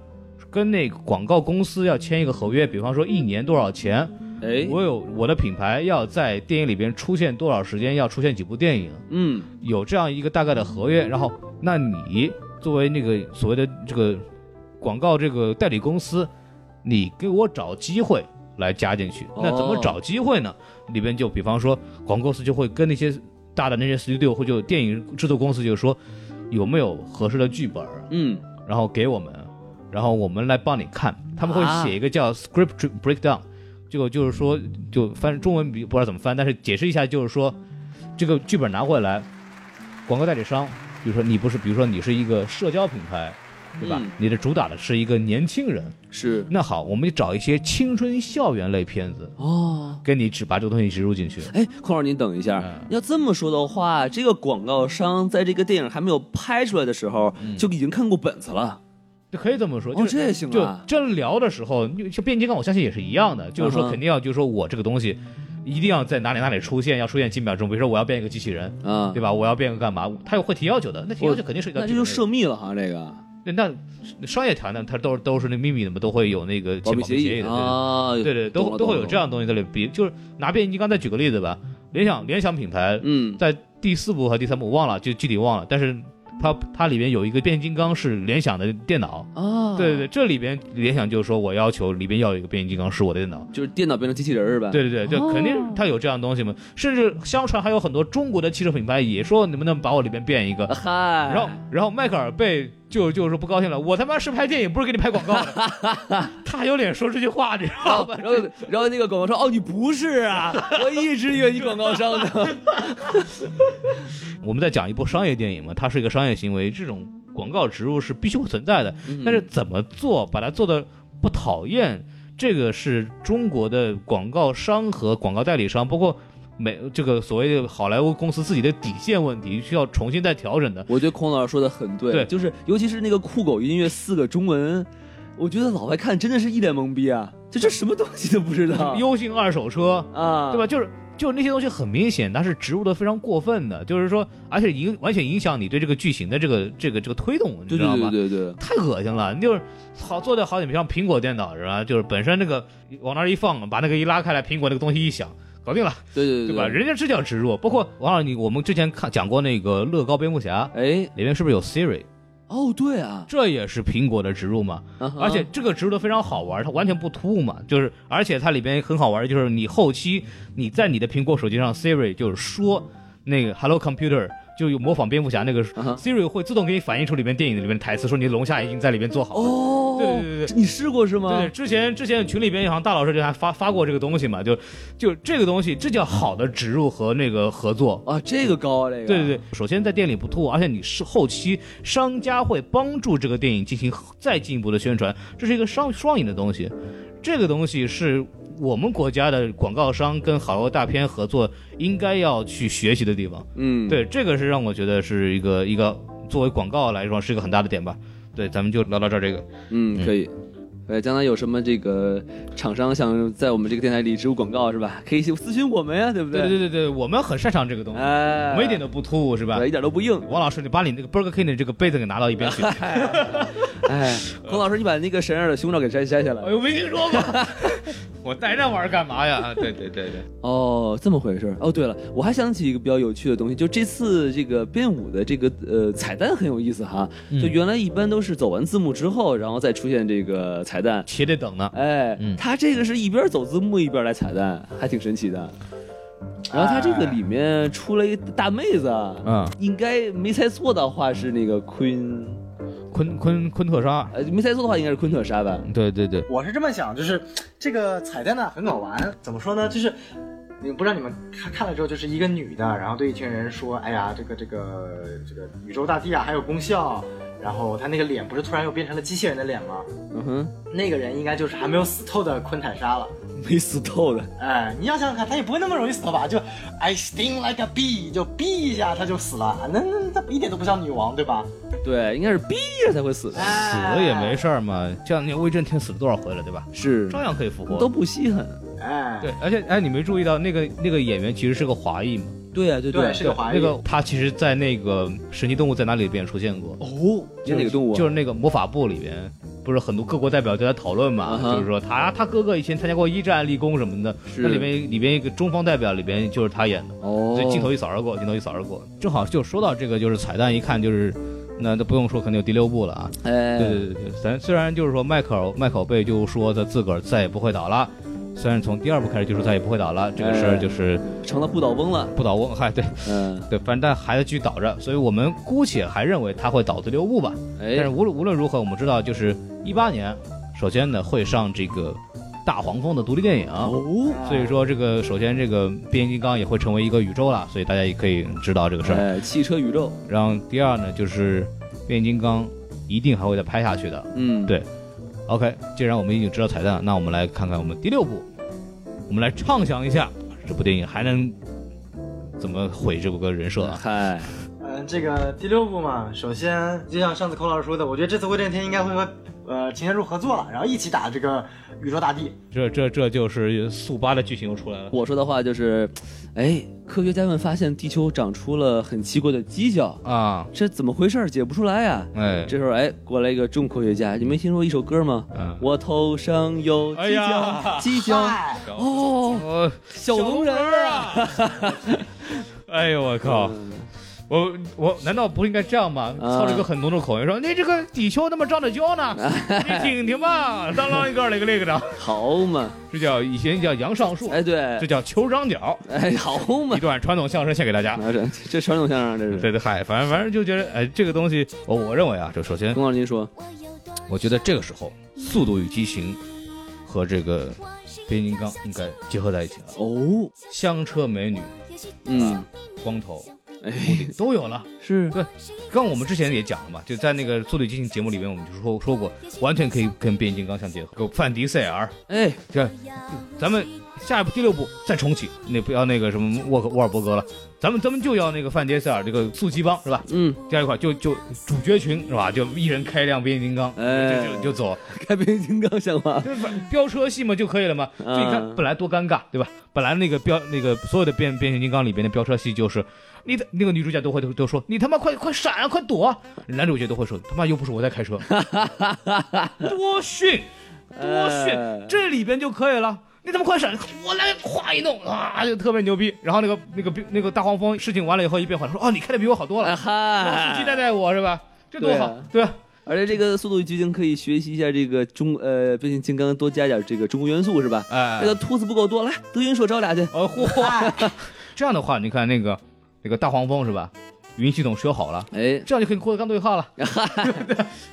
Speaker 2: 跟那个广告公司要签一个合约，比方说一年多少钱，
Speaker 3: 哎，
Speaker 2: 我有我的品牌要在电影里边出现多少时间，要出现几部电影，
Speaker 3: 嗯，
Speaker 2: 有这样一个大概的合约。然后，那你作为那个所谓的这个广告这个代理公司，你给我找机会。来加进去，那怎么
Speaker 3: 哦
Speaker 2: 找机会呢？里边就比方说，广告公司就会跟那些大的那些 studio 或者电影制作公司就说，有没有合适的剧本，啊
Speaker 3: 嗯，
Speaker 2: 然后给我们，然后我们来帮你看。他们会
Speaker 3: 啊
Speaker 2: 写一个叫 script breakdown，这个就是说，就翻中文不不知道怎么翻，但是解释一下就是说，这个剧本拿回来，广告代理商，比如说你不是，比如说你是一个社交品牌，对吧？
Speaker 3: 嗯
Speaker 2: 你的主打的是一个年轻人，
Speaker 3: 是，
Speaker 2: 那好，我们找一些青春校园类片子，
Speaker 3: 哦。
Speaker 2: 给你只把这个东西植入进去。
Speaker 3: 哎，孔老师，您等一下。
Speaker 2: 嗯
Speaker 3: 要这么说的话，这个广告商在这个电影还没有拍出来的时候，就已经看过本子了。
Speaker 2: 就可以这么说，
Speaker 3: 哦
Speaker 2: 嗯就是
Speaker 3: 这也行啊
Speaker 2: 就真聊的时候，就就变形金刚，我相信也是一样的，就是
Speaker 3: 嗯
Speaker 2: 说
Speaker 3: 哼
Speaker 2: 肯定要，就是说我这个东西一定要在哪里哪里出现，要出现几秒钟。比如说我要变一个机器人，
Speaker 3: 啊，
Speaker 2: 对吧？我要变个干嘛？他有会提要求的，那提要求肯定涉及到
Speaker 3: 那
Speaker 2: 剧
Speaker 3: 这
Speaker 2: 本
Speaker 3: 就
Speaker 2: 内
Speaker 3: 涉密了哈，这个
Speaker 2: 容那那商业条呢，它都是都是那秘密的嘛，都会有那个保
Speaker 3: 保密
Speaker 2: 密
Speaker 3: 协
Speaker 2: 协议的，
Speaker 3: 啊，
Speaker 2: 对对对，
Speaker 3: 懂
Speaker 2: 都
Speaker 3: 了
Speaker 2: 都会有这。
Speaker 3: 懂了懂了
Speaker 2: 样的东西在里。比就是拿变形金刚再举个例子吧，联想联想品牌
Speaker 3: 嗯，
Speaker 2: 在第四部和第三部我忘了，就具体忘了，但是它它里边有一个变形金刚是联想的电脑，
Speaker 3: 啊，
Speaker 2: 对对对，，这里边联想就是说我要求里边要有一个变形金刚是我的电脑。
Speaker 3: 就是电脑变成机器人儿是吧？
Speaker 2: 对对对，就肯定它有这样东西嘛。甚至相传还有很多中国的汽车品牌也说能不能把我里边变一个
Speaker 3: (laughs) 啊，，嗨，
Speaker 2: 然后然后迈克尔贝就就说不高兴了，我他妈是拍电影，不是给你拍广告的。他有脸说这句话，你知道吧？
Speaker 3: 然后然后那个广告商哦，你不是啊，我一直以为你广告商呢。
Speaker 2: 我们在讲一部商业电影嘛，它是一个商业行为，这种广告植入是必须会存在的。 (laughs)
Speaker 3: 嗯
Speaker 2: 但是怎么做，把它做的不讨厌，这个是中国的广告商和广告代理商，包括美这个所谓的好莱坞公司自己的底线问题，需要重新再调整的。
Speaker 3: 我觉得孔老师说的很对，
Speaker 2: 对
Speaker 3: 就是尤其是那个酷狗音乐四个中文，我觉得老外看真的是一脸懵逼啊，就这什么东西都不知
Speaker 2: (laughs)
Speaker 3: 道
Speaker 2: 优信二手车，
Speaker 3: 啊，
Speaker 2: 对吧？？就是就是那些东西很明显，它是植入的非常过分的，就是说，而且影完全影响你对这个剧情的这个这个这个推动，你
Speaker 3: 对
Speaker 2: 知道
Speaker 3: 对
Speaker 2: 吗？
Speaker 3: 对对对，
Speaker 2: 太恶心了，就是好做的好点，像苹果电脑是吧？就是本身那个往那儿一放，把那个一拉开来，苹果那个东西一响，搞定了，
Speaker 3: 对对
Speaker 2: 对吧？人家这叫植入。包括王老师，你我们之前看讲过那个乐高蝙蝠侠，
Speaker 3: 哎，
Speaker 2: 里面是不是有 Siri？
Speaker 3: 哦对啊，
Speaker 2: 这也是苹果的植入嘛？
Speaker 3: 啊哈
Speaker 2: 而且这个植入的非常好玩，它完全不突兀嘛，就是而且它里边很好玩，就是你后期你在你的苹果手机上 Siri 就是说那个 Hello Computer。就有模仿蝙蝠侠那个
Speaker 3: 啊哈
Speaker 2: Siri 会自动给你反映出里面电影里面的台词，说你龙虾已经在里面做好了。
Speaker 3: 哦，
Speaker 2: 对对对对
Speaker 3: 你试过是吗？
Speaker 2: 对，之前之前群里边好像大老师就还发发过这个东西嘛，就就这个东西，这叫好的植入和那个合作。
Speaker 3: 啊，这个高啊，这个
Speaker 2: 对对对，首先在店里不吐，而且你是后期商家会帮助这个电影进行再进一步的宣传，这是一个双双赢的东西。这个东西是我们国家的广告商跟好莱坞大片合作应该要去学习的地方。
Speaker 3: 嗯，
Speaker 2: 对，这个是让我觉得是一个一个作为广告来说是一个很大的点吧。对，咱们就聊到这儿这个。
Speaker 3: 嗯，可以。呃，将来有什么这个厂商想在我们这个电台里植入广告是吧？可以私信我们呀，对不
Speaker 2: 对
Speaker 3: 对
Speaker 2: 对对对，我们很擅长这个东西。
Speaker 3: 哎，
Speaker 2: 我们一点都不突兀，是吧
Speaker 3: 对，？一点都不硬。
Speaker 2: 王老师，你把你那个 Burger King 的这个杯子给拿到一边去。哎 (laughs)
Speaker 3: 哎，孔老师，你把那个神儿的胸罩给摘摘下来。
Speaker 2: 哎呦，没听说过， (laughs) 我带那玩意儿干嘛呀？啊对对对对，
Speaker 3: 哦，这么回事儿。哦，对了，我还想起一个比较有趣的东西，就这次这个编舞的这个呃彩蛋很有意思哈。就原来一般都是走完字幕之后，然后再出现这个彩蛋。
Speaker 2: 且得等呢。
Speaker 3: 哎，
Speaker 2: 嗯
Speaker 3: 他这个是一边走字幕一边来彩蛋，还挺神奇的。然后他这个里面出了一个大妹子，啊
Speaker 2: 嗯，
Speaker 3: 应该没猜错的话是那个昆，
Speaker 2: 昆昆昆特沙，
Speaker 3: 呃，没猜错的话应该是昆特莎吧？
Speaker 2: 对对对，
Speaker 4: 我是这么想，就是这个彩蛋呢很好玩，怎么说
Speaker 2: 嗯
Speaker 4: 呢？就是你不知道你们看看了之后，就是一个女的，然后对一群人说：“哎呀，这个这个这个宇宙大地啊，还有功效。”然后她那个脸不是突然又变成了机器人的脸吗？
Speaker 3: 嗯哼，
Speaker 4: 那个人应该就是还没有死透的昆坦莎了。
Speaker 3: 没死透的。
Speaker 4: 哎，你要想想看，他也不会那么容易死吧？就 I sting like a bee，就 b 一下他就死了，那那那一点都不像女王，对吧？
Speaker 3: 对，应该是逼着才会死的。
Speaker 4: 哎
Speaker 2: 死了也没事儿嘛。这两年威震天死了多少回了，对吧？
Speaker 3: 是，
Speaker 2: 照样可以复
Speaker 3: 都
Speaker 2: 活。
Speaker 3: 不稀罕。
Speaker 4: 哎，
Speaker 2: 对，而且哎，你没注意到那个那个演员其实是个华裔嘛？
Speaker 3: 对啊，对
Speaker 4: 对，是个华裔。
Speaker 2: 那个他其实，在那个《神奇动物在哪里》里边出现过。
Speaker 3: 哦，这哪个动物啊？
Speaker 2: 就是那个魔法部里边，不是很多各国代表都在讨论嘛
Speaker 3: 嗯哼
Speaker 2: 就是说他他哥哥以前参加过一战立功什么的，
Speaker 3: 是
Speaker 2: 那里面里边一个中方代表里边就是他演的，
Speaker 3: 哦，
Speaker 2: 所以镜头一扫而过，镜头一扫而过。正好就说到这个，就是彩蛋，一看就是，那都不用说，肯定有第六部了啊。
Speaker 3: 哎，
Speaker 2: 对对对对，咱虽然就是说迈克尔迈克尔贝就说他自个儿再也不会倒了，虽然从第二部开始就说再也不会倒了，这个事
Speaker 3: 哎
Speaker 2: 儿就是
Speaker 3: 成了不倒翁了。
Speaker 2: 不倒翁，嗨，对
Speaker 3: 嗯，
Speaker 2: 对，反正但还在继续倒着，所以我们姑且还认为他会倒第六部吧。但是
Speaker 3: 哎，
Speaker 2: 无论无论如何，我们知道就是一八年，首先呢会上这个大黄蜂的独立电影，
Speaker 3: 哦，
Speaker 2: 所以说这个首先这个变形金刚也会成为一个宇宙了，所以大家也可以知道这个事儿。
Speaker 3: 哎，汽车宇宙，
Speaker 2: 然后第二呢就是变形金刚一定还会再拍下去的。
Speaker 3: 嗯，
Speaker 2: 对 OK，既然我们已经知道彩蛋了，那我们来看看我们第六部，我们来畅想一下这部电影还能怎么毁这个人设啊？
Speaker 3: 嗨，
Speaker 4: 嗯，这个第六部嘛，首先就像上次孔老师说的，我觉得这次威震天应该会和呃擎天柱合作了，然后一起打这个宇宙大帝。
Speaker 2: 这这这就是速八的剧情又出来了。
Speaker 3: 我说的话就是，哎，科学家们发现地球长出了很奇怪的犄角，
Speaker 2: 啊，
Speaker 3: 这怎么回事儿？解不出来呀、
Speaker 2: 哎，
Speaker 3: 这时候，哎，过来一个重科学家，你没听说一首歌吗？
Speaker 2: 嗯
Speaker 3: 我头上有
Speaker 2: 哎
Speaker 3: 犄角，
Speaker 2: 呀
Speaker 3: 犄角，
Speaker 4: 哎，
Speaker 3: 哦，
Speaker 2: 呃。
Speaker 3: 小龙人儿啊！
Speaker 2: (laughs) 哎呦我靠！
Speaker 3: 嗯
Speaker 2: 我我难道不应该这样吗？
Speaker 3: 啊
Speaker 2: 操着一个很浓的口音说：“你这个底球他妈照着胶呢，你挺挺吧，当啷一个那个那个的。
Speaker 3: 好嘛，”
Speaker 2: 这叫以前叫杨上树，
Speaker 3: 哎对，
Speaker 2: 这叫球张角，
Speaker 3: 哎好嘛 (laughs)
Speaker 2: 一，段传统相声献给大家。
Speaker 3: 拿着这传统相声啊这是。
Speaker 2: 对对，嗨，反正反正就觉得，哎，这个东西，我我认为啊，就首先
Speaker 3: 龚老师您说，
Speaker 2: 我觉得这个时候，《速度与激情》和这个《变形金刚》应该结合在一起了。
Speaker 3: 哦，
Speaker 2: 香车美女、
Speaker 3: 嗯，
Speaker 2: 光头
Speaker 3: 哎
Speaker 2: 都有了。
Speaker 3: 是
Speaker 2: 对，刚我们之前也讲了嘛，就在那个《速度与激情》节目里面，我们就说说过，完全可以跟变形金刚相结合。范迪塞尔，
Speaker 3: 哎
Speaker 2: 这咱们下一部第六部再重启，那不要那个什么沃克沃尔伯格了，咱们咱们就要那个范迪塞尔这个速七帮是吧？ (laughs)
Speaker 3: 嗯，
Speaker 2: 加一块就就主角群是吧？就一人开一辆变形金刚，
Speaker 3: 哎
Speaker 2: 就就就走。
Speaker 3: 开变形金刚像话，
Speaker 2: 就是飙车戏嘛就可以了嘛。
Speaker 3: 嗯
Speaker 2: 所以你看，本来多尴尬，对吧？本来那个飙那个所有的变变形金刚里边的飙车戏就是，你的那个女主角都会都都说你他妈快快闪啊，快躲啊！男主角都会说他妈又不是我在开
Speaker 3: (laughs)
Speaker 2: 车，多逊多
Speaker 3: 哎
Speaker 2: 逊，这里边就可以了。你他妈快闪！我来，咵一弄啊，就特别牛逼。然后那个那个那个大黄蜂事情完了以后一变换，说哦，你开的比我好多了
Speaker 3: 啊，
Speaker 2: 老司机带
Speaker 3: 哈。
Speaker 2: 带我是吧？这多
Speaker 3: 对啊
Speaker 2: 好，对吧？
Speaker 3: 而且这个《速度与激情》可以学习一下这个中呃变形金刚，多加点这个中国元素是吧？
Speaker 2: 哎
Speaker 3: 这，个兔子不够多，来德云社招俩去。
Speaker 2: 呃，嚯！ (laughs) 这样的话，你看那个那个大黄蜂是吧？云系统修好了，
Speaker 3: 哎，
Speaker 2: 这样就可以跟郭德纲对话
Speaker 3: (laughs)
Speaker 2: 了。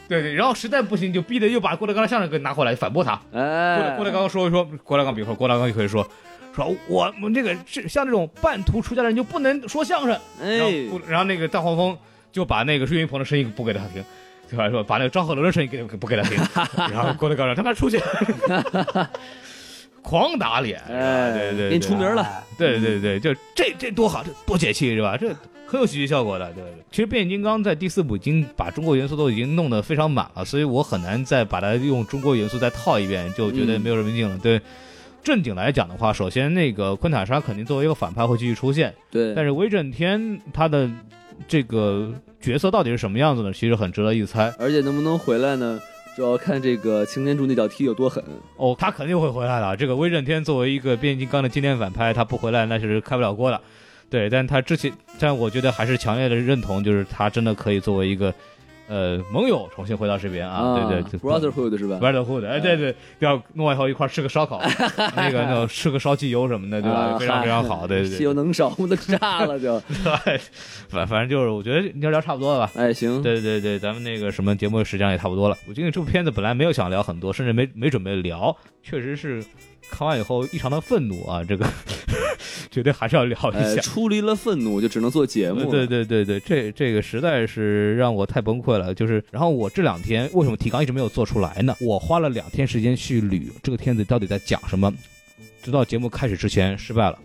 Speaker 2: 对对，然后实在不行就逼得又把郭德纲的相声给拿回来反驳他。郭德
Speaker 3: 哎，
Speaker 2: 郭德纲说一说，郭德纲比如说郭德纲就可以说。说我们这个是像这种半途出家的人就不能说相声，然后
Speaker 3: 哎，
Speaker 2: 郭然后那个大黄蜂就把那个岳云鹏的声音不给他听，对吧？说把那个张鹤伦的声音给不给他
Speaker 3: (laughs)
Speaker 2: 听，然后郭德纲说他妈出去， (laughs) 狂打脸，是吧
Speaker 3: 哎
Speaker 2: 对对对，啊
Speaker 3: 给你出名了
Speaker 4: 哎
Speaker 2: 对对对，就这这多好，这多解气是吧？这很有喜剧效果的。对对，其实变形金刚在第四部已经把中国元素都已经弄得非常满了，所以我很难再把它用中国元素再套一遍，就觉得没有什么劲了。对，正经来讲的话，首先那个昆塔莎肯定作为一个反派会继续出现，
Speaker 3: 对，
Speaker 2: 但是威震天他的这个角色到底是什么样子呢？其实很值得一猜。
Speaker 3: 而且能不能回来呢？主要看这个擎天柱那脚踢有多狠。
Speaker 2: 哦，他肯定会回来的。这个威震天作为一个变形金刚的经典反派，他不回来那是开不了锅的。对，但他之前，但我觉得还是强烈的认同，就是他真的可以作为一个呃盟友重新回到这边啊。对对对
Speaker 3: Brotherhood 是吧？
Speaker 2: Brotherhood，哎，对对，要弄完以后一块儿吃个烧烤，那个那种呃吃个烧机油什么的，对吧？
Speaker 3: 啊
Speaker 2: 非常非常好，对对
Speaker 3: 汽油
Speaker 2: 对。
Speaker 3: 能少不能炸了就。
Speaker 2: (laughs) 反反正就是，我觉得要聊差不多了吧。
Speaker 3: 哎，行，
Speaker 2: 对对对，咱们那个什么节目时间也差不多了。我觉得这部片子本来没有想聊很多，甚至没没准备聊，确实是看完以后异常的愤怒啊，这个 (laughs) 绝对还是要聊一
Speaker 3: 哎，
Speaker 2: 下。
Speaker 3: 出离了愤怒就只能做节目了。
Speaker 2: 对对对对，这这个实在是让我太崩溃了。就是，然后我这两天为什么提纲一直没有做出来呢？我花了两天时间去捋这个片子到底在讲什么，直到节目开始之前失败了。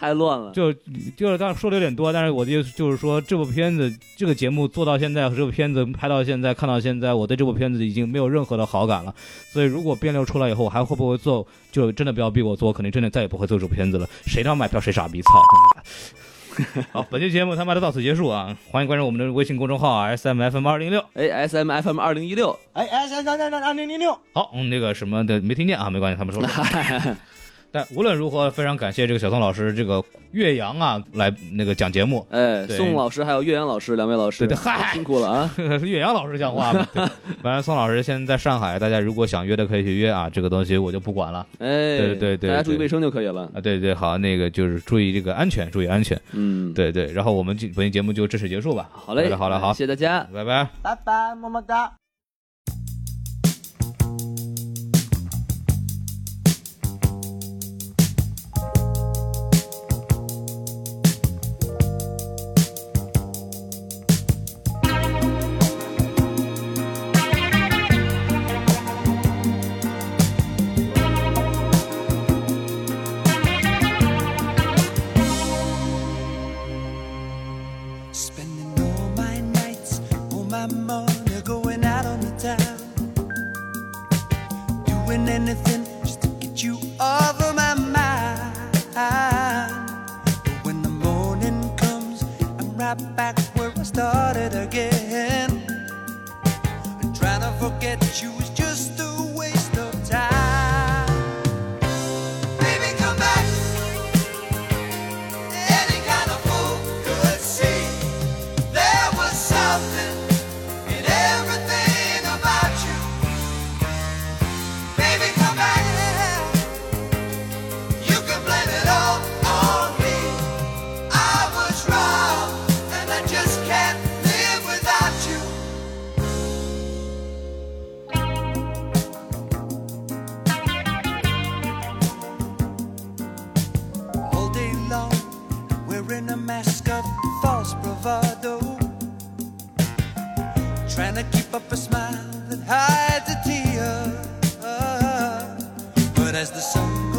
Speaker 3: 太乱了。
Speaker 2: 就就是当然说的有点多，但是我的意思就是说，这部片子这个节目做到现在和这部片子拍到现在看到现在，我对这部片子已经没有任何的好感了。所以如果变六出来以后还会不会做，就真的不要逼我做，我肯定真的再也不会做这部片子了。谁让买票谁傻逼，操！真的好，本期节目他妈的到此结束啊！欢迎关注我们的微信公众号啊 S M F M 二零六。
Speaker 3: 哎，S M F M 二零一六，
Speaker 4: 哎哎，三三三三二零零六，
Speaker 2: 好，嗯，那个什么的没听见啊，没关系，他们说了。但无论如何，非常感谢这个小宋老师，这个岳阳啊来那个讲节目，
Speaker 3: 哎，
Speaker 2: 对
Speaker 3: 宋老师还有岳阳老师两位老
Speaker 2: 对
Speaker 3: 师
Speaker 2: 对，，嗨，
Speaker 3: 辛苦了啊！
Speaker 2: 是岳阳老师讲话吗？对本来宋老师现在在上海，大家如果想约的可以去约啊，这个东西我就不管了
Speaker 3: 哎，
Speaker 2: (laughs) 对对对
Speaker 3: 大家注意
Speaker 2: 对
Speaker 3: 卫生就可以了。
Speaker 2: 啊。对对，好，那个就是注意这个安全，注意安全。
Speaker 3: 嗯，，
Speaker 2: 对对，然后我们今本期节目就正式结束吧。
Speaker 3: 好嘞，
Speaker 2: 好嘞好嘞好
Speaker 3: 谢谢大家。
Speaker 2: 拜拜。
Speaker 4: 拜拜，么么哒。
Speaker 5: Spending all my nights, all my money, going out on the town. Doing anything just to get you off of my mind. But when the morning comes, I'm right back where I started again. And trying to forget you is just a waste of time. Baby, come back. Yeah. Wearing a mask of false bravado. Trying to keep up a smile that hides a tear. But as the sun Oh,